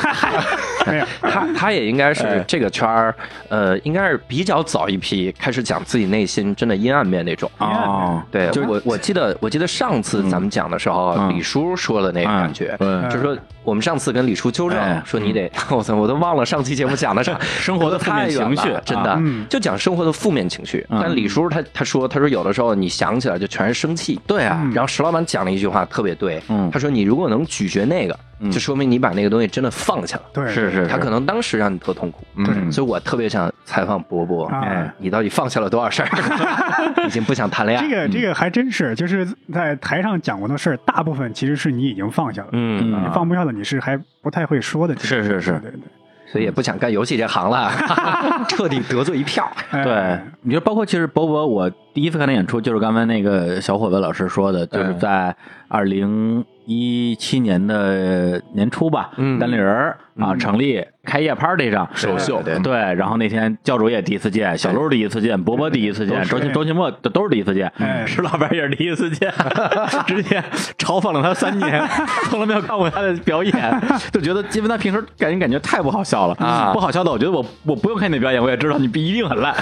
[SPEAKER 4] *laughs* 没有
[SPEAKER 3] *laughs*
[SPEAKER 4] 哎
[SPEAKER 3] 他他也应该是这个圈儿，呃，应该是比较早一批开始讲自己内心真的阴暗面那种
[SPEAKER 1] 哦
[SPEAKER 3] 对，我我记得我记得上次咱们讲的时候，
[SPEAKER 1] 嗯
[SPEAKER 3] 李叔说的那个感觉，
[SPEAKER 2] 嗯
[SPEAKER 3] 就是说我们上次跟李叔纠正、
[SPEAKER 1] 哎
[SPEAKER 3] 说你得， *laughs* 我操，我都忘了上期节目讲的啥，
[SPEAKER 1] *laughs* 生活的负面情绪
[SPEAKER 3] 太远了真的、
[SPEAKER 1] 啊嗯
[SPEAKER 4] 嗯
[SPEAKER 3] 就讲生活的负面情绪。但李叔他他说他说有的时候你想起来就全是生气，对啊。然后石老板讲了一句话特别对，
[SPEAKER 1] 嗯
[SPEAKER 3] 他说你如果能咀嚼那个，就说明你把那个东西真的放下了。
[SPEAKER 4] 对，
[SPEAKER 1] 是是
[SPEAKER 3] 他可能当时让你特痛苦，嗯，所以我特别想采访伯伯，
[SPEAKER 4] 啊
[SPEAKER 3] 哎你到底放下了多
[SPEAKER 1] *laughs*
[SPEAKER 3] 少事儿？已经不想谈恋爱。
[SPEAKER 4] 这个这个还真是，就是在台上讲过的事儿，大部分其实是你已经放下了，
[SPEAKER 3] 嗯，
[SPEAKER 4] 你放不下的你是还不太会说的。
[SPEAKER 2] *laughs*
[SPEAKER 1] 是是是
[SPEAKER 4] 对对对
[SPEAKER 3] 所以也不想干游戏这行了，彻底得罪一票。
[SPEAKER 4] *laughs* 哎
[SPEAKER 1] 对，你说包括其实博博，我第一次看他演出就是刚才那个小伙子老师说的，就是在二零一七年的年初吧，
[SPEAKER 3] 嗯
[SPEAKER 1] 单立人儿啊成立开业 party 上
[SPEAKER 2] 首秀
[SPEAKER 1] 对对，然后那天教主也第一次见，小鹿第一次见，博博第一次见，周奇周奇墨都都是第一次见，
[SPEAKER 4] 哎
[SPEAKER 1] 石老板也是第一次见， *laughs* 直接嘲讽了他三
[SPEAKER 4] *laughs*
[SPEAKER 1] 年，从来没有看过他的表演，就觉得因为他平时感觉感觉太不好笑了
[SPEAKER 3] 啊
[SPEAKER 1] 不好笑的，我觉得我我不用看你的表演，我也知道你一定
[SPEAKER 4] *laughs*
[SPEAKER 1] 很烂，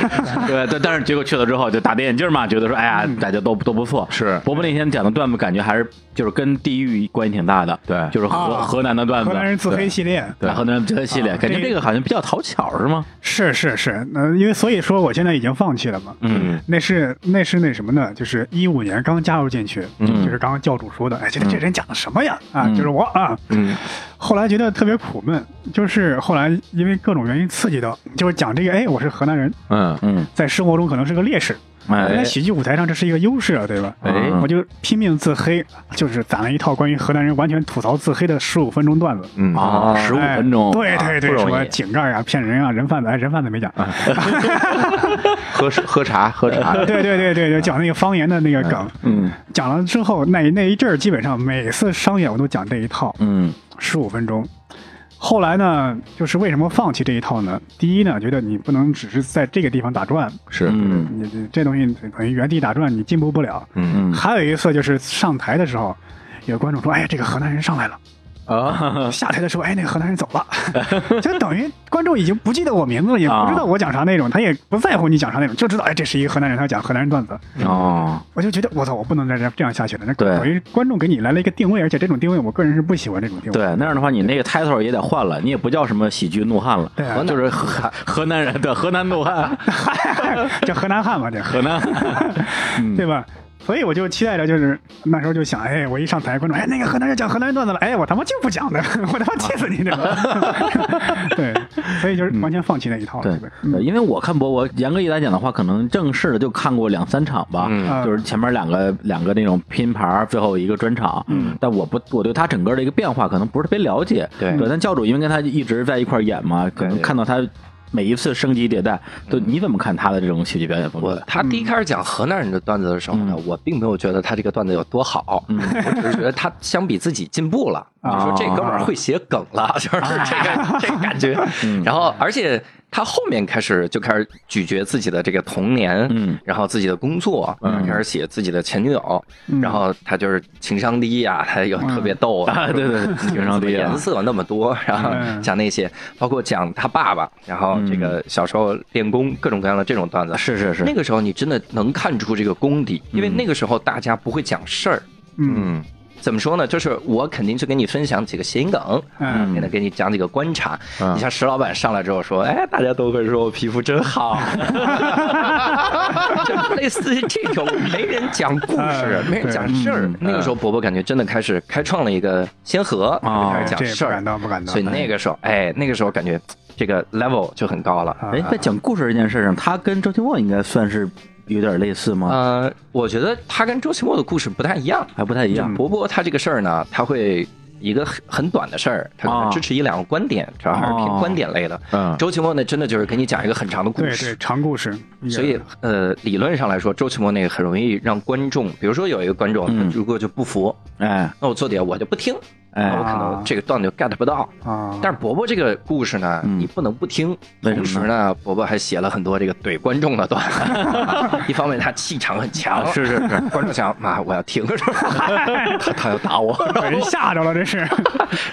[SPEAKER 1] 对，但但是结果去了之后就打戴眼镜嘛，觉得说哎
[SPEAKER 4] 嗯
[SPEAKER 1] 呀，大家都都不错，
[SPEAKER 2] 是
[SPEAKER 1] 博博那天讲的段子，感觉还是就是跟地域关系挺大的，
[SPEAKER 2] 对
[SPEAKER 1] 就是河
[SPEAKER 4] 啊
[SPEAKER 1] 河南的段子，
[SPEAKER 4] 荷兰人啊自黑系列，
[SPEAKER 1] 对，河南这系列，感觉这个好像比较讨巧是吗？
[SPEAKER 4] 是是是，嗯、因为所以说我现在已经放弃了嘛。
[SPEAKER 1] 嗯，
[SPEAKER 4] 那是那是那什么呢？就是一五年刚加入进去，
[SPEAKER 1] 嗯
[SPEAKER 4] 就是刚刚教主说的，哎，觉得这人讲的什么呀？啊，就是我啊。嗯。后来觉得特别苦闷，就是后来因为各种原因刺激到，就是讲这个，哎，我是河南人，
[SPEAKER 2] 嗯
[SPEAKER 1] 嗯，
[SPEAKER 4] 在生活中可能是个劣势，在
[SPEAKER 1] 哎，
[SPEAKER 4] 喜剧舞台上这是一个优势啊，对吧？
[SPEAKER 1] 哎
[SPEAKER 4] 我就拼命自黑，就是攒了一套关于河南人完全吐槽自黑的十五分钟段子。
[SPEAKER 2] 嗯
[SPEAKER 1] 啊，十五分钟，
[SPEAKER 4] 哎
[SPEAKER 1] 不
[SPEAKER 4] 对对对，什
[SPEAKER 1] 容
[SPEAKER 4] 么
[SPEAKER 1] 易啊
[SPEAKER 4] 井盖啊、骗人啊、人贩子，哎，人贩子没讲， *laughs*
[SPEAKER 2] 喝喝茶喝茶，
[SPEAKER 4] 对对对对对，讲那个方言的那个梗，
[SPEAKER 1] 啊嗯
[SPEAKER 4] 讲了之后，那那一阵儿基本上每次商演我都讲这一套，
[SPEAKER 1] 嗯
[SPEAKER 4] 十五分钟。后来呢，就是为什么放弃这一套呢？第一呢，觉得你不能只是在这个地方打转，
[SPEAKER 2] 是
[SPEAKER 1] 嗯
[SPEAKER 4] 你你这东西等于原地打转，你进步不了。
[SPEAKER 1] 嗯
[SPEAKER 4] 还有一次就是上台的时候，有观众说：“哎呀，这个河南人上来了。”嗯
[SPEAKER 1] 嗯
[SPEAKER 2] 啊，
[SPEAKER 4] 下台的时候，哎，那个河南人走
[SPEAKER 1] *laughs*
[SPEAKER 4] 了，就等于观众已经不记得我名字了，也不知道我讲啥内容，他也不在乎你讲啥内容，就知道哎，这是一个河南人，他讲河南人段子。
[SPEAKER 1] 哦，
[SPEAKER 4] 我就觉得我操，我不能再这这样下去了。那
[SPEAKER 1] 对
[SPEAKER 4] 等于观众给你来了一个定位，而且这种定位我个人是不喜欢这种定 *laughs* 位。
[SPEAKER 1] 对，那样的话你那个 title 也得换了，你也不叫什么喜剧怒汉了，
[SPEAKER 4] 对啊
[SPEAKER 1] 就是河河南人对河南怒汉，
[SPEAKER 3] *laughs*
[SPEAKER 4] 对，叫河南汉嘛，这
[SPEAKER 1] 河南，
[SPEAKER 3] 嗯
[SPEAKER 4] 对吧？所以我就期待着，就是那时候就想，哎，我一上台，观众，哎，那个河南人讲河南人段子了， *laughs* 哎，我他妈就不讲的，我他妈气死你这个。 *laughs* 对，所以就是完全放弃那一套
[SPEAKER 3] *laughs*
[SPEAKER 4] 了。
[SPEAKER 1] 对
[SPEAKER 4] 基本，
[SPEAKER 1] 对，呃因为我看博，我严格意义来讲的话，可能正式的就看过两三场吧，
[SPEAKER 4] 嗯
[SPEAKER 1] 就是前面两个两个那种拼盘儿，最后一个专场，嗯，但我不，我对他整个的一个变化可能不是特别了解，
[SPEAKER 3] 对
[SPEAKER 1] 但教主因为跟他一直在一块儿演嘛，可能
[SPEAKER 3] 对
[SPEAKER 1] 看到他每一次升级迭代，对，你怎么看他的这种喜剧表演风
[SPEAKER 3] *laughs*
[SPEAKER 1] *laughs*
[SPEAKER 3] 我
[SPEAKER 1] 格？
[SPEAKER 3] 他第一开始讲河南人的段子的时候呢，
[SPEAKER 2] 嗯
[SPEAKER 3] 我并没有觉得他这个段子有多好，我只是觉得他相比自己进步
[SPEAKER 2] *laughs*
[SPEAKER 3] 了，
[SPEAKER 2] 啊
[SPEAKER 3] 就说这哥们儿会写梗了， *laughs* 就是这个这个感觉。
[SPEAKER 2] 嗯
[SPEAKER 3] 然后，而且他后面开始就开始咀嚼自己的这个童年，
[SPEAKER 1] 嗯
[SPEAKER 3] 然后自己的工作，
[SPEAKER 2] 嗯
[SPEAKER 3] 开始写自己的前女友，然后他就是情商低呀，他有特别逗
[SPEAKER 2] 嗯
[SPEAKER 3] 啊，对对，
[SPEAKER 1] 情商低啊
[SPEAKER 3] 颜色那么多，然后
[SPEAKER 4] 嗯
[SPEAKER 3] 讲那些，包括讲他爸爸，然后这个小时候练功各种各样的这种段子，
[SPEAKER 1] 嗯是是嗯
[SPEAKER 3] 那
[SPEAKER 1] 是，
[SPEAKER 3] 个时候你真的能看出这个功底，因为那个时候大家不会讲事儿。
[SPEAKER 4] 嗯
[SPEAKER 2] 嗯
[SPEAKER 3] 怎么说呢？就是我肯定是跟你分享几个谐音梗，
[SPEAKER 4] 嗯
[SPEAKER 3] 给他给你讲几个观察。
[SPEAKER 2] 嗯
[SPEAKER 3] 你像石老板上来之后说：“哎，大家都会说我皮肤真
[SPEAKER 4] *laughs*
[SPEAKER 3] 好。”就类似于这种，没人讲故事，
[SPEAKER 4] 嗯
[SPEAKER 3] 没人讲事儿。那个时候，伯伯感觉真的开始开创了一个先河，
[SPEAKER 1] 哦
[SPEAKER 3] 开始哦讲
[SPEAKER 4] 这也
[SPEAKER 3] 事
[SPEAKER 4] 不
[SPEAKER 3] 儿
[SPEAKER 4] 敢。当，不敢当。
[SPEAKER 3] 所以那个时候，哎，那个时候感觉这个 level 就很高
[SPEAKER 4] 嗯
[SPEAKER 3] 了。
[SPEAKER 1] 哎，在讲故事这件事上，他跟周奇墨应该算是有点类似吗？
[SPEAKER 3] 呃，我觉得他跟周奇墨的故事不太一样。
[SPEAKER 1] 还不太一样，
[SPEAKER 3] 伯伯他这个事儿呢，他会一个很很短的事儿，他可
[SPEAKER 1] 啊
[SPEAKER 3] 能支持一两个观点，主要还是偏观点类的。
[SPEAKER 2] 嗯
[SPEAKER 3] 周奇墨呢，真的就是给你讲一个很长的故
[SPEAKER 4] 对对
[SPEAKER 3] 事。，
[SPEAKER 4] 长故事。
[SPEAKER 3] 所以，呃，理论上来说，周奇墨那个很容易让观众，比如说有一个观众，他如果就不服，
[SPEAKER 1] 哎
[SPEAKER 3] 那我做点我就不听，
[SPEAKER 1] 哎
[SPEAKER 3] 那我可能这个段子就 get 不到。
[SPEAKER 4] 啊，
[SPEAKER 3] 但是伯伯这个故事呢，你不能不听。
[SPEAKER 1] 为什么呢
[SPEAKER 3] 同时呢，伯伯还写了很多这个怼观众的段子。一方面他气场很强，是是是， *laughs* 观众想妈我要听，他他要打我，
[SPEAKER 4] 把人吓着了，
[SPEAKER 3] *laughs*
[SPEAKER 4] 这是。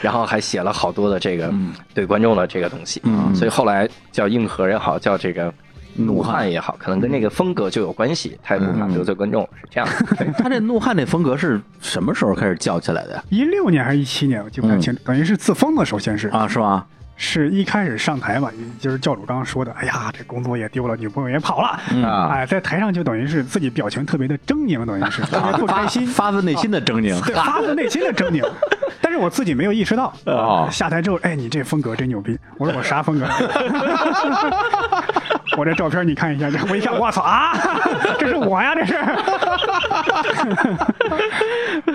[SPEAKER 3] 然后还写了好多的这个怼观众的这个东西。所以后来叫硬核也好，叫这个。怒汉也好，可能跟那个风格就有关系，他也不怕得罪观众，是这样的。对
[SPEAKER 1] *laughs* 他这怒汉这风格是什么时候开始叫起来的呀？
[SPEAKER 4] 一六年还是一七年，我记不太
[SPEAKER 3] 嗯
[SPEAKER 4] 清，等于是自封了。首先是
[SPEAKER 1] 啊，是吧？
[SPEAKER 4] 是一开始上台吧，就是教主刚刚说的，哎呀，这工作也丢了，女朋友也跑了，
[SPEAKER 2] 啊，
[SPEAKER 4] 哎，在台上就等于是自己表情特别的狰狞，等于是特别不开心，啊
[SPEAKER 1] 发自内心的狰狞，啊
[SPEAKER 4] 对，发自内心的狰
[SPEAKER 2] *laughs*
[SPEAKER 4] 狞。但是我自己没有意识到
[SPEAKER 2] 哦，
[SPEAKER 4] 下台之后，哎，你这风格真牛逼！我说我啥风格？ *laughs* 我这照片你看一下，这我一看，我操啊， *laughs* 这是我呀，这是。 *laughs*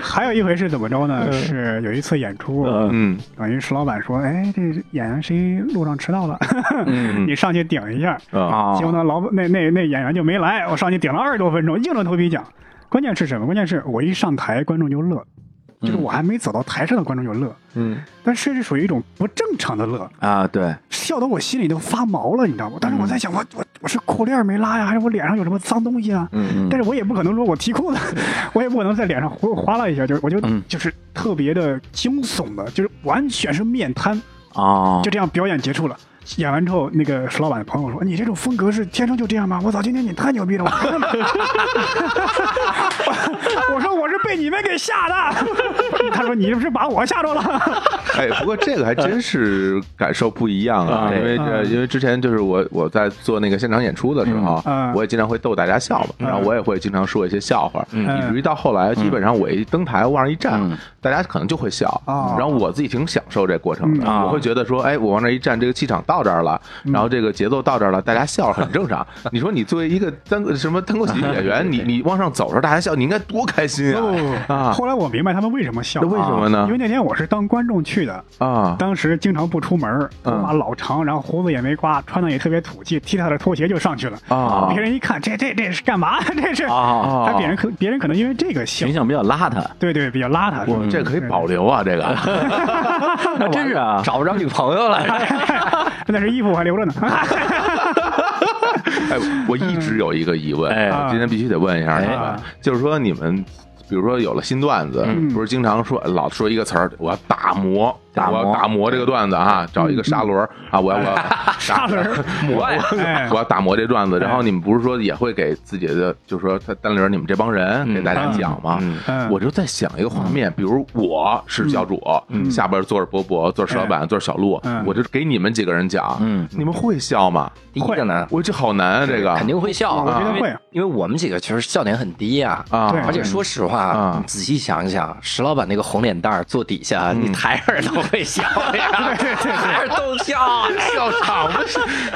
[SPEAKER 4] 还有一回是怎么着呢？是有一次演出，
[SPEAKER 2] 嗯
[SPEAKER 4] 等于石老板说，哎，这演员谁路上迟到了，
[SPEAKER 2] 嗯
[SPEAKER 4] *laughs* 你上去顶一下。
[SPEAKER 2] 啊
[SPEAKER 4] 结果呢，老板那那那演员就没来，我上去顶了二十多分钟，硬着头皮讲。关键是什么？关键是我一上台，观众就乐，就是我还没走到台上的观众就乐，
[SPEAKER 2] 嗯，
[SPEAKER 4] 但是这属于一种不正常的乐，
[SPEAKER 1] 啊，对，
[SPEAKER 4] 笑得我心里都发毛了，你知道吗？但是我在
[SPEAKER 2] 嗯
[SPEAKER 4] 想，我我我是裤链没拉呀，还是我脸上有什么脏东西啊？
[SPEAKER 2] 嗯
[SPEAKER 4] 但是我也不可能说我提裤子， *laughs* 我也不可能在脸上哗哗啦一下，就是我就、
[SPEAKER 2] 嗯
[SPEAKER 4] 就是特别的惊悚的，就是完全是面瘫，
[SPEAKER 1] 哦，
[SPEAKER 4] 就这样表演结束了。演完之后，那个石老板的朋友说：“你这种风格是天生就这样吗？”我操，今天你太牛逼了！我看着呢我 *laughs* 我说我是被你们给吓的。 *laughs* 他说：“你是不是把我吓着了
[SPEAKER 2] 哎，不过这个还真是感受不一样啊，因为呃，因为之前就是我我在做那个现场演出的时候
[SPEAKER 4] 嗯嗯，嗯
[SPEAKER 2] 我也经常会逗大家笑嘛，然后我也会经常说一些笑话，以至于到后来基本上我一登台往上一站，大家可能就会笑，
[SPEAKER 4] 哦
[SPEAKER 2] 然后我自己挺享受这过程的，
[SPEAKER 4] 嗯
[SPEAKER 2] 我会觉得说，哎，我往这一站，这个气场到这儿了，然后这个节奏到这儿了，大家笑很正常。你说你作为一个单什么单口喜剧演员，你你往上走的时候大家笑，你应该多开心？”
[SPEAKER 4] 不不不
[SPEAKER 2] 啊！啊，
[SPEAKER 4] 后来我明白他们为什么笑。啊
[SPEAKER 2] 那为什么呢
[SPEAKER 4] 因为那天我是当观众去的，
[SPEAKER 2] 啊，嗯
[SPEAKER 4] 当时经常不出门儿，头发老长，然后胡子也没刮，穿的也特别土气，踢他的拖鞋就上去了。
[SPEAKER 2] 啊
[SPEAKER 4] 别人一看，这这这是干嘛？ *laughs* 这是
[SPEAKER 1] 啊
[SPEAKER 4] 他别人可别人可能因为这个笑
[SPEAKER 1] 形，象比较邋遢，
[SPEAKER 4] 对对，比较邋遢。
[SPEAKER 2] 我这可
[SPEAKER 4] 嗯
[SPEAKER 2] 以保留啊，这个。
[SPEAKER 1] 还真是 *laughs* 啊，
[SPEAKER 3] 找不着女朋友了，
[SPEAKER 4] *laughs* 那是衣服我还留着呢。啊
[SPEAKER 2] 哎，我一直有一个疑问，啊
[SPEAKER 1] 哎
[SPEAKER 2] 我今天必须得问一下你们，
[SPEAKER 4] 嗯
[SPEAKER 2] 啊
[SPEAKER 4] 哎
[SPEAKER 2] 就是说你们比如说有了新段子，
[SPEAKER 4] 嗯
[SPEAKER 2] 不是经常说老说一个词儿，我要打磨，
[SPEAKER 1] 打磨
[SPEAKER 2] 我要打磨这个段子
[SPEAKER 4] 哎
[SPEAKER 2] 啊，找一个砂轮儿啊，我要我要
[SPEAKER 4] 砂嗯哎轮儿 *laughs*
[SPEAKER 2] 磨呀，
[SPEAKER 4] 哎
[SPEAKER 2] 我要打磨这段子。然后你们不是说也会给自己的，就说他单轮你们这帮人给大家讲吗？
[SPEAKER 4] 嗯
[SPEAKER 2] 我就在想一个画面，比如我是教主，下边坐着伯伯，坐着石老板，坐着小鹿
[SPEAKER 4] 哎嗯，
[SPEAKER 2] 我就给你们几个人讲，你们会笑吗？
[SPEAKER 3] 第一个呢，
[SPEAKER 2] 我这好难啊，这个
[SPEAKER 3] 肯定会笑，
[SPEAKER 4] 我觉得
[SPEAKER 3] 因为
[SPEAKER 4] 会啊
[SPEAKER 3] 因为我们几个其实笑点很低呀。
[SPEAKER 2] 啊，
[SPEAKER 4] 对
[SPEAKER 3] 而且说实话
[SPEAKER 2] 啊，
[SPEAKER 3] 你嗯仔细想一想，石老板那个红脸蛋儿坐底下，你台上人都会笑呀，台上都笑，啊
[SPEAKER 2] 笑场了，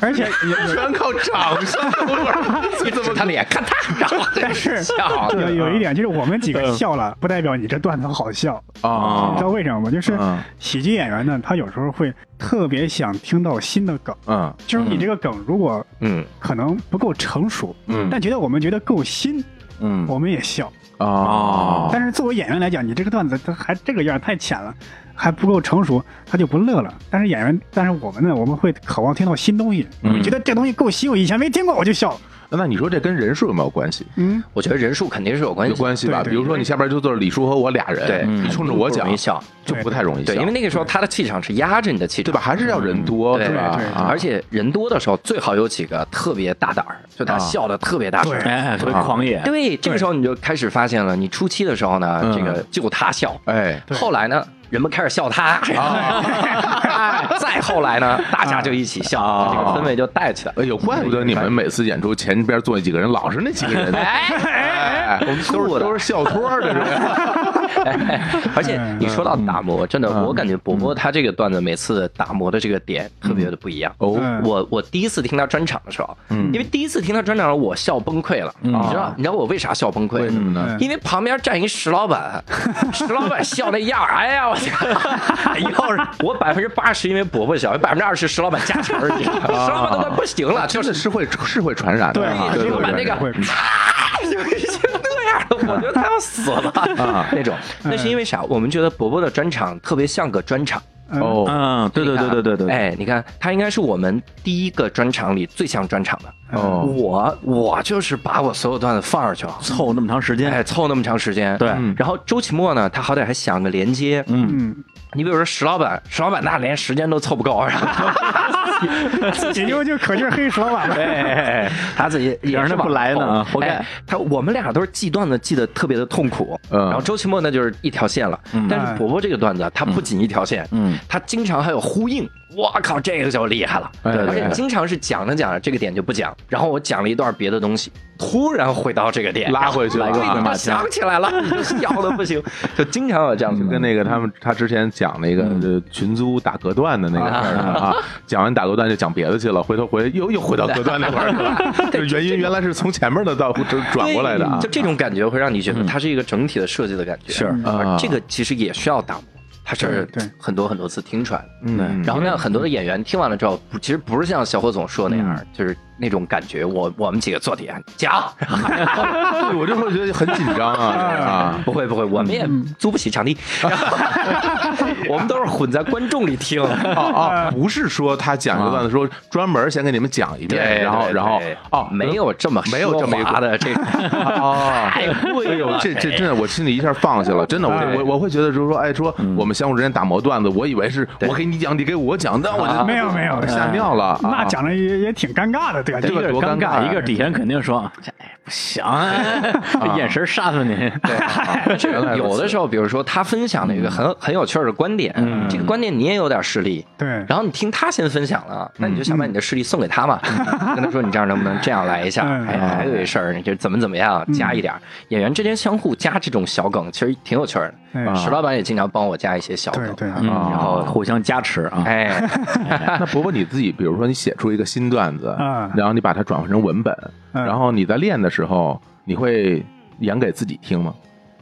[SPEAKER 4] 而且有
[SPEAKER 2] 全靠掌声。
[SPEAKER 3] *laughs* 怎么他脸看他，然后但
[SPEAKER 4] 是
[SPEAKER 3] 笑，
[SPEAKER 4] 有有有一点就是我们几个笑了，不代表你这段子好笑，你知道
[SPEAKER 2] 啊，
[SPEAKER 4] 为什么吗？就是
[SPEAKER 2] 嗯
[SPEAKER 4] 喜剧演员呢，他有时候会特别想听到新的梗，
[SPEAKER 2] 嗯
[SPEAKER 4] 就是你这个梗如果
[SPEAKER 2] 嗯
[SPEAKER 4] 可能不够成熟，
[SPEAKER 2] 嗯
[SPEAKER 4] 但觉得我们觉得够新，
[SPEAKER 1] 嗯
[SPEAKER 4] 我们也笑。
[SPEAKER 2] 啊，
[SPEAKER 4] 但是作为演员来讲，你这个段子它还这个有点太浅了，还不够成熟，他就不乐了。但是演员，但是我们呢，我们会渴望听到新东西，我觉得这东西够新，我以前没听过，我就笑。
[SPEAKER 2] 那你说这跟人数有没有关系？
[SPEAKER 4] 嗯，
[SPEAKER 3] 我觉得人数肯定是有关
[SPEAKER 2] 有
[SPEAKER 3] 系的。
[SPEAKER 2] 关系吧？
[SPEAKER 4] 对对
[SPEAKER 2] 比如说你下边就坐着李叔和我俩人，
[SPEAKER 3] 对
[SPEAKER 2] 你冲着
[SPEAKER 3] 不
[SPEAKER 2] 我讲
[SPEAKER 3] 容易，笑，
[SPEAKER 2] 嗯就不太容易笑，
[SPEAKER 3] 对，因为那个时候他的气场是压着你的气场，
[SPEAKER 2] 对吧？还是要人多，
[SPEAKER 3] 对
[SPEAKER 2] 是吧
[SPEAKER 4] 对对？
[SPEAKER 2] 啊
[SPEAKER 3] 而且人多的时候，最好有几个特别大胆儿，就
[SPEAKER 2] 啊
[SPEAKER 3] 他笑的特别大声。
[SPEAKER 1] 哎，特别狂野，
[SPEAKER 3] 对，这个时候你就开始发现了，你初期的时候呢，
[SPEAKER 2] 嗯
[SPEAKER 3] 这个就他笑，
[SPEAKER 2] 哎，
[SPEAKER 3] 后来呢，人们开始笑他，哎
[SPEAKER 2] 啊
[SPEAKER 3] *laughs* 再后来呢，大家就一起笑，这个氛围就带起来了。
[SPEAKER 2] 哎呦，怪不得你们每次演出前边坐那几个人，老是那几个 *laughs* 人，哎，我们都
[SPEAKER 3] 雇
[SPEAKER 2] 是
[SPEAKER 3] 的
[SPEAKER 2] 都是笑托儿的 *laughs* 人，
[SPEAKER 3] *laughs* 而且
[SPEAKER 2] 嗯
[SPEAKER 3] 你说到打磨，真的，我感觉伯伯他这个段子每次打磨的这个点特别的不一样。
[SPEAKER 2] 哦，
[SPEAKER 4] 嗯
[SPEAKER 3] 我我第一次听他专场的时候，
[SPEAKER 2] 嗯
[SPEAKER 3] 因为第一次听他专场，我笑崩溃了。你知道你知道我为啥笑崩溃？
[SPEAKER 2] 为什么呢？
[SPEAKER 3] 因为旁边站一石老板，石老板笑那样儿，哎呀，我
[SPEAKER 2] *laughs*
[SPEAKER 3] 天！要是我百分之八十因为伯伯笑，百分之二十石老板加成儿，你知道吗石老板都快不行了，就
[SPEAKER 2] 啊真
[SPEAKER 3] 是
[SPEAKER 2] 的是会是会传染的哈，
[SPEAKER 4] 对
[SPEAKER 3] 石
[SPEAKER 2] 对对
[SPEAKER 3] 老板那
[SPEAKER 2] 对
[SPEAKER 3] 个，啊， *laughs* 就已经那样了，我觉得他要死了啊那种。那是因为啥？我们觉得伯伯的专场特别像个专场。
[SPEAKER 2] 哦，
[SPEAKER 1] 嗯，对对对对对对，
[SPEAKER 3] 哎，你看，他应该是我们第一个专场里最像专场的。
[SPEAKER 4] 嗯
[SPEAKER 2] 哦
[SPEAKER 3] 我我就是把我所有段子放上去了，
[SPEAKER 1] 凑那么长时间，
[SPEAKER 3] 哎，凑那么长时间。
[SPEAKER 1] 对
[SPEAKER 2] 嗯
[SPEAKER 3] 然后周奇墨呢，他好歹还想个连接。嗯，
[SPEAKER 4] 嗯，
[SPEAKER 3] 你比如说石老板，石老板那连时间都凑不够，然后
[SPEAKER 4] 也就就可劲儿黑石老板了。
[SPEAKER 3] 哎 *laughs* 他自己也
[SPEAKER 1] 让
[SPEAKER 3] 是
[SPEAKER 1] 他不
[SPEAKER 3] 往
[SPEAKER 2] *laughs*
[SPEAKER 1] 来呢
[SPEAKER 3] 后
[SPEAKER 2] 哦
[SPEAKER 1] 啊活该
[SPEAKER 3] 哎他我们俩都是记段子记得特别的痛苦，
[SPEAKER 2] 嗯
[SPEAKER 3] 然后周奇墨那就是一条线了。但是伯伯这个段子，他不仅一条线，
[SPEAKER 1] 嗯，
[SPEAKER 3] 他经常还有呼应。我靠，这个就厉害了，
[SPEAKER 2] 哎
[SPEAKER 3] 而
[SPEAKER 2] 哎
[SPEAKER 3] 且经常是讲着讲着这个点就不讲，然后我讲了一段别的东西，突然回到这个点，
[SPEAKER 2] 拉回去了
[SPEAKER 3] 然后
[SPEAKER 2] 拉回
[SPEAKER 3] 你
[SPEAKER 2] 马
[SPEAKER 3] 就想起
[SPEAKER 2] *laughs*
[SPEAKER 3] 来了，你就笑的不行，就经常有这样子的。
[SPEAKER 2] 跟那个他们
[SPEAKER 3] 嗯
[SPEAKER 2] 他之前讲那个呃群租打隔断的那个事儿呢啊，讲完打隔断就讲别的去了，回头回又又回到隔断那块儿去
[SPEAKER 3] *laughs*
[SPEAKER 2] 了，这原因原来是从前面的到这转过来的啊嗯
[SPEAKER 3] 对就，这种感觉会让你觉得它是一个整体的设计的感觉。
[SPEAKER 1] 是
[SPEAKER 3] 而
[SPEAKER 2] 啊
[SPEAKER 3] 这个其实也需要打磨，它是
[SPEAKER 4] 对对
[SPEAKER 3] 很多很多次听出来的。
[SPEAKER 2] 嗯
[SPEAKER 3] 然后呢，很多的演员听完了之后，不其实不是像小火总说那样，就是那种感觉。我我们几个坐啊底下讲，
[SPEAKER 2] 对 *laughs* 我就会觉得很紧张
[SPEAKER 3] *laughs*
[SPEAKER 2] 啊啊，
[SPEAKER 3] 不会不会，我们也租不起场地，然后我们都是混在观众里
[SPEAKER 2] *laughs*
[SPEAKER 3] 听。
[SPEAKER 2] 哦哦，不是说他讲一段的时候专门先给你们讲一遍，然后
[SPEAKER 3] 对
[SPEAKER 2] 然后
[SPEAKER 3] 对
[SPEAKER 2] 哦
[SPEAKER 3] 没有这么
[SPEAKER 2] 没有这么一
[SPEAKER 3] 奢华的这种，
[SPEAKER 2] *laughs* 哦。
[SPEAKER 3] 太贵了。哎
[SPEAKER 2] 这这真的，我心里一下放下了。真的，我我我会觉得就是说，哎，说
[SPEAKER 3] 嗯
[SPEAKER 2] 我们相互之间打磨段子，我以为是我给你讲，你给我讲，那我
[SPEAKER 3] 啊
[SPEAKER 2] 就
[SPEAKER 4] 没有没有，
[SPEAKER 2] 吓尿了。
[SPEAKER 4] 那
[SPEAKER 2] 哎啊
[SPEAKER 4] 讲的也也挺尴尬的，对吧？
[SPEAKER 1] 一
[SPEAKER 2] 这
[SPEAKER 1] 个
[SPEAKER 2] 个多
[SPEAKER 1] 尴
[SPEAKER 2] 尴尬
[SPEAKER 1] 一个底下人肯定说，这哎不行，这眼神杀死你， *laughs*
[SPEAKER 3] *laughs* 对，有的时候，比如说他分享了一个
[SPEAKER 1] 嗯
[SPEAKER 3] 很很有趣儿的观点，这个观点你也有点势力，
[SPEAKER 4] 对
[SPEAKER 3] 然后你听他先分享了，那你就想
[SPEAKER 1] 嗯
[SPEAKER 3] 把你的势力送给他嘛， *laughs* 跟他说你这样能不能这样来一下？
[SPEAKER 4] 嗯
[SPEAKER 3] 哎，
[SPEAKER 1] 哦
[SPEAKER 3] 还有一事儿，你就怎么怎么样加一点儿。演员之间相互加这种小梗，其实挺有趣儿的。
[SPEAKER 4] 嗯
[SPEAKER 3] 石老板也经常帮我加一些小
[SPEAKER 4] 对
[SPEAKER 3] 梗，啊
[SPEAKER 4] 对，
[SPEAKER 1] 啊嗯然后互相加持啊，
[SPEAKER 3] 哎，
[SPEAKER 2] *laughs* 那伯伯你自己，比如说你写出一个新段子，
[SPEAKER 4] 嗯
[SPEAKER 2] 然后你把它转换成文本，
[SPEAKER 4] 嗯
[SPEAKER 2] 然后你在练的时候，你会演给自己听吗？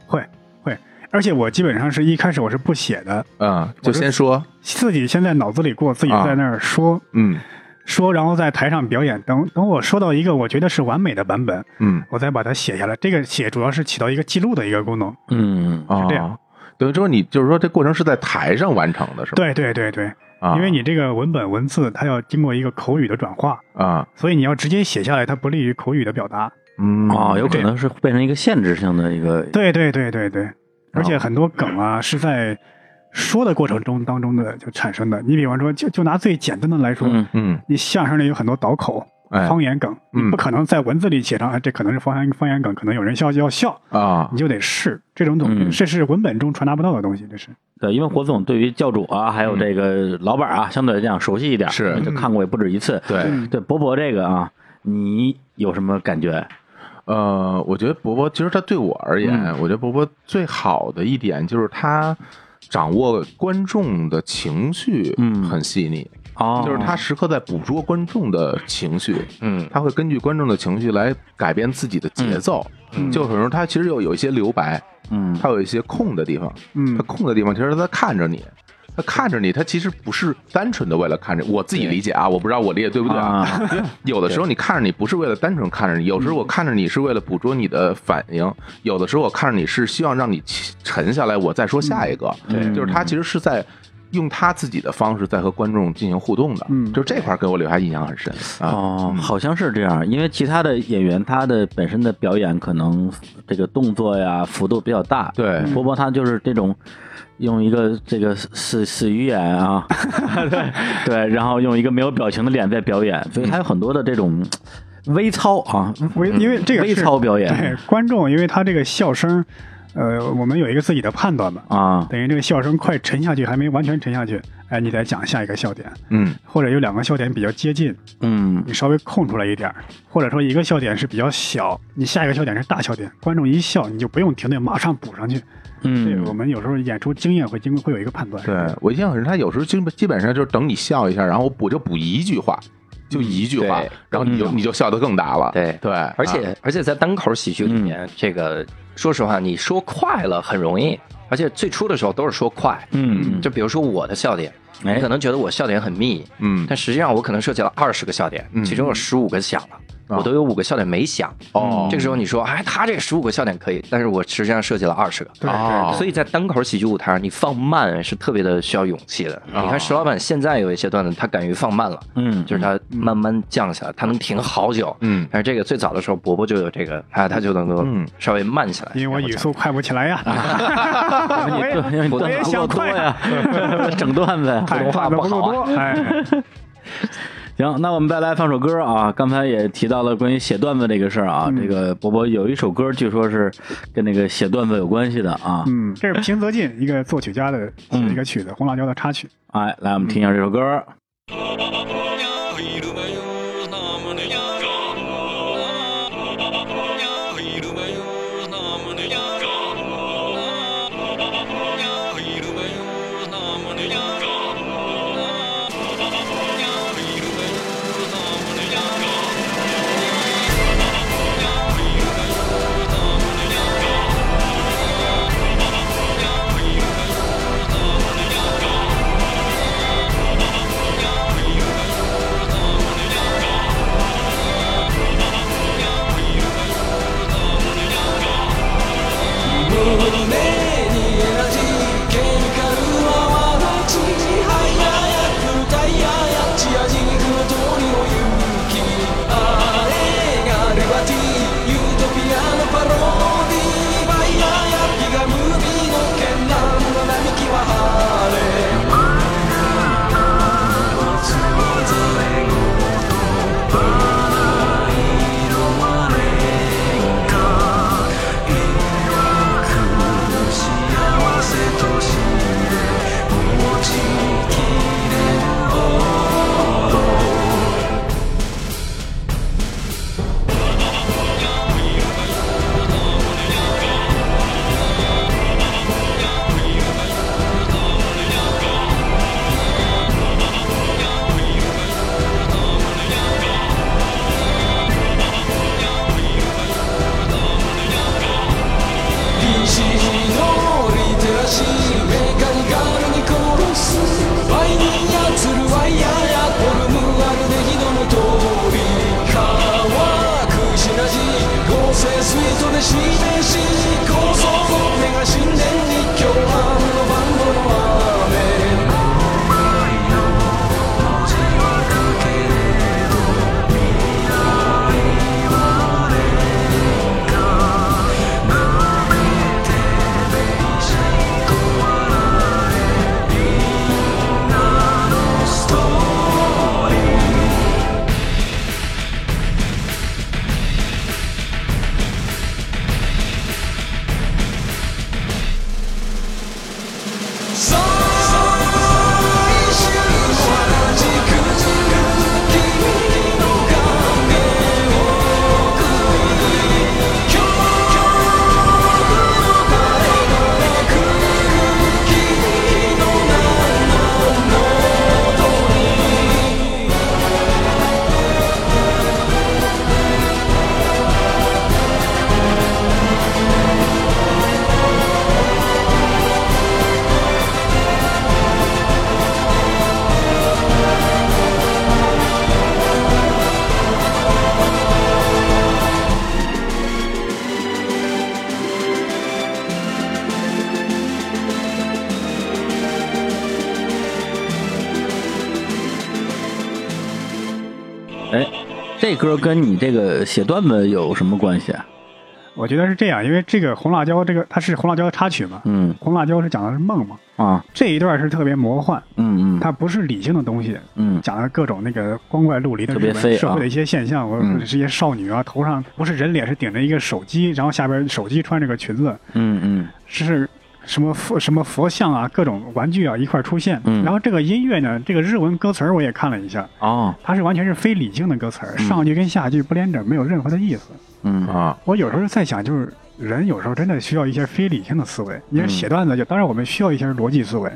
[SPEAKER 4] 会会。而且我基本上是一开始我是不写的，
[SPEAKER 2] 嗯，就先说，
[SPEAKER 4] 自己先在脑子里过，自己在那儿说。
[SPEAKER 2] 嗯
[SPEAKER 4] 说，然后在台上表演。等等，我说到一个我觉得是完美的版本，
[SPEAKER 2] 嗯
[SPEAKER 4] 我再把它写下来。这个写主要是起到一个记录的一个功能。
[SPEAKER 1] 嗯，
[SPEAKER 2] 啊，
[SPEAKER 4] 这样
[SPEAKER 2] 等于说你就是说这过程是在台上完成的，是吧？
[SPEAKER 4] 对对对对，
[SPEAKER 2] 啊，
[SPEAKER 4] 因为你这个文本文字它要经过一个口语的转化，
[SPEAKER 2] 啊，
[SPEAKER 4] 所以你要直接写下来，它不利于口语的表达。
[SPEAKER 2] 嗯
[SPEAKER 1] 啊，有可能是变成一个限制性的一个，
[SPEAKER 4] 对对对对对，而且很多梗啊是在说的过程中当中的就产生的。你比方说，就就拿最简单的来说，
[SPEAKER 1] 嗯
[SPEAKER 2] 嗯，
[SPEAKER 4] 你相声里有很多倒口、
[SPEAKER 2] 哎
[SPEAKER 4] 方言梗，
[SPEAKER 2] 嗯
[SPEAKER 4] 你不可能在文字里写上，啊，这可能是方言方言梗，可能有人笑就要笑，
[SPEAKER 2] 啊
[SPEAKER 4] 你就得试这种东西，
[SPEAKER 1] 嗯
[SPEAKER 4] 这是文本中传达不到的东西，这是。
[SPEAKER 1] 对，因为火总对于教主啊，还有这个老板啊，相对来讲熟悉一点，
[SPEAKER 2] 嗯是嗯
[SPEAKER 1] 因为就看过也不止一次。
[SPEAKER 2] 对
[SPEAKER 4] 嗯
[SPEAKER 1] 对，博博这个啊，你有什么感觉？
[SPEAKER 2] 呃，我觉得伯伯其实他对我而言，
[SPEAKER 1] 嗯
[SPEAKER 2] 我觉得伯伯最好的一点就是他掌握观众的情绪，
[SPEAKER 1] 嗯
[SPEAKER 2] 很细腻，
[SPEAKER 1] 哦，
[SPEAKER 2] 就是他时刻在捕捉观众的情绪，
[SPEAKER 3] 嗯
[SPEAKER 2] 他会根据观众的情绪来改变自己的节奏。就很多时候他其实有有一些留白，
[SPEAKER 1] 嗯，
[SPEAKER 2] 他有一些空的地方，
[SPEAKER 4] 嗯
[SPEAKER 2] 他空的地方其实他在看着你。他看着你，他其实不是单纯的为了看着我自己理解啊，我不知道我理解对不对啊。
[SPEAKER 1] 啊
[SPEAKER 2] 因为有的时候你看着你不是为了单纯看着你，有时候我看着你是为了捕捉你的反应，有的时候我看着你是希望让你沉下来，我再说下一个。
[SPEAKER 1] 对
[SPEAKER 2] 就是他其实是在用他自己的方式在和观众进行互动的。
[SPEAKER 4] 嗯
[SPEAKER 2] 就这块儿给我留下印象很深啊。
[SPEAKER 1] 哦，好像是这样，因为其他的演员他的本身的表演可能这个动作呀幅度比较大，
[SPEAKER 2] 对
[SPEAKER 1] 波波他就是这种用一个这个死死鱼眼啊，对对，然后用一个没有表情的脸在表演，所以他有很多的这种微操啊，
[SPEAKER 4] 我因为这个
[SPEAKER 1] 微
[SPEAKER 4] 是
[SPEAKER 1] 操表演
[SPEAKER 4] 对观众，因为他这个笑声，呃，我们有一个自己的判断嘛，
[SPEAKER 1] 啊，
[SPEAKER 4] 等于这个笑声快沉下去，还没完全沉下去，哎，你再讲下一个笑点，
[SPEAKER 2] 嗯
[SPEAKER 4] 或者有两个笑点比较接近，
[SPEAKER 1] 嗯
[SPEAKER 4] 你稍微空出来一点儿，或者说一个笑点是比较小，你下一个笑点是大笑点，观众一笑你就不用停顿，马上补上去。对
[SPEAKER 1] 嗯，
[SPEAKER 4] 我们有时候演出经验会经会有一个判断。
[SPEAKER 2] 对我印象很深，他有时候基本基本上就是等你笑一下，然后我我就补一句话，就一句话
[SPEAKER 3] 对，
[SPEAKER 2] 然后你就你就笑得更大了。
[SPEAKER 3] 对
[SPEAKER 2] 对，
[SPEAKER 3] 而
[SPEAKER 2] 啊
[SPEAKER 3] 且而且在单口喜剧里面，这个说实话，你说快了很容易，而且最初的时候都是说快，
[SPEAKER 1] 嗯嗯
[SPEAKER 3] 就比如说我的笑点，
[SPEAKER 1] 哎
[SPEAKER 3] 你可能觉得我笑点很密，
[SPEAKER 2] 嗯
[SPEAKER 3] 但实际上我可能涉及了二十个笑点，其中有十五个想了。我都有五个笑点没想，
[SPEAKER 2] 哦
[SPEAKER 3] 这个时候你说，哎，他这十五个笑点可以，但是我实际上设计了二十个，
[SPEAKER 4] 对
[SPEAKER 2] 哦
[SPEAKER 3] 所以在单口喜剧舞台上，你放慢是特别的需要勇气的。你看石老板现在有一些段子，他敢于放慢了，
[SPEAKER 1] 嗯
[SPEAKER 3] 就是他慢慢降下来，他能停好久。
[SPEAKER 2] 嗯
[SPEAKER 3] 但是这个最早的时候，伯伯就有这个，啊，他就能够
[SPEAKER 2] 嗯
[SPEAKER 3] 稍微慢下来。
[SPEAKER 4] 因为我
[SPEAKER 3] 然后
[SPEAKER 4] 语
[SPEAKER 3] 讲
[SPEAKER 4] 速快不起来呀。哎
[SPEAKER 1] 因
[SPEAKER 4] *laughs* 我
[SPEAKER 1] 为你段因为 *laughs*
[SPEAKER 4] 也
[SPEAKER 1] 你
[SPEAKER 4] 我
[SPEAKER 1] 段
[SPEAKER 4] 也
[SPEAKER 1] 子
[SPEAKER 4] 想
[SPEAKER 1] 够多
[SPEAKER 4] 快
[SPEAKER 1] 呀， *laughs* 整段子呀，
[SPEAKER 4] 太
[SPEAKER 3] 普通话
[SPEAKER 4] 的
[SPEAKER 3] 不
[SPEAKER 4] 不够
[SPEAKER 3] 好啊
[SPEAKER 1] *laughs*
[SPEAKER 4] 多，哎，
[SPEAKER 1] 行，那我们再来放首歌啊。刚才也提到了关于写段子这个事儿
[SPEAKER 4] 嗯
[SPEAKER 1] 啊，这个伯伯有一首歌，据说是跟那个写段子有关系的啊。
[SPEAKER 4] 嗯，这是平泽进一个作曲家的写的一个曲子，《红辣椒》的插曲。
[SPEAKER 1] 哎，来，我们听一下这首歌。
[SPEAKER 7] 「愛のままでやろう」
[SPEAKER 4] 嗯
[SPEAKER 1] 这歌跟你这个写段子有什么关系啊？
[SPEAKER 4] 我觉得是这样，因为这个红辣椒，这个它是红辣椒的插曲嘛，
[SPEAKER 1] 嗯
[SPEAKER 4] 红辣椒是讲的是梦嘛，
[SPEAKER 1] 啊，
[SPEAKER 4] 这一段是特别魔幻，
[SPEAKER 1] 嗯嗯
[SPEAKER 4] 它不是理性的东西，
[SPEAKER 1] 嗯
[SPEAKER 4] 讲的各种那个光怪陆离的
[SPEAKER 1] 特别
[SPEAKER 4] 日本
[SPEAKER 1] 飞啊
[SPEAKER 4] 社会的一些现象，我
[SPEAKER 1] 嗯
[SPEAKER 4] 或者是一些少女啊，头上不是人脸，是顶着一个手机，然后下边手机穿着个裙子，
[SPEAKER 1] 嗯嗯
[SPEAKER 4] 是什么佛什么佛像啊，各种玩具啊一块儿出现。
[SPEAKER 1] 嗯
[SPEAKER 4] 然后这个音乐呢，这个日文歌词儿我也看了一下，
[SPEAKER 1] 哦，
[SPEAKER 4] 它是完全是非理性的歌词儿，上句跟下句不连着，没有任何的意思。
[SPEAKER 1] 嗯
[SPEAKER 2] 啊，
[SPEAKER 4] 我有时候在想，就是人有时候真的需要一些非理性的思维。因为写段子就，当然我们需要一些逻辑思维，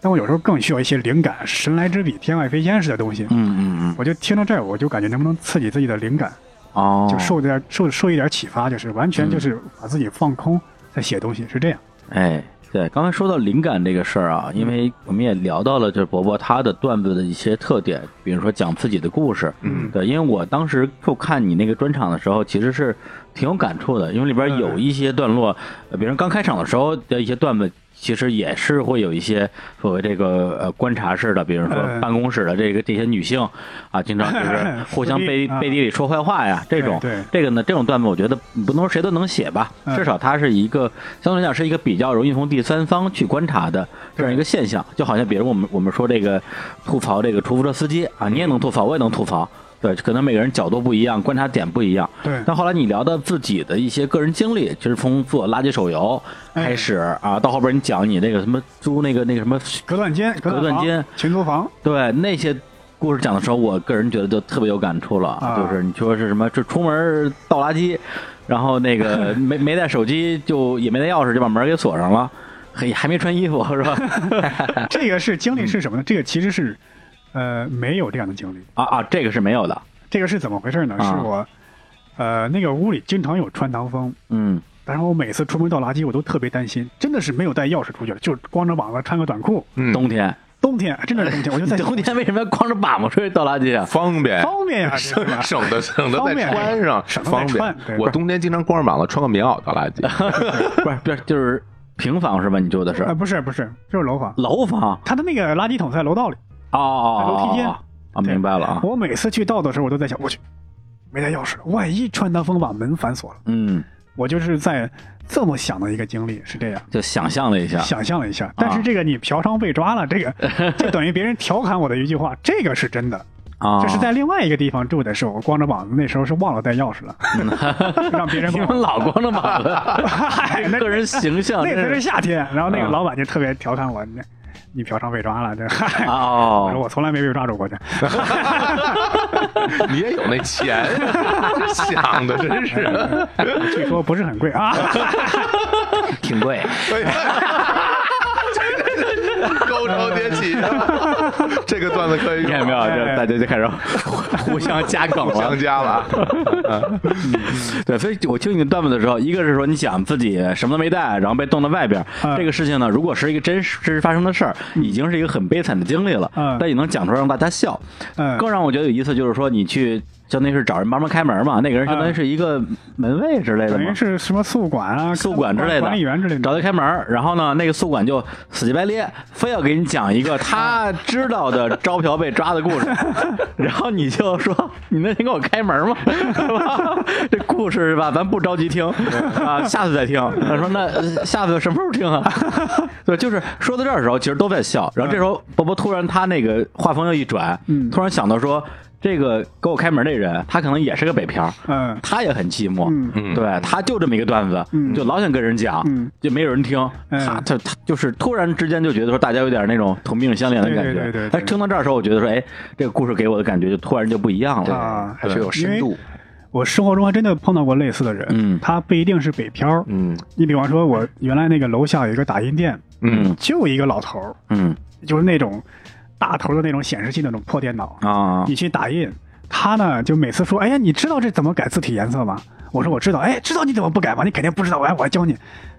[SPEAKER 4] 但我有时候更需要一些灵感，神来之笔，天外飞仙似的东西。
[SPEAKER 1] 嗯嗯嗯，
[SPEAKER 4] 我就听到这儿，我就感觉能不能刺激自己的灵感，
[SPEAKER 1] 哦，
[SPEAKER 4] 就受点受受一点启发，就是完全就是把自己放空，在写东西是这样。
[SPEAKER 1] 哎，对，刚才说到灵感这个事儿啊，
[SPEAKER 4] 嗯
[SPEAKER 1] 因为我们也聊到了，就是伯伯他的段子的一些特点，比如说讲自己的故事，嗯，对，因为我当时就看你那个专场的时候，其实是挺有感触的，因为里边有一些段落，呃比如刚开场的时候的一些段子。其实也是会有一些所谓这个呃观察式的，比如说
[SPEAKER 4] 嗯
[SPEAKER 1] 办公室的这个这些女性啊，经常就是
[SPEAKER 4] *laughs*
[SPEAKER 1] 互相背
[SPEAKER 4] 啊哎
[SPEAKER 1] 背地里说坏话呀，这种。
[SPEAKER 4] 对对
[SPEAKER 1] 这个呢，这种段子我觉得不能说谁都能写吧，
[SPEAKER 4] 嗯
[SPEAKER 1] 至少它是一个相对来讲是一个比较容易从第三方去观察的这样一个现象。就好像比如我们我们说这个吐槽这个出租车司机啊，你也能吐槽，我也能吐槽。对，可能每个人角度不一样，观察点不一样。
[SPEAKER 4] 对
[SPEAKER 1] 但后来你聊到自己的一些个人经历，就是从做垃圾手游开始、啊，到后边你讲你那个什么租那个那个什么
[SPEAKER 4] 隔断间、
[SPEAKER 1] 隔断
[SPEAKER 4] 断房
[SPEAKER 1] 间、
[SPEAKER 4] 群租房，
[SPEAKER 1] 对那些故事讲的时候，我个人觉得就特别有感触了，
[SPEAKER 4] 啊
[SPEAKER 1] 就是你说是什么，就出门倒垃圾，然后那个
[SPEAKER 4] *laughs*
[SPEAKER 1] 没没带手机，就也没带钥匙，就把门给锁上了。嘿，还没穿衣服是
[SPEAKER 4] *laughs*
[SPEAKER 1] 吧？啊
[SPEAKER 4] 这个是经历是什么呢？这个其实是，呃，没有这样的经历。
[SPEAKER 1] 啊啊，这个是没有的。
[SPEAKER 4] 这个是怎么回事呢？
[SPEAKER 1] 啊
[SPEAKER 4] 是我，呃，那个屋里经常有穿堂风，
[SPEAKER 1] 嗯
[SPEAKER 4] 但是我每次出门倒垃圾，我都特别担心，真的是没有带钥匙出去了，就是光着膀子穿个短裤。
[SPEAKER 2] 嗯
[SPEAKER 1] 冬天，
[SPEAKER 4] 冬天真的是冬天，我就在
[SPEAKER 1] *laughs*
[SPEAKER 4] 想
[SPEAKER 1] 冬天为什么要光着粑粑出去倒垃圾
[SPEAKER 4] *laughs*
[SPEAKER 1] 啊？
[SPEAKER 2] 方便，
[SPEAKER 4] 方便呀，这
[SPEAKER 2] *laughs*
[SPEAKER 4] 个
[SPEAKER 2] 省省得省得
[SPEAKER 4] 方
[SPEAKER 2] 再
[SPEAKER 4] 便
[SPEAKER 2] 穿上，
[SPEAKER 4] 省得再
[SPEAKER 2] 方便
[SPEAKER 4] 穿对。
[SPEAKER 2] 我冬天经常光着膀子穿个棉袄倒垃圾，
[SPEAKER 1] 不
[SPEAKER 4] 哎
[SPEAKER 1] 是不是，就是平房是吧？你住的 *laughs* 是
[SPEAKER 4] 呃，不是不是，就是楼房，
[SPEAKER 1] 楼房？
[SPEAKER 4] 他的那个垃圾桶在楼道里。
[SPEAKER 1] 哦哦哦，
[SPEAKER 4] 楼梯间
[SPEAKER 1] 哦啊，明白了啊。
[SPEAKER 4] 我每次去倒的时候，我都在想，我去，没带钥匙，万一穿堂风把门反锁了，
[SPEAKER 1] 嗯，
[SPEAKER 4] 我就是在这么想的一个经历是这样。
[SPEAKER 1] 就想象了一下。
[SPEAKER 4] 想象了一下，但
[SPEAKER 1] 啊
[SPEAKER 4] 是这个你嫖娼被抓了，这个
[SPEAKER 1] *laughs*
[SPEAKER 4] 就等于别人调侃我的一句话，这个是真的。
[SPEAKER 1] 啊，
[SPEAKER 4] 这是在另外一个地方住的时候，我光着膀子，那时候是忘了带钥匙了，
[SPEAKER 1] *laughs*
[SPEAKER 4] 让别人
[SPEAKER 1] 你
[SPEAKER 4] 帮
[SPEAKER 1] 们
[SPEAKER 4] 我。
[SPEAKER 1] 老光着膀
[SPEAKER 4] *laughs* 嗨
[SPEAKER 1] 子，
[SPEAKER 4] 那
[SPEAKER 1] 个人形象
[SPEAKER 4] 那
[SPEAKER 1] 真
[SPEAKER 4] 才是夏天，然后那个
[SPEAKER 1] 啊
[SPEAKER 4] 老板就特别调侃我，你你嫖娼被抓了，这嗨。 *laughs* 我说
[SPEAKER 1] 哦，
[SPEAKER 4] 我从来没被抓住过这，
[SPEAKER 2] *laughs* 你也有那钱， *laughs* 想的真是。
[SPEAKER 4] *laughs* 据说不是很贵啊。
[SPEAKER 1] 挺
[SPEAKER 2] *laughs*
[SPEAKER 1] 贵。
[SPEAKER 2] 高潮迭起，这个段子可
[SPEAKER 1] 你
[SPEAKER 2] 以用
[SPEAKER 1] 看没有，就
[SPEAKER 4] 哎
[SPEAKER 1] 大家就开始 *laughs* 互互相加梗了
[SPEAKER 2] 相。加了啊。
[SPEAKER 1] *laughs* 对，所以我听你的段子的时候，一个是说你想自己什么都没带，然后被冻在外边儿，
[SPEAKER 4] 嗯
[SPEAKER 1] 这个事情呢，如果是一个真实真实发生的事儿，已经是一个很悲惨的经历了，
[SPEAKER 4] 嗯
[SPEAKER 1] 但也能讲出来让大家笑。
[SPEAKER 4] 嗯
[SPEAKER 1] 更让我觉得有意思就是说，你去相当于是找人帮忙开门嘛，那个人相当于是一个门卫之类的
[SPEAKER 4] 等
[SPEAKER 1] 嘛
[SPEAKER 4] 于。是什么宿管啊、
[SPEAKER 1] 宿管之类的，
[SPEAKER 4] 管理员之类
[SPEAKER 1] 找
[SPEAKER 4] 的。
[SPEAKER 1] 他开门儿，然后呢，那个宿管就死乞白咧，非要给你讲一个他知道的招嫖被抓的故
[SPEAKER 4] *laughs*
[SPEAKER 1] 事，然后你就说你那天给我开门吗？ *laughs* 是吧这故事是吧？咱不着急听啊，下次再听。他说那呃下次什么时候听啊？ *laughs* 对，就是说到这儿的时候，其实都在笑。然后这时候波波突然他那个话锋又一转，
[SPEAKER 4] 嗯
[SPEAKER 1] 突然想到说。这个给我开门那人，他可能也是个北漂，
[SPEAKER 4] 嗯
[SPEAKER 1] 他也很寂寞，
[SPEAKER 4] 嗯
[SPEAKER 2] 嗯
[SPEAKER 1] 对，他就这么一个段子，
[SPEAKER 4] 嗯
[SPEAKER 1] 就老想跟人讲，
[SPEAKER 4] 嗯
[SPEAKER 1] 就没有人听。
[SPEAKER 4] 嗯
[SPEAKER 1] 他他他就是突然之间就觉得说大家有点那种同病相怜的感觉。
[SPEAKER 4] 对对对对对
[SPEAKER 1] 但听到这儿的时候，我觉得说，哎，这个故事给我的感觉就突然就不一样了。
[SPEAKER 4] 啊，
[SPEAKER 3] 还是有深
[SPEAKER 4] 因
[SPEAKER 3] 度
[SPEAKER 4] 为。我生活中还真的碰到过类似的人，
[SPEAKER 1] 嗯
[SPEAKER 4] 他不一定是北漂，
[SPEAKER 2] 嗯
[SPEAKER 4] 你比方说，我原来那个楼下有一个打印店，
[SPEAKER 1] 嗯
[SPEAKER 4] 就一个老头儿，
[SPEAKER 1] 嗯
[SPEAKER 4] 就是那种大头的那种显示器那种破电脑，
[SPEAKER 1] 啊
[SPEAKER 4] 你去打印，他呢就每次说：“哎呀，你知道这怎么改字体颜色吗？”我说：“我知道。”哎，知道你怎么不改吗？你肯定不知道，哎，我教你。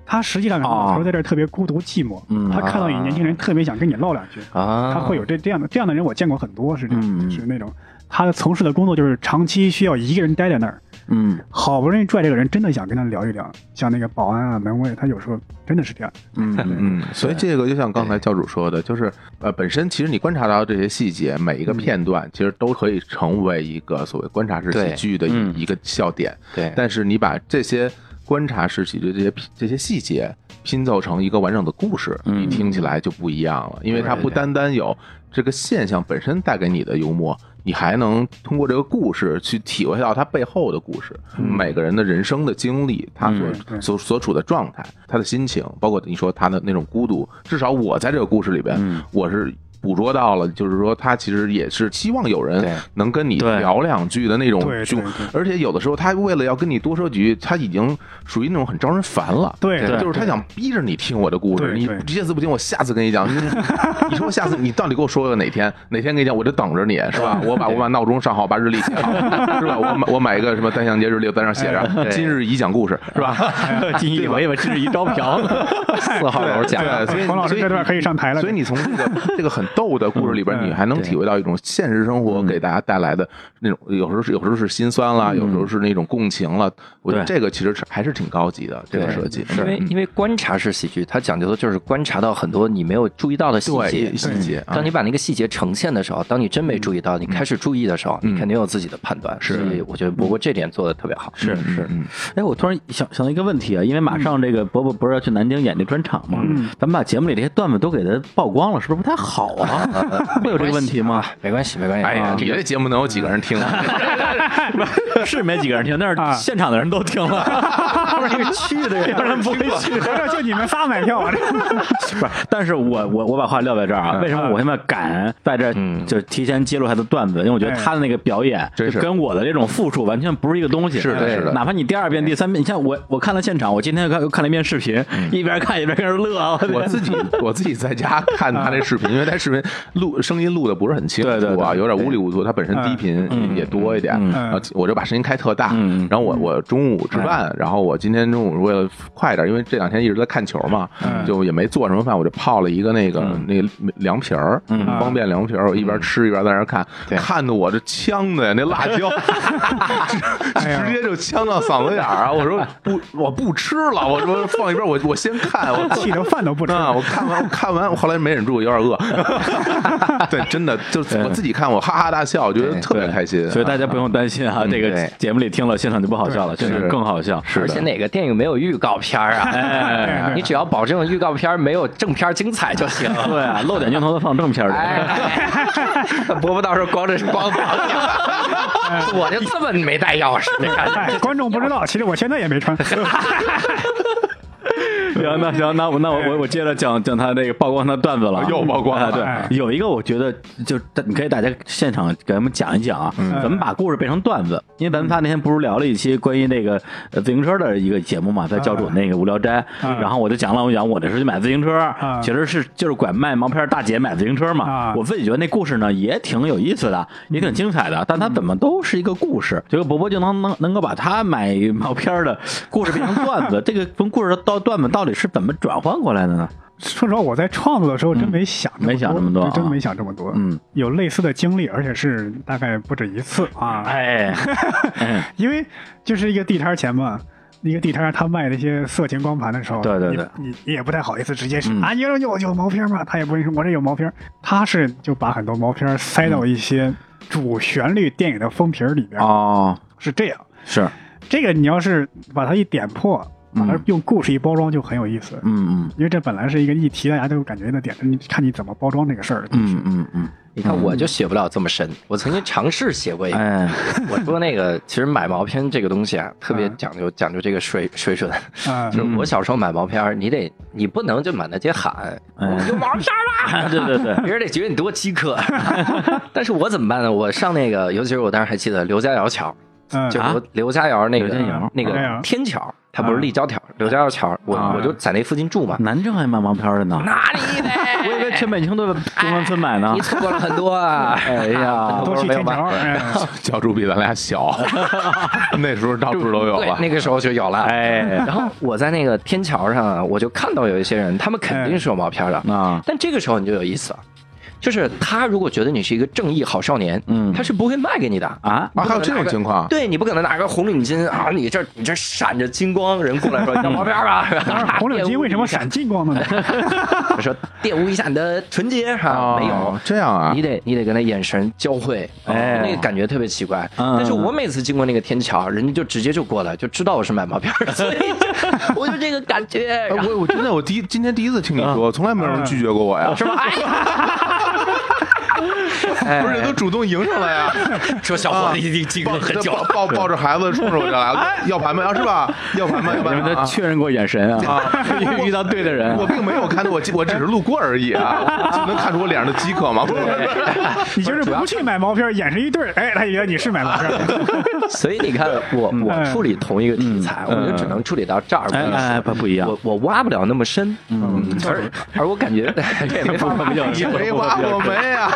[SPEAKER 4] 他实际上
[SPEAKER 1] 哦
[SPEAKER 4] 老头在这儿特别孤独寂寞，
[SPEAKER 1] 嗯
[SPEAKER 4] 他看到你年轻人特别想跟你唠两句，
[SPEAKER 3] 啊
[SPEAKER 4] 他会有这这样的这样的人，我见过很多，是这样，
[SPEAKER 1] 嗯
[SPEAKER 4] 就是那种他从事的工作就是长期需要一个人待在那儿，
[SPEAKER 1] 嗯
[SPEAKER 4] 好不容易拽这个人，真的想跟他聊一聊，像那个保安啊、门卫，他有时候真的是这样。
[SPEAKER 1] 嗯
[SPEAKER 4] *laughs*
[SPEAKER 1] 嗯
[SPEAKER 2] *laughs* 嗯，所以这个就像刚才教主说的，就是呃，本身其实你观察到这些细节，每一个片段其实都可以成为一个所谓观察式喜剧的
[SPEAKER 1] 嗯
[SPEAKER 2] 一一个笑点。
[SPEAKER 1] *laughs*
[SPEAKER 3] 对
[SPEAKER 2] 但是你把这些观察式喜剧这些这些细节拼凑成一个完整的故事，
[SPEAKER 1] 嗯
[SPEAKER 2] 你听起来就不一样了，因为它不单单有这个现象本身带给你的幽默。你还能通过这个故事去体会到它背后的故事，每个人的人生的经历，他所、
[SPEAKER 4] 嗯对
[SPEAKER 2] 所所处的状态，他的心情，包括你说他的那种孤独，至少我在这个故事里边，我是。捕捉到了，就是说他其实也是希望有人
[SPEAKER 3] 对
[SPEAKER 2] 能跟你
[SPEAKER 1] 对
[SPEAKER 2] 聊两句的那种
[SPEAKER 4] 对对
[SPEAKER 2] 就
[SPEAKER 4] 对
[SPEAKER 2] 而且有的时候他为了要跟你多说几句，他已经属于那种很招人烦了。
[SPEAKER 4] 对对
[SPEAKER 2] 就是他想逼着你听我的故事，
[SPEAKER 4] 对
[SPEAKER 2] 你
[SPEAKER 4] 对
[SPEAKER 2] 这次不听，我下次跟你讲。你 *laughs* 你说下次你到底给我说个哪天？哪天跟你讲，我就等着你，是
[SPEAKER 4] *laughs*
[SPEAKER 2] 吧？我把我把闹钟上好，把日历写好， *laughs* 是吧？我买我买一个什么单向节日历，在那上写着
[SPEAKER 3] 对
[SPEAKER 2] 今日已讲故事，是吧？
[SPEAKER 1] 金一哎我以为这是一招
[SPEAKER 4] *laughs*
[SPEAKER 1] 嫖，
[SPEAKER 3] 四号楼
[SPEAKER 2] *laughs*
[SPEAKER 3] 讲
[SPEAKER 2] 对，所以
[SPEAKER 4] 黄老师
[SPEAKER 2] 所以
[SPEAKER 4] 这段可以上台了
[SPEAKER 2] 所以你从
[SPEAKER 4] *laughs*
[SPEAKER 2] 这个 *laughs* 这个很逗的故事里边，
[SPEAKER 4] 嗯
[SPEAKER 2] 你还能体会到一种现实生活给大家带来的那种，有时候是有时候是心酸啦，有时候是那种共情了。我觉得
[SPEAKER 1] 对
[SPEAKER 2] 这个其实是还是挺高级的嗯这个设计，
[SPEAKER 3] 因为因为观察式喜剧，它讲究的就是观察到很多你没有注意到的细节嗯
[SPEAKER 2] 对。嗯细节啊
[SPEAKER 3] 当，你把那个细节呈现的时候，当你真没注意到，你开始注意的时
[SPEAKER 2] 嗯
[SPEAKER 3] 候，你肯定有自己的判断。所以我觉得伯伯这点做的特别好。嗯是是，
[SPEAKER 2] 嗯
[SPEAKER 1] 哎，我突然想想到一个问题啊，因为马上这个伯伯不是要去南京演这专场嘛，
[SPEAKER 4] 嗯
[SPEAKER 1] 咱们把节目里这些段子都给他曝光了，是不是不太好啊？会有这个问题吗？
[SPEAKER 3] 没关系没关系。啊
[SPEAKER 2] 哎呀，
[SPEAKER 3] 这
[SPEAKER 2] 你
[SPEAKER 3] 个
[SPEAKER 2] 这节目能有几个人听？啊
[SPEAKER 1] *laughs* 是没几个人听，但
[SPEAKER 4] 啊
[SPEAKER 1] 是现场的人都听了， *laughs* 不是去的人，要人不会去。
[SPEAKER 4] 合 *laughs* 着就你们仨买票
[SPEAKER 2] *laughs*
[SPEAKER 1] *laughs*
[SPEAKER 4] 啊？
[SPEAKER 1] 不是，但是我我我把话撂在这儿啊，为什么我现在敢在这儿就是提前揭露他的段子？因为我觉得
[SPEAKER 4] 哎
[SPEAKER 1] 他的那个表演，
[SPEAKER 2] 嗯真是
[SPEAKER 1] 跟我的这种复述完全不是一个东西。
[SPEAKER 2] 是的
[SPEAKER 1] 对
[SPEAKER 2] 是的
[SPEAKER 1] 哪怕你第二遍、第三遍，你像我我看了现场，我今天又看又看了一遍视频，一边看一边跟人乐啊，
[SPEAKER 2] 嗯我自己我自己在家看他那视频，因为他视频录声音录的不是很清楚啊，
[SPEAKER 1] 对对对嗯
[SPEAKER 2] 有点无里无涂。他本身低频也也多一点，然后我就把声音开特大。
[SPEAKER 1] 嗯
[SPEAKER 2] 然后我我中午吃饭，
[SPEAKER 1] 哎
[SPEAKER 2] 然后我今天中午为了快点，因为这两天一直在看球嘛，
[SPEAKER 1] 哎
[SPEAKER 2] 就也没做什么饭，我就泡了一个那个
[SPEAKER 1] 嗯
[SPEAKER 2] 那个凉皮儿，方便凉皮儿，我一边吃一边在那儿看，看的我这呛的呀，那辣
[SPEAKER 1] *laughs*
[SPEAKER 2] 椒
[SPEAKER 4] 哎呀
[SPEAKER 2] 直接就呛到嗓子眼儿啊！我说不，我不吃了，我说放一边，我我先看，
[SPEAKER 1] *laughs*
[SPEAKER 2] *laughs* 我
[SPEAKER 4] 哦气得饭都不吃。
[SPEAKER 2] 啊！我看完，我看完，我后来没忍住，有点 *laughs* 饿。对，真的，就是我自己看，我哈哈大笑，我觉得特别
[SPEAKER 1] 对
[SPEAKER 2] 开心。
[SPEAKER 1] 所以大家不用担心啊，这个
[SPEAKER 3] 对
[SPEAKER 1] 节目里听了现场就不好笑了，
[SPEAKER 2] 对
[SPEAKER 1] 现场
[SPEAKER 2] 是
[SPEAKER 1] 更好笑。
[SPEAKER 2] 是
[SPEAKER 3] 而
[SPEAKER 2] 的
[SPEAKER 3] 且哪个电影没有预告片
[SPEAKER 2] *laughs*
[SPEAKER 3] 儿啊？你只要保证预告片儿没有正片儿精彩就行。
[SPEAKER 1] 对啊，露点镜头的放正片儿里。
[SPEAKER 3] 哎， *laughs* 伯伯到时候光着光膀子， *laughs* 我就这么没带钥匙，你看
[SPEAKER 4] 哎，观众不知道，其实我现在也没穿。 *laughs*
[SPEAKER 1] *laughs* 行，那行，那我那我我我接着讲讲他这个曝光他段子了啊，
[SPEAKER 2] 又曝光了
[SPEAKER 1] 哎
[SPEAKER 4] 哎
[SPEAKER 1] 对，有一个我觉得就你可以大家现场给咱们讲一讲啊，
[SPEAKER 2] 嗯
[SPEAKER 1] 怎么把故事变成段子？因为咱们仨那天不是聊了一期关于那个呃自行车的一个节目嘛，在教主那个无聊斋，
[SPEAKER 4] 嗯
[SPEAKER 1] 然后我就讲了我讲我那时候去买自行车，
[SPEAKER 4] 嗯
[SPEAKER 1] 其实是就是拐卖毛片大姐买自行车嘛
[SPEAKER 4] 啊，
[SPEAKER 1] 我自己觉得那故事呢也挺有意思的，也挺精彩的，但它怎么都是一个故事，结果伯伯就能能能够把他买毛片的故事变成段子，这个从故事到段子到底是怎么转换过来的呢？
[SPEAKER 4] 说实话，我在创作的时候真没想这么多，
[SPEAKER 1] 没想这么多啊
[SPEAKER 4] 真没想这么多。
[SPEAKER 1] 嗯，
[SPEAKER 4] 有类似的经历，而且是大概不止一次啊。
[SPEAKER 1] 哎，
[SPEAKER 4] 因为就是一个地摊儿前嘛，一个地摊儿他卖那些色情光盘的时候，
[SPEAKER 1] 对对对
[SPEAKER 4] 你你你也不太好意思直接是、
[SPEAKER 1] 嗯
[SPEAKER 4] 啊，你有有有毛片吗？他也不会说我这有毛片儿，他是就把很多毛片儿塞到一些主旋律电影的封皮儿里边儿，
[SPEAKER 1] 嗯哦，
[SPEAKER 4] 是这样。
[SPEAKER 1] 是，
[SPEAKER 4] 这个你要是把它一点破，把它
[SPEAKER 1] 嗯
[SPEAKER 4] 用故事一包装就很有意思。
[SPEAKER 1] 嗯嗯
[SPEAKER 4] 因为这本来是一个议题，大家都有感觉的点，你看你怎么包装这个事儿。
[SPEAKER 1] 嗯嗯嗯，
[SPEAKER 3] 你看我就写不了这么深，我曾经尝试写过一个。
[SPEAKER 1] 哎，
[SPEAKER 3] 我说那个，其实买毛片这个东西啊，特别
[SPEAKER 4] 嗯
[SPEAKER 3] 讲究讲究这个水水准。
[SPEAKER 4] 啊、
[SPEAKER 1] 嗯
[SPEAKER 3] 就是我小时候买毛片儿，你得你不能就满大街喊
[SPEAKER 1] 哎
[SPEAKER 3] 有毛片儿啦，
[SPEAKER 1] 对对对，
[SPEAKER 3] 别人得觉得你多
[SPEAKER 1] *laughs*
[SPEAKER 3] 饥渴。但是我怎么办呢？我上那个，尤其是我当时还记得刘家窑桥，
[SPEAKER 4] 嗯，
[SPEAKER 3] 就
[SPEAKER 1] 啊
[SPEAKER 3] 刘刘家窑那个
[SPEAKER 1] 刘家窑
[SPEAKER 3] 那
[SPEAKER 4] 哎呀
[SPEAKER 3] 个天桥，它不是立交桥，刘家窑桥，我
[SPEAKER 1] 啊嗯
[SPEAKER 3] 我就在那附近住嘛。
[SPEAKER 1] 南郑还卖毛片的呢，
[SPEAKER 3] 哪里 *laughs* 呢？
[SPEAKER 1] 我以为全北京都在中关村买呢
[SPEAKER 3] 你。错过了很多啊！
[SPEAKER 1] 哎 *laughs* 呀
[SPEAKER 3] 很
[SPEAKER 4] 都
[SPEAKER 3] 多
[SPEAKER 4] 去
[SPEAKER 3] 没有
[SPEAKER 4] 天
[SPEAKER 3] 买
[SPEAKER 4] 桥，哎
[SPEAKER 2] *laughs* 教主比咱俩 *laughs* 小，那时候到处都有啊
[SPEAKER 3] 对
[SPEAKER 2] 了，。
[SPEAKER 3] 那个时候就有了。
[SPEAKER 1] 哎，
[SPEAKER 3] 然后我在那个天桥上啊，我就看到有一些人，他们肯定是有毛片的。
[SPEAKER 1] 啊
[SPEAKER 3] 但这个时候你就有意思了，就是他如果觉得你是一个正义好少年，嗯，他是不会卖给你的
[SPEAKER 1] 啊
[SPEAKER 3] 你不可能
[SPEAKER 2] 还有这种
[SPEAKER 3] 拿个
[SPEAKER 2] 情况
[SPEAKER 3] 对你不可能拿个红领巾啊，你这你这闪着金光，人过来说要毛片啊吧，
[SPEAKER 4] 当然，红领巾为什么闪金光呢？
[SPEAKER 3] 我说玷污一下你的纯洁啊，没有
[SPEAKER 2] 哦。这样啊
[SPEAKER 3] 你，得你得跟他眼神交汇，
[SPEAKER 1] 哎
[SPEAKER 3] 那个感觉特别奇怪。
[SPEAKER 1] 嗯
[SPEAKER 3] 但是我每次经过那个天桥，人家就直接就过来，就知道我是买毛片儿的，所以就我就这个感觉。
[SPEAKER 2] 哎
[SPEAKER 3] 然后
[SPEAKER 2] 我我真的我第一今天第一次听你说，从来没有人拒绝过我呀，
[SPEAKER 3] 是吧？
[SPEAKER 1] *laughs*
[SPEAKER 3] 哎，
[SPEAKER 2] 不是都主动迎上
[SPEAKER 3] *laughs*
[SPEAKER 2] 来呀，
[SPEAKER 3] 说小伙子已经经过很久
[SPEAKER 2] 抱抱抱着孩子冲着我就来，要盘吗？啊，是吧？要盘吗？要
[SPEAKER 1] 你
[SPEAKER 2] 盘
[SPEAKER 1] 们
[SPEAKER 2] 吗？
[SPEAKER 1] 都
[SPEAKER 2] 啊
[SPEAKER 1] 确认过眼神啊，遇到对的人
[SPEAKER 2] 我并没有看到，我我只是路过而已啊，就能看出我脸上的饥渴吗？不是，
[SPEAKER 4] 你就是不去买毛片，眼神一对儿，哎，他以为你是买毛片。
[SPEAKER 3] 所以你看，我我处理同一个题材，我就只能处理到这儿。
[SPEAKER 1] 嗯哎哎哎不不一样
[SPEAKER 3] 我我挖不了那么深。嗯，而而我感觉 *laughs* 这也没法挖
[SPEAKER 2] 你没挖哎我没啊？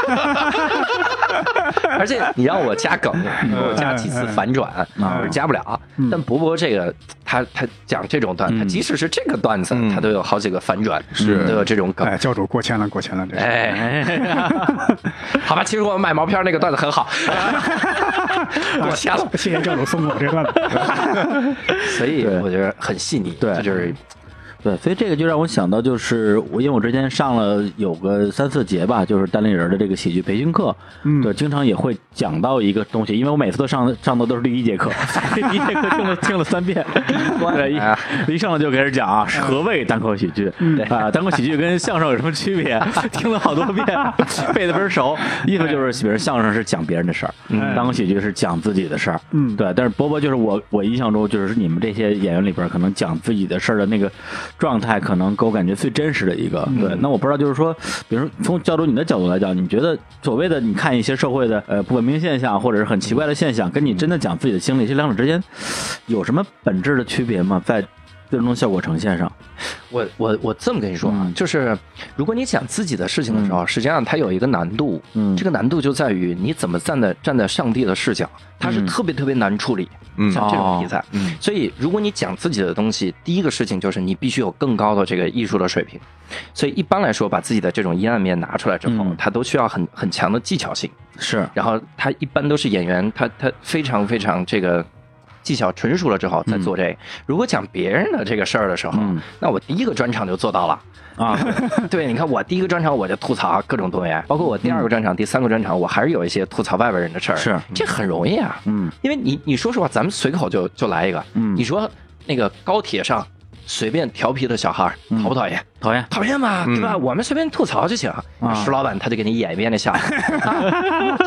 [SPEAKER 3] *laughs* 而且你让我加 *laughs* 梗，你给我加几次反转，我是加不了。但博博这个，他他讲这种段，他即使是这个段子，他都有好几个反转，嗯是都有这种梗。
[SPEAKER 4] 哎，教主过谦了，过谦了，这是。
[SPEAKER 3] 哎，好吧，其实我买毛片那个段子很 *laughs* 好，我瞎了。
[SPEAKER 4] 谢谢教主送我这段子。
[SPEAKER 3] 所以我觉得很细腻，
[SPEAKER 1] 对
[SPEAKER 3] 这就是
[SPEAKER 1] 对，所以这个就让我想到，就是我因为我之前上了有个三四节吧，就是单立人的这个喜剧培训课，
[SPEAKER 4] 嗯
[SPEAKER 1] 对，经常也会讲到一个东西，因为我每次都上上的都是第一节课， *laughs* 第一节课听了听了三遍，对，一一上来就开始讲啊，何谓单口喜剧？对啊，单口喜剧跟相声有什么区别？ *laughs* 听了好多遍， *laughs* 背的倍儿熟。意思就是，比如相声是讲别人的事儿，单口喜剧是讲自己的事儿，
[SPEAKER 4] 嗯
[SPEAKER 1] 对。但是波波就是我，我印象中就是你们这些演员里边，可能讲自己的事儿的那个状态，可能给我感觉最真实的一个。对，那我不知道，就是说，比如说从教主你的角度来讲，你觉得所谓的你看一些社会的呃不文明现象，或者是很奇怪的现象，跟你真的讲自己的经历，这两者之间有什么本质的区别吗？在最终效果呈现上，
[SPEAKER 3] 我我我这么跟你说啊，
[SPEAKER 1] 嗯
[SPEAKER 3] 就是如果你讲自己的事情的时候，啊实际上它有一个难度，
[SPEAKER 1] 嗯
[SPEAKER 3] 这个难度就在于你怎么站在站在上帝的视角，它
[SPEAKER 1] 嗯
[SPEAKER 3] 是特别特别难处理，
[SPEAKER 2] 嗯
[SPEAKER 3] 像这
[SPEAKER 1] 哦
[SPEAKER 3] 种题材，
[SPEAKER 2] 嗯
[SPEAKER 3] 所以如果你讲自己的东西，第一个事情就是你必须有更高的这个艺术的水平，所以一般来说，把自己的这种阴暗面拿出来之后，
[SPEAKER 1] 嗯
[SPEAKER 3] 它都需要很很强的技巧性，
[SPEAKER 1] 是
[SPEAKER 3] 然后他一般都是演员，他他非常非常这个技巧纯熟了之后再做这个。如果讲别人的这个事儿的时候，
[SPEAKER 1] 嗯
[SPEAKER 3] 那我第一个专场就做
[SPEAKER 1] *laughs*
[SPEAKER 3] 到了。
[SPEAKER 1] 啊，
[SPEAKER 3] 对，你看我第一个专场我就吐槽各种东西，包括我第二个专场、第三个专场，我还是有一些吐槽外边人的事儿。
[SPEAKER 1] 是
[SPEAKER 3] 这很容易啊，
[SPEAKER 1] 嗯，
[SPEAKER 3] 因为你你说实话，咱们随口就就来一个，
[SPEAKER 1] 嗯
[SPEAKER 3] 你说那个高铁上随便调皮的小孩儿
[SPEAKER 1] 嗯
[SPEAKER 3] 讨不讨厌？
[SPEAKER 1] 讨厌，
[SPEAKER 3] 讨厌
[SPEAKER 1] 嗯
[SPEAKER 3] 吧，对吧？我们随便吐槽就行。
[SPEAKER 1] 啊
[SPEAKER 3] 石老板他就给你演一遍那小孩，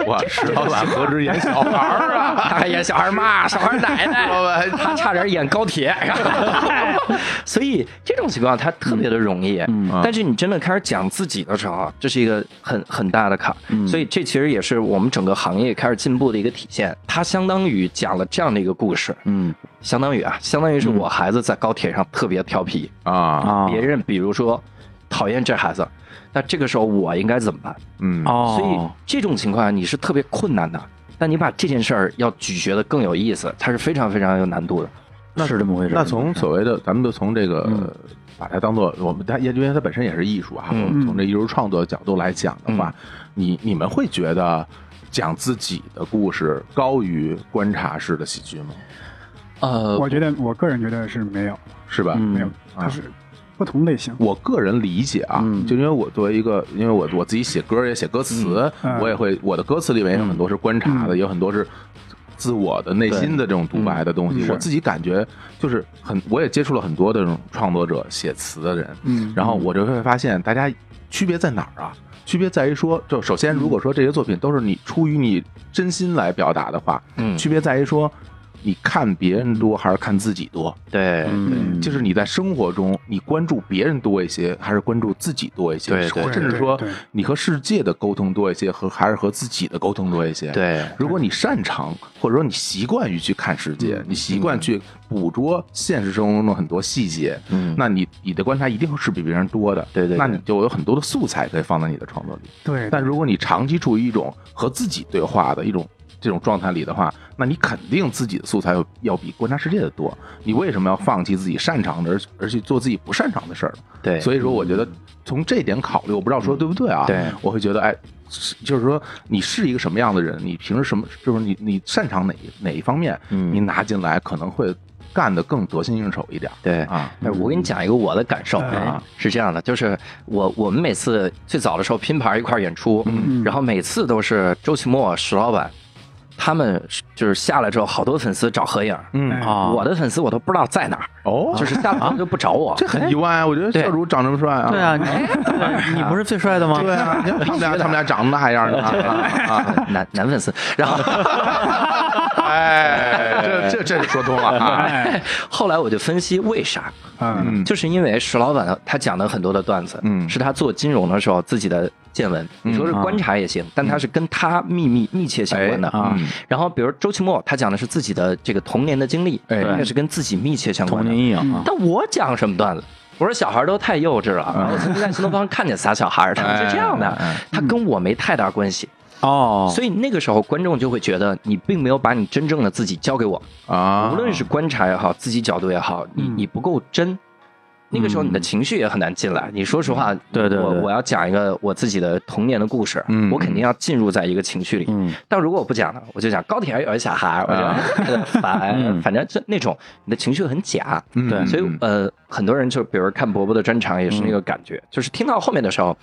[SPEAKER 2] 我石老板何止演小孩儿啊？
[SPEAKER 3] 他 *laughs* 还演小孩骂小孩奶奶，
[SPEAKER 2] *laughs* 老板
[SPEAKER 3] 他差点演高铁， *laughs* 所以这种情况他特别的容易。但是你真的开始讲自己的时候，啊这是一个很很大的坎儿。所以这其实也是我们整个行业开始进步的一个体现。他相当于讲了这样的一个故事，
[SPEAKER 1] 嗯
[SPEAKER 3] 相当于啊，相当于是我孩子在高铁上特别调皮，
[SPEAKER 2] 啊，
[SPEAKER 1] 啊，
[SPEAKER 3] 别人比如说讨厌这孩子，那这个时候我应该怎么办？
[SPEAKER 2] 嗯，
[SPEAKER 1] 哦，
[SPEAKER 3] 所以这种情况你是特别困难的。但你把这件事儿要咀嚼的更有意思，它是非常非常有难度的。
[SPEAKER 1] 那是这么回事儿。
[SPEAKER 2] 那嗯从所谓的，咱们就从这个、把它当做我们，它因为它本身也是艺术啊。
[SPEAKER 3] 嗯
[SPEAKER 2] 我们从这艺术创作角度来讲的话，你你们会觉得讲自己的故事高于观察式的喜剧吗？
[SPEAKER 3] 呃，
[SPEAKER 4] *laughs* 我觉得，我个人觉得是没有，
[SPEAKER 2] 是
[SPEAKER 1] 嗯
[SPEAKER 2] 吧？
[SPEAKER 4] 没有，它是不同类型。
[SPEAKER 2] 我个人理解啊，
[SPEAKER 4] 嗯
[SPEAKER 2] 就因为我作为一个，因为我我自己写歌也写歌词，
[SPEAKER 4] 嗯
[SPEAKER 2] 我也会我的歌词里面有很多是观察的，也有很多是自我的内心的这种独白的东
[SPEAKER 4] 嗯
[SPEAKER 2] 西。我自己感觉就是很，我也接触了很多的这种创作者、写词的人，
[SPEAKER 4] 嗯
[SPEAKER 2] 然后我就会发现大家区别在哪儿啊？区别在于说，就首先如果说这些作品都是你出于你真心来表达的话，
[SPEAKER 3] 嗯
[SPEAKER 2] 区别在于说你看别人多还是看自己多。
[SPEAKER 3] 对，
[SPEAKER 1] 嗯
[SPEAKER 2] 就是你在生活中，你关注别人多一些，还是关注自己多一些？
[SPEAKER 3] 对对
[SPEAKER 2] 或甚至说
[SPEAKER 4] 对对
[SPEAKER 2] 你和世界的沟通多一些，和还是和自己的沟通多一些？。
[SPEAKER 3] 对，
[SPEAKER 2] 如果你擅长，或者说你习惯于去看世
[SPEAKER 3] 嗯
[SPEAKER 2] 界，你习惯去捕捉现实生活中的很多细节，
[SPEAKER 3] 嗯
[SPEAKER 2] 那你你的观察一定是比别人多的，
[SPEAKER 3] 对对对
[SPEAKER 2] 那你就有很多的素材可以放在你的创作里。
[SPEAKER 4] 对，
[SPEAKER 2] 但如果你长期处于一种和自己对话的一种呃这种状态里的话，那你肯定自己的素材要比观察世界的多。你为什么要放弃自己擅长的，而而去做自己不擅长的事儿呢？
[SPEAKER 3] 嗯对
[SPEAKER 2] 所以说我觉得从这一点考虑，我不知道说对不对啊？
[SPEAKER 3] 对
[SPEAKER 2] 我会觉得哎。是就是说，你是一个什么样的人，你平时什么，就是你你擅长哪哪一方面，
[SPEAKER 3] 嗯
[SPEAKER 2] 你拿进来可能会干得更得心应手一点。
[SPEAKER 3] 对
[SPEAKER 2] 啊，
[SPEAKER 3] 哎，我给你讲一个我的感受
[SPEAKER 4] 哎
[SPEAKER 3] 啊，是这样的，就是我我们每次最早的时候拼盘一块儿演出，
[SPEAKER 2] 嗯
[SPEAKER 3] 然后每次都是周奇墨、石老板，他们是就是下来之后，好多粉丝找合影，
[SPEAKER 2] 嗯
[SPEAKER 4] 哎
[SPEAKER 1] 啊
[SPEAKER 3] 我的粉丝我都不知道在哪儿，
[SPEAKER 2] 哦
[SPEAKER 3] 就是大部分都不找我，哎
[SPEAKER 2] 这很意外啊！我觉得
[SPEAKER 3] 对
[SPEAKER 2] 教主长这么帅啊，
[SPEAKER 1] 对啊，你你不是最帅的吗？
[SPEAKER 2] 对啊，你看他们俩他们俩长得那样
[SPEAKER 3] *laughs*
[SPEAKER 2] 呢，啊，
[SPEAKER 3] 啊男男粉丝，然
[SPEAKER 2] *laughs*
[SPEAKER 3] 后。
[SPEAKER 2] 哎，这这这说通了啊，
[SPEAKER 3] *laughs* 后来我就分析为啥，
[SPEAKER 4] 嗯，
[SPEAKER 2] 嗯
[SPEAKER 3] 就是因为石老板他讲的很多的段子，
[SPEAKER 2] 嗯
[SPEAKER 3] 是他做金融的时候自己的见闻，你说是观察也行，但他是跟他秘密密切相关的
[SPEAKER 2] 啊
[SPEAKER 3] 嗯
[SPEAKER 2] 哎啊。
[SPEAKER 3] 然后比如周奇墨，他讲的是自己的这个童年的经历，
[SPEAKER 2] 哎
[SPEAKER 3] 那是跟自己密切相
[SPEAKER 1] 童
[SPEAKER 3] 关
[SPEAKER 1] 年
[SPEAKER 3] 的。
[SPEAKER 1] 阴影啊，
[SPEAKER 3] 但我讲什么段子？我说小孩都太幼稚了，然后我曾经在新东方看见仨小孩儿，他们是这样的
[SPEAKER 2] 啊 *laughs* 哎哎哎，
[SPEAKER 3] 他跟我没太大关系，
[SPEAKER 1] 哦，
[SPEAKER 3] 所以那个时候观众就会觉得你并没有把你真正的自己交给我，
[SPEAKER 2] 啊，
[SPEAKER 3] 无论是观察也好，自己角度也好，你
[SPEAKER 1] 嗯
[SPEAKER 3] 你不够真。那个时候你的情绪也很难进来。你说实话，
[SPEAKER 1] 嗯对对
[SPEAKER 3] 我
[SPEAKER 1] 对
[SPEAKER 3] 我要讲一个我自己的童年的故事，
[SPEAKER 2] 嗯
[SPEAKER 3] 我肯定要进入在一个情绪里。
[SPEAKER 1] 嗯
[SPEAKER 3] 但如果我不讲呢，我就讲高铁上有一小孩儿，我就
[SPEAKER 1] 啊
[SPEAKER 3] 特烦， *laughs*
[SPEAKER 1] 嗯
[SPEAKER 3] 反正就那种你的情绪很假。
[SPEAKER 2] 嗯
[SPEAKER 1] 对
[SPEAKER 3] 所以呃，很多人就比如看伯伯的专场也是那个感觉，就是听到后面的时候，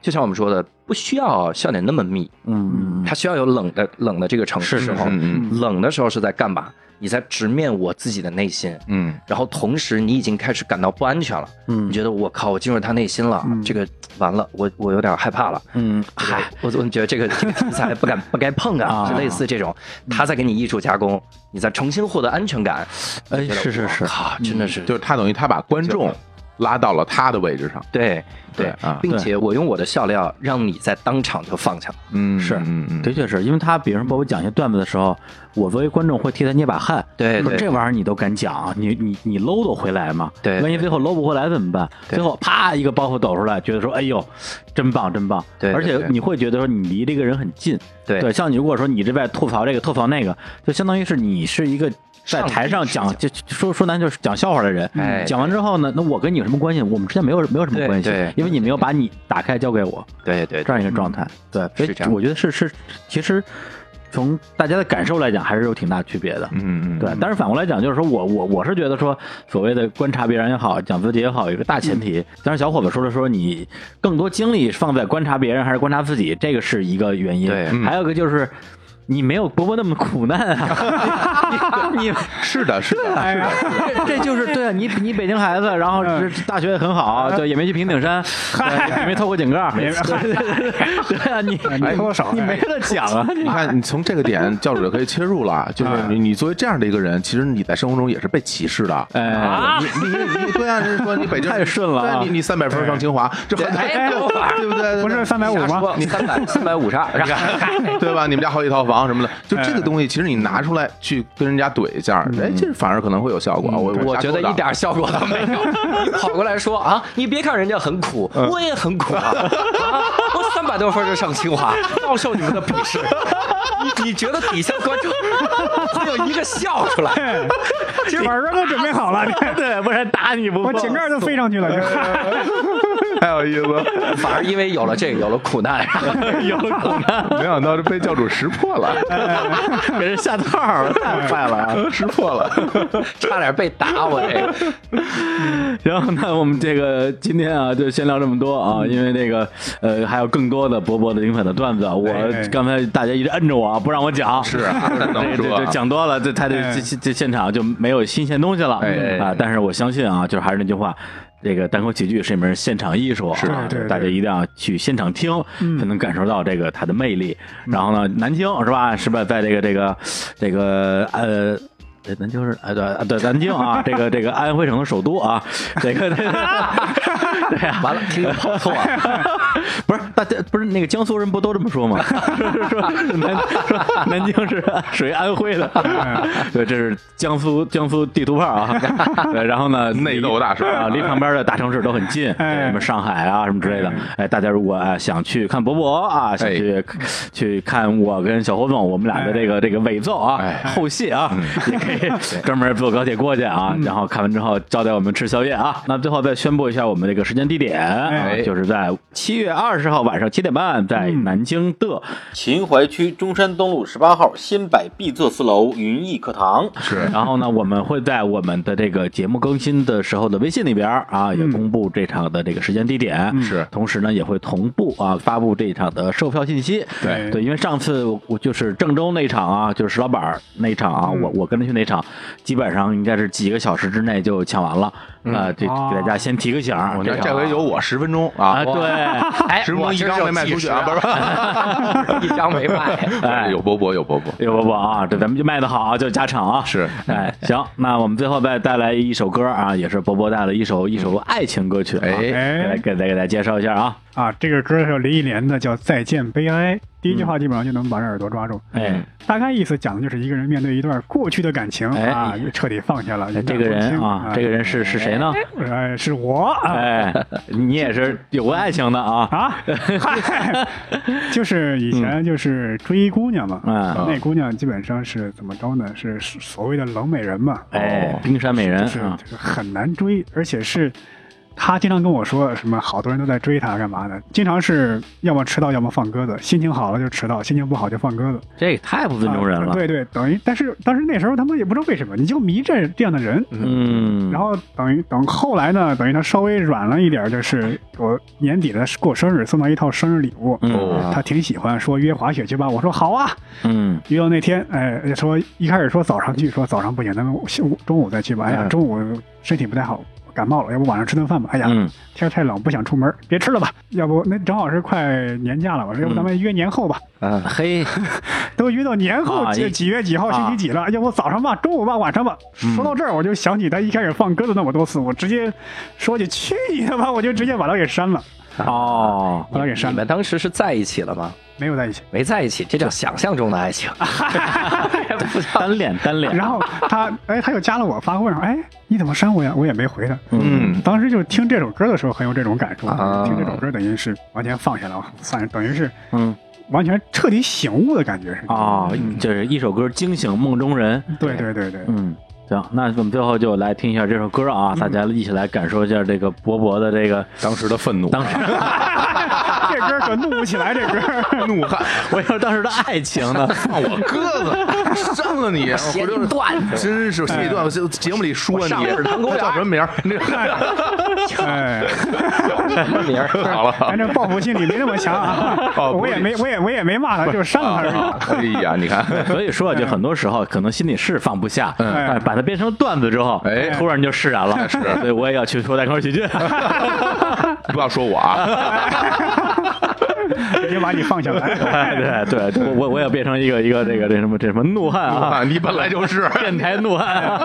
[SPEAKER 3] 就像我们说的，不需要笑点那么密，
[SPEAKER 1] 嗯嗯
[SPEAKER 3] 它需要有冷的冷的这个程度。
[SPEAKER 1] 是是
[SPEAKER 3] 时候，
[SPEAKER 2] 嗯
[SPEAKER 3] 冷的时候是在干嘛？你在直面我自己的内心，
[SPEAKER 2] *laughs* 嗯
[SPEAKER 3] 然后同时你已经开始感到不安全了。
[SPEAKER 1] 嗯
[SPEAKER 3] 你觉得我靠，我进入他内心了，这个完了，我我有点害怕了。
[SPEAKER 1] 嗯，
[SPEAKER 3] 嗨，我总觉得这个这个题材不敢不该碰啊，
[SPEAKER 1] *laughs* 啊
[SPEAKER 3] 就类似这种，他在给你艺术加工，你再重新获得安全感。
[SPEAKER 1] 哎
[SPEAKER 3] 你觉得
[SPEAKER 1] 是是是
[SPEAKER 3] 我靠，真的是
[SPEAKER 2] 嗯，就是他等于他把观众拉到了他的位置上，
[SPEAKER 3] 对
[SPEAKER 2] 对
[SPEAKER 3] 对
[SPEAKER 2] 啊
[SPEAKER 3] 并且我用我的笑料让你在当场就放下了。
[SPEAKER 2] 嗯，
[SPEAKER 1] 是
[SPEAKER 2] 嗯嗯，
[SPEAKER 1] 的确是因为他，比如说波波讲一些段子的时候，我作为观众会替他捏把汗。
[SPEAKER 3] 对
[SPEAKER 1] 说
[SPEAKER 3] 对
[SPEAKER 1] 这玩意儿你都敢讲，你你你搂得回来吗？
[SPEAKER 3] 对
[SPEAKER 1] 万一最后搂不回来怎么办？
[SPEAKER 3] 对
[SPEAKER 1] 最后啪一个包袱抖出来，觉得说哎呦，真棒真棒。
[SPEAKER 3] 对对
[SPEAKER 1] 而且
[SPEAKER 3] 对
[SPEAKER 1] 你会觉得说你离这个人很近。
[SPEAKER 3] 对
[SPEAKER 1] 对，像你如果说你这边吐槽这个吐槽那个，就相当于是你是一个。在
[SPEAKER 3] 上帝
[SPEAKER 1] 台上
[SPEAKER 3] 视
[SPEAKER 1] 讲，就就说说难就是讲笑话的人，
[SPEAKER 3] 哎
[SPEAKER 1] 讲完之后呢，那我跟你有什么关系？我们之间没有没有什么
[SPEAKER 3] 对
[SPEAKER 1] 关系
[SPEAKER 3] 对，
[SPEAKER 1] 因为你没有把你打开交给我。
[SPEAKER 3] 对对
[SPEAKER 1] 这样一个状态。对，所以
[SPEAKER 3] 嗯是这样
[SPEAKER 1] 我觉得是是，其实从大家的感受来讲，还是有挺大区别的。
[SPEAKER 2] 嗯嗯，
[SPEAKER 1] 对，但是反过来讲，就是说我我我是觉得说，所谓的观察别人也好，讲自己也好，有一个大前提。
[SPEAKER 3] 嗯
[SPEAKER 1] 当然，小伙子说了说，你更多精力放在观察别人还是观察自己，这个是一个原因。
[SPEAKER 3] 对嗯
[SPEAKER 1] 还有一个就是。你没有伯伯那么苦难
[SPEAKER 3] *laughs*
[SPEAKER 1] 啊！你你你
[SPEAKER 2] 是的，是的，
[SPEAKER 4] 哎呀，
[SPEAKER 1] *laughs* 这这就是对啊，你你北京孩子，然后这大学也很好，啊对，也没去平顶山，对也没透过井盖儿， *laughs*
[SPEAKER 4] 也
[SPEAKER 1] 对对对对啊，你
[SPEAKER 4] 你多少
[SPEAKER 1] 你没得讲啊，
[SPEAKER 2] 你看，你从这个点，教主就可以切入了，啊就是你，你作为这样的一个人，其实你在生活中也是被歧视的。
[SPEAKER 1] 哎，
[SPEAKER 2] 你你你，对啊，人家说你北京
[SPEAKER 1] 太顺了啊
[SPEAKER 2] 对你你三百分上清华，这很
[SPEAKER 3] 哎等会儿
[SPEAKER 2] 对不对？
[SPEAKER 4] 不是三百五吗？
[SPEAKER 3] 你三百三百五十二，然
[SPEAKER 2] *laughs*
[SPEAKER 3] 后嗯
[SPEAKER 2] 对吧？你们家好几套房什么的，就这个东西，其实你拿出来去跟人家怼一下，哎，这反而可能会有效果。我
[SPEAKER 3] 嗯我
[SPEAKER 2] 瞎
[SPEAKER 3] 觉得
[SPEAKER 2] 说
[SPEAKER 3] 一点效果都没
[SPEAKER 2] *laughs*
[SPEAKER 3] 有。跑过来说啊，你别看人家很苦，
[SPEAKER 2] 嗯
[SPEAKER 3] 我也很苦啊，啊我三百多分就上清
[SPEAKER 2] *laughs*
[SPEAKER 3] 华，遭受你们的鄙视。 *laughs* 你你觉得底下观众 *laughs* 会有一个笑出来？
[SPEAKER 4] 其实板哥都准备好了，
[SPEAKER 1] 对，不然打你不
[SPEAKER 4] *laughs* 我
[SPEAKER 1] 放
[SPEAKER 4] 井盖都飞上
[SPEAKER 1] *laughs*
[SPEAKER 4] 去了，
[SPEAKER 2] 的，太有意思了。
[SPEAKER 3] 反而因为有了这个，有了苦难，
[SPEAKER 1] 有了苦难，
[SPEAKER 2] 没想到这被教主识破了，
[SPEAKER 1] *laughs* 给人下套儿了，太坏了啊！
[SPEAKER 2] 识破了。
[SPEAKER 3] *laughs* 差点被打。我这个
[SPEAKER 1] 行，那我们这个今天啊，就先聊这么多啊，因为那个呃，还有更多的伯伯的精彩的段子啊，我
[SPEAKER 4] 哎哎
[SPEAKER 1] 刚才大家一直摁着我啊，不让我讲，
[SPEAKER 2] 是啊， *laughs* 不能
[SPEAKER 1] 对对
[SPEAKER 2] 说
[SPEAKER 1] 对，*laughs*
[SPEAKER 2] 啊
[SPEAKER 1] 讲多了，这他这
[SPEAKER 4] 哎
[SPEAKER 1] 这这这现场就没有新鲜东西了
[SPEAKER 2] 哎哎
[SPEAKER 1] 啊！但是我相信啊，就是还是那句话，这个单口喜剧是一门现场艺术啊，
[SPEAKER 4] 对嗯对
[SPEAKER 1] 大家一定要去现场听，才能感受到这个它的
[SPEAKER 4] 嗯
[SPEAKER 1] 魅力。然后呢，南京是吧？是吧？在这个这个这个呃。对，南京是哎对啊对南京啊，这个这个安徽省的首都啊，这个 *laughs* 对啊呀，
[SPEAKER 3] 完了，听
[SPEAKER 2] *laughs*
[SPEAKER 3] 着跑错了。
[SPEAKER 1] *laughs* 不是大家不是那个江苏人不都这么说吗？ *laughs* 说说说南说南京是属于安徽的，
[SPEAKER 2] 嗯
[SPEAKER 1] 对，这是江苏江苏地图炮啊。对，然后呢，
[SPEAKER 2] *laughs* 内斗大师
[SPEAKER 1] 啊，离旁边的大城市都很近，
[SPEAKER 4] 哎
[SPEAKER 1] 什么上海啊什么之类的。哎，大家如果哎想去看博博啊，想
[SPEAKER 2] 嗯哎
[SPEAKER 1] 去去看我跟小侯总我们俩的这个这个伪奏啊
[SPEAKER 2] 哎
[SPEAKER 1] 后戏啊，也可以专门坐高铁过去啊，然后看完之后招待我们吃宵夜啊。那最后再宣布一下我们这个时间地点啊
[SPEAKER 4] 哎，
[SPEAKER 1] 就是在七月二十号晚上七点半，在南京的
[SPEAKER 5] 秦淮区中山东路十八号新百 B 座四楼云逸课堂。
[SPEAKER 2] 是
[SPEAKER 1] 然后呢，我们会在我们的这个节目更新的时候的微信里边儿啊，也公布这场的这个时间地点。
[SPEAKER 2] 嗯是
[SPEAKER 1] 同时呢，也会同步啊发布这一场的售票信息。
[SPEAKER 4] 对
[SPEAKER 1] 对，因为上次我我就是郑州那场啊，就是石老板儿那场
[SPEAKER 2] 嗯
[SPEAKER 1] 啊，我我跟他去那场，基本上应该是几个小时之内就抢完了。啊，这
[SPEAKER 4] 哦
[SPEAKER 1] 给大家先提个醒儿。
[SPEAKER 2] 嗯我
[SPEAKER 1] 这
[SPEAKER 2] 那
[SPEAKER 1] 场
[SPEAKER 2] 这回有我十分钟啊，
[SPEAKER 1] 啊，对，
[SPEAKER 2] *laughs*
[SPEAKER 3] 哎，
[SPEAKER 2] 十分
[SPEAKER 3] 我
[SPEAKER 2] 钟一
[SPEAKER 3] 这是
[SPEAKER 2] 张
[SPEAKER 3] 有
[SPEAKER 2] 没卖
[SPEAKER 3] 计
[SPEAKER 2] 出去
[SPEAKER 3] 时
[SPEAKER 2] 啊，不是不是
[SPEAKER 3] *laughs* 一张没
[SPEAKER 2] *laughs*
[SPEAKER 3] 卖。
[SPEAKER 1] 哎
[SPEAKER 2] 有波波有波波，
[SPEAKER 1] 有不不啊，这咱们就卖的好啊，就加场啊。
[SPEAKER 2] 是
[SPEAKER 1] 哎，行，那我们最后再带来一首歌啊，也是波波带了一首一首爱情歌曲啊，
[SPEAKER 2] 嗯哎
[SPEAKER 1] 给大
[SPEAKER 4] 哎
[SPEAKER 1] 给大家给大家介绍一下啊。
[SPEAKER 4] 啊，这个歌是有林忆莲的，叫《再见悲哀》，第一句话基本上就能把人耳朵抓住。
[SPEAKER 1] 嗯哎，
[SPEAKER 4] 大概意思讲的就是一个人面对一段过去的感情
[SPEAKER 1] 哎
[SPEAKER 4] 啊，彻底放下了。
[SPEAKER 1] 哎这个人啊，这个人是是谁呢？
[SPEAKER 4] 人哎是我啊
[SPEAKER 1] 哎，你也是有过爱情的啊？
[SPEAKER 4] 啊，
[SPEAKER 1] *laughs*
[SPEAKER 4] 嗨就是以前就是追姑娘嘛，
[SPEAKER 1] 嗯
[SPEAKER 4] 那姑娘基本上是怎么着呢？是所谓的冷美人嘛，
[SPEAKER 1] 哎，冰山美人
[SPEAKER 4] 就是
[SPEAKER 1] 啊，
[SPEAKER 4] 就是很难追，而且是他经常跟我说什么，好多人都在追他干嘛的，经常是要么迟到，要么放鸽子，心情好了就迟到，心情不好就放鸽子，
[SPEAKER 1] 这也太不尊重人
[SPEAKER 4] 啊
[SPEAKER 1] 了。
[SPEAKER 4] 对对，等于但是当时那时候他们也不知道为什么，你就迷这这样的人。
[SPEAKER 1] 嗯，
[SPEAKER 4] 然后等于等后来呢，等于他稍微软了一点儿，就是我年底的时过生日送他一套生日礼物，啊
[SPEAKER 1] 嗯
[SPEAKER 4] 他挺喜欢，说约滑雪去吧，我说好啊，
[SPEAKER 1] 嗯
[SPEAKER 4] *laughs* 约到那天，哎，说一开始说早上去，说早上不行，咱们下午中午再去吧。哎呀，
[SPEAKER 1] 嗯
[SPEAKER 4] 中午身体不太好，感冒了，要不晚上吃顿饭吧。哎呀，
[SPEAKER 1] 嗯
[SPEAKER 4] 天儿太冷，不想出门，别吃了吧。要不那正好是快年假了嘛，要不咱们约年后吧？ *laughs*
[SPEAKER 1] 嗯，嘿，
[SPEAKER 4] 都约到年后
[SPEAKER 1] 啊
[SPEAKER 4] 几
[SPEAKER 1] 一
[SPEAKER 4] 几月几号
[SPEAKER 1] 啊嗯
[SPEAKER 4] 星期几了？要不早上吧，中午吧，晚上吧。说到这儿，我就想起他一开始放鸽子那么多次，我直接说句去你他妈，我就直接把他给删了，
[SPEAKER 1] 哦，
[SPEAKER 4] 把他给
[SPEAKER 3] 你
[SPEAKER 4] 删了
[SPEAKER 3] 们，当时是在一起了吗？
[SPEAKER 4] 没有在一起。
[SPEAKER 3] 没在一起，这叫想象中的爱情。不知道
[SPEAKER 1] 单恋单恋，
[SPEAKER 4] 然后他哎，他又加了我发问，哎，你怎么删我呀？我也没回他。
[SPEAKER 2] 嗯，
[SPEAKER 4] 当时就听这首歌的时候很有这种感受，听这首歌等于是完全放下了，算是等于是
[SPEAKER 1] 嗯
[SPEAKER 4] 完全彻底醒悟的感觉是。
[SPEAKER 1] 啊，
[SPEAKER 4] 嗯
[SPEAKER 1] 就是一首歌惊醒梦中人。
[SPEAKER 4] 对对对对，
[SPEAKER 1] 嗯，行，那我们最后就来听一下这首歌啊，
[SPEAKER 4] 嗯
[SPEAKER 1] 大家一起来感受一下这个博博的这个
[SPEAKER 2] 当时的愤怒，
[SPEAKER 1] 当时，
[SPEAKER 4] 这歌可怒不起来，这歌。
[SPEAKER 2] 怒汉，
[SPEAKER 1] 我要当时的爱情
[SPEAKER 4] *laughs*
[SPEAKER 1] 呢，
[SPEAKER 2] 放我 *laughs* 鸽子，删了你，
[SPEAKER 3] 写
[SPEAKER 2] 我就
[SPEAKER 3] 一段子
[SPEAKER 2] 真是写一段，我就节目里说你，
[SPEAKER 3] 上哪儿当公园
[SPEAKER 2] 叫什么名儿？那个
[SPEAKER 4] 哎，
[SPEAKER 3] 名儿。
[SPEAKER 2] 好了，啊好
[SPEAKER 4] *laughs* 反
[SPEAKER 2] 了
[SPEAKER 4] 正报复心理没那么强啊，
[SPEAKER 2] 哦不
[SPEAKER 4] 我也没，我也，我也没骂他，就是删了他而已。
[SPEAKER 2] 啊哎呀，你看， *laughs*
[SPEAKER 1] 所以说就很多时候可能心里是放不下，但是把它变成段子之后，
[SPEAKER 2] 嗯哎
[SPEAKER 1] 突然就释然了。 *laughs*
[SPEAKER 2] 是
[SPEAKER 1] 所以我也要去说单口喜
[SPEAKER 2] *laughs*
[SPEAKER 1] 剧。
[SPEAKER 2] 不要说我啊，
[SPEAKER 4] 直接把你放下
[SPEAKER 1] *laughs*
[SPEAKER 4] 来。
[SPEAKER 1] 哎，对对，我我我也变成一个一个这个这什么这什么怒汉啊，
[SPEAKER 2] 啊，你本来就是。
[SPEAKER 1] 电台怒
[SPEAKER 2] *laughs*
[SPEAKER 1] 汉。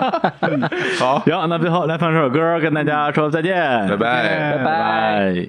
[SPEAKER 2] 好，
[SPEAKER 1] *laughs* 行，那最后来放这首歌，跟大家说再见，
[SPEAKER 2] 拜拜。
[SPEAKER 4] *laughs*
[SPEAKER 1] 拜拜。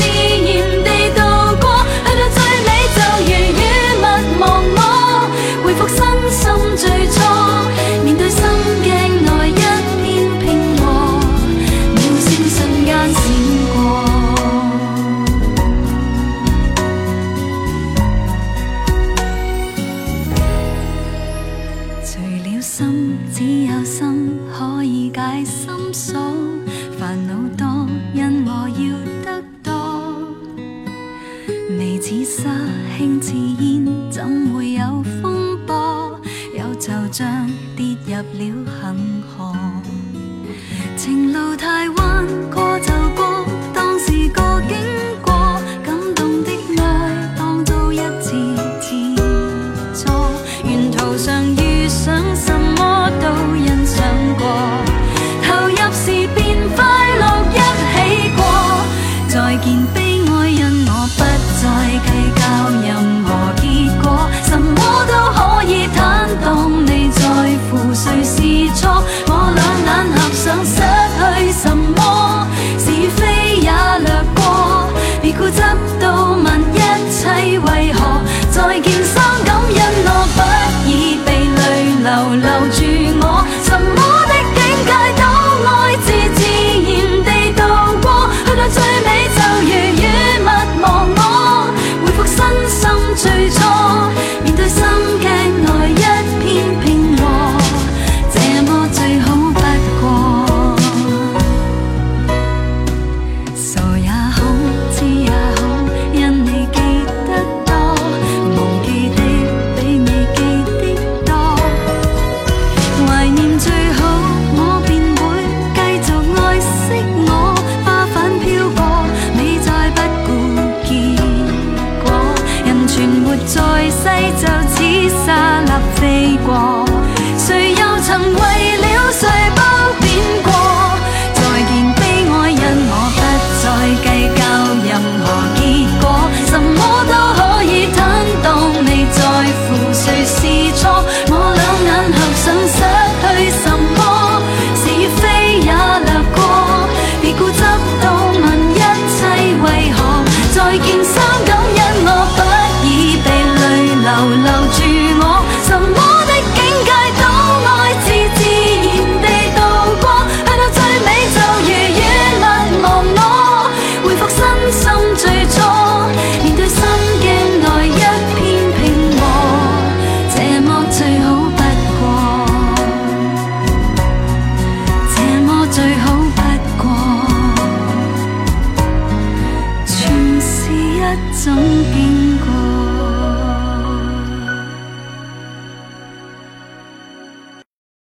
[SPEAKER 7] 自然地度過，去到最尾就如雨勿忘我，回復身心最初，面對心鏡內一片拼和，渺星瞬間閃過。除了心，只有心可以解心鎖，煩惱多，因我要得多。眉似沙，輕似煙，怎會有風波？有就像跌入了很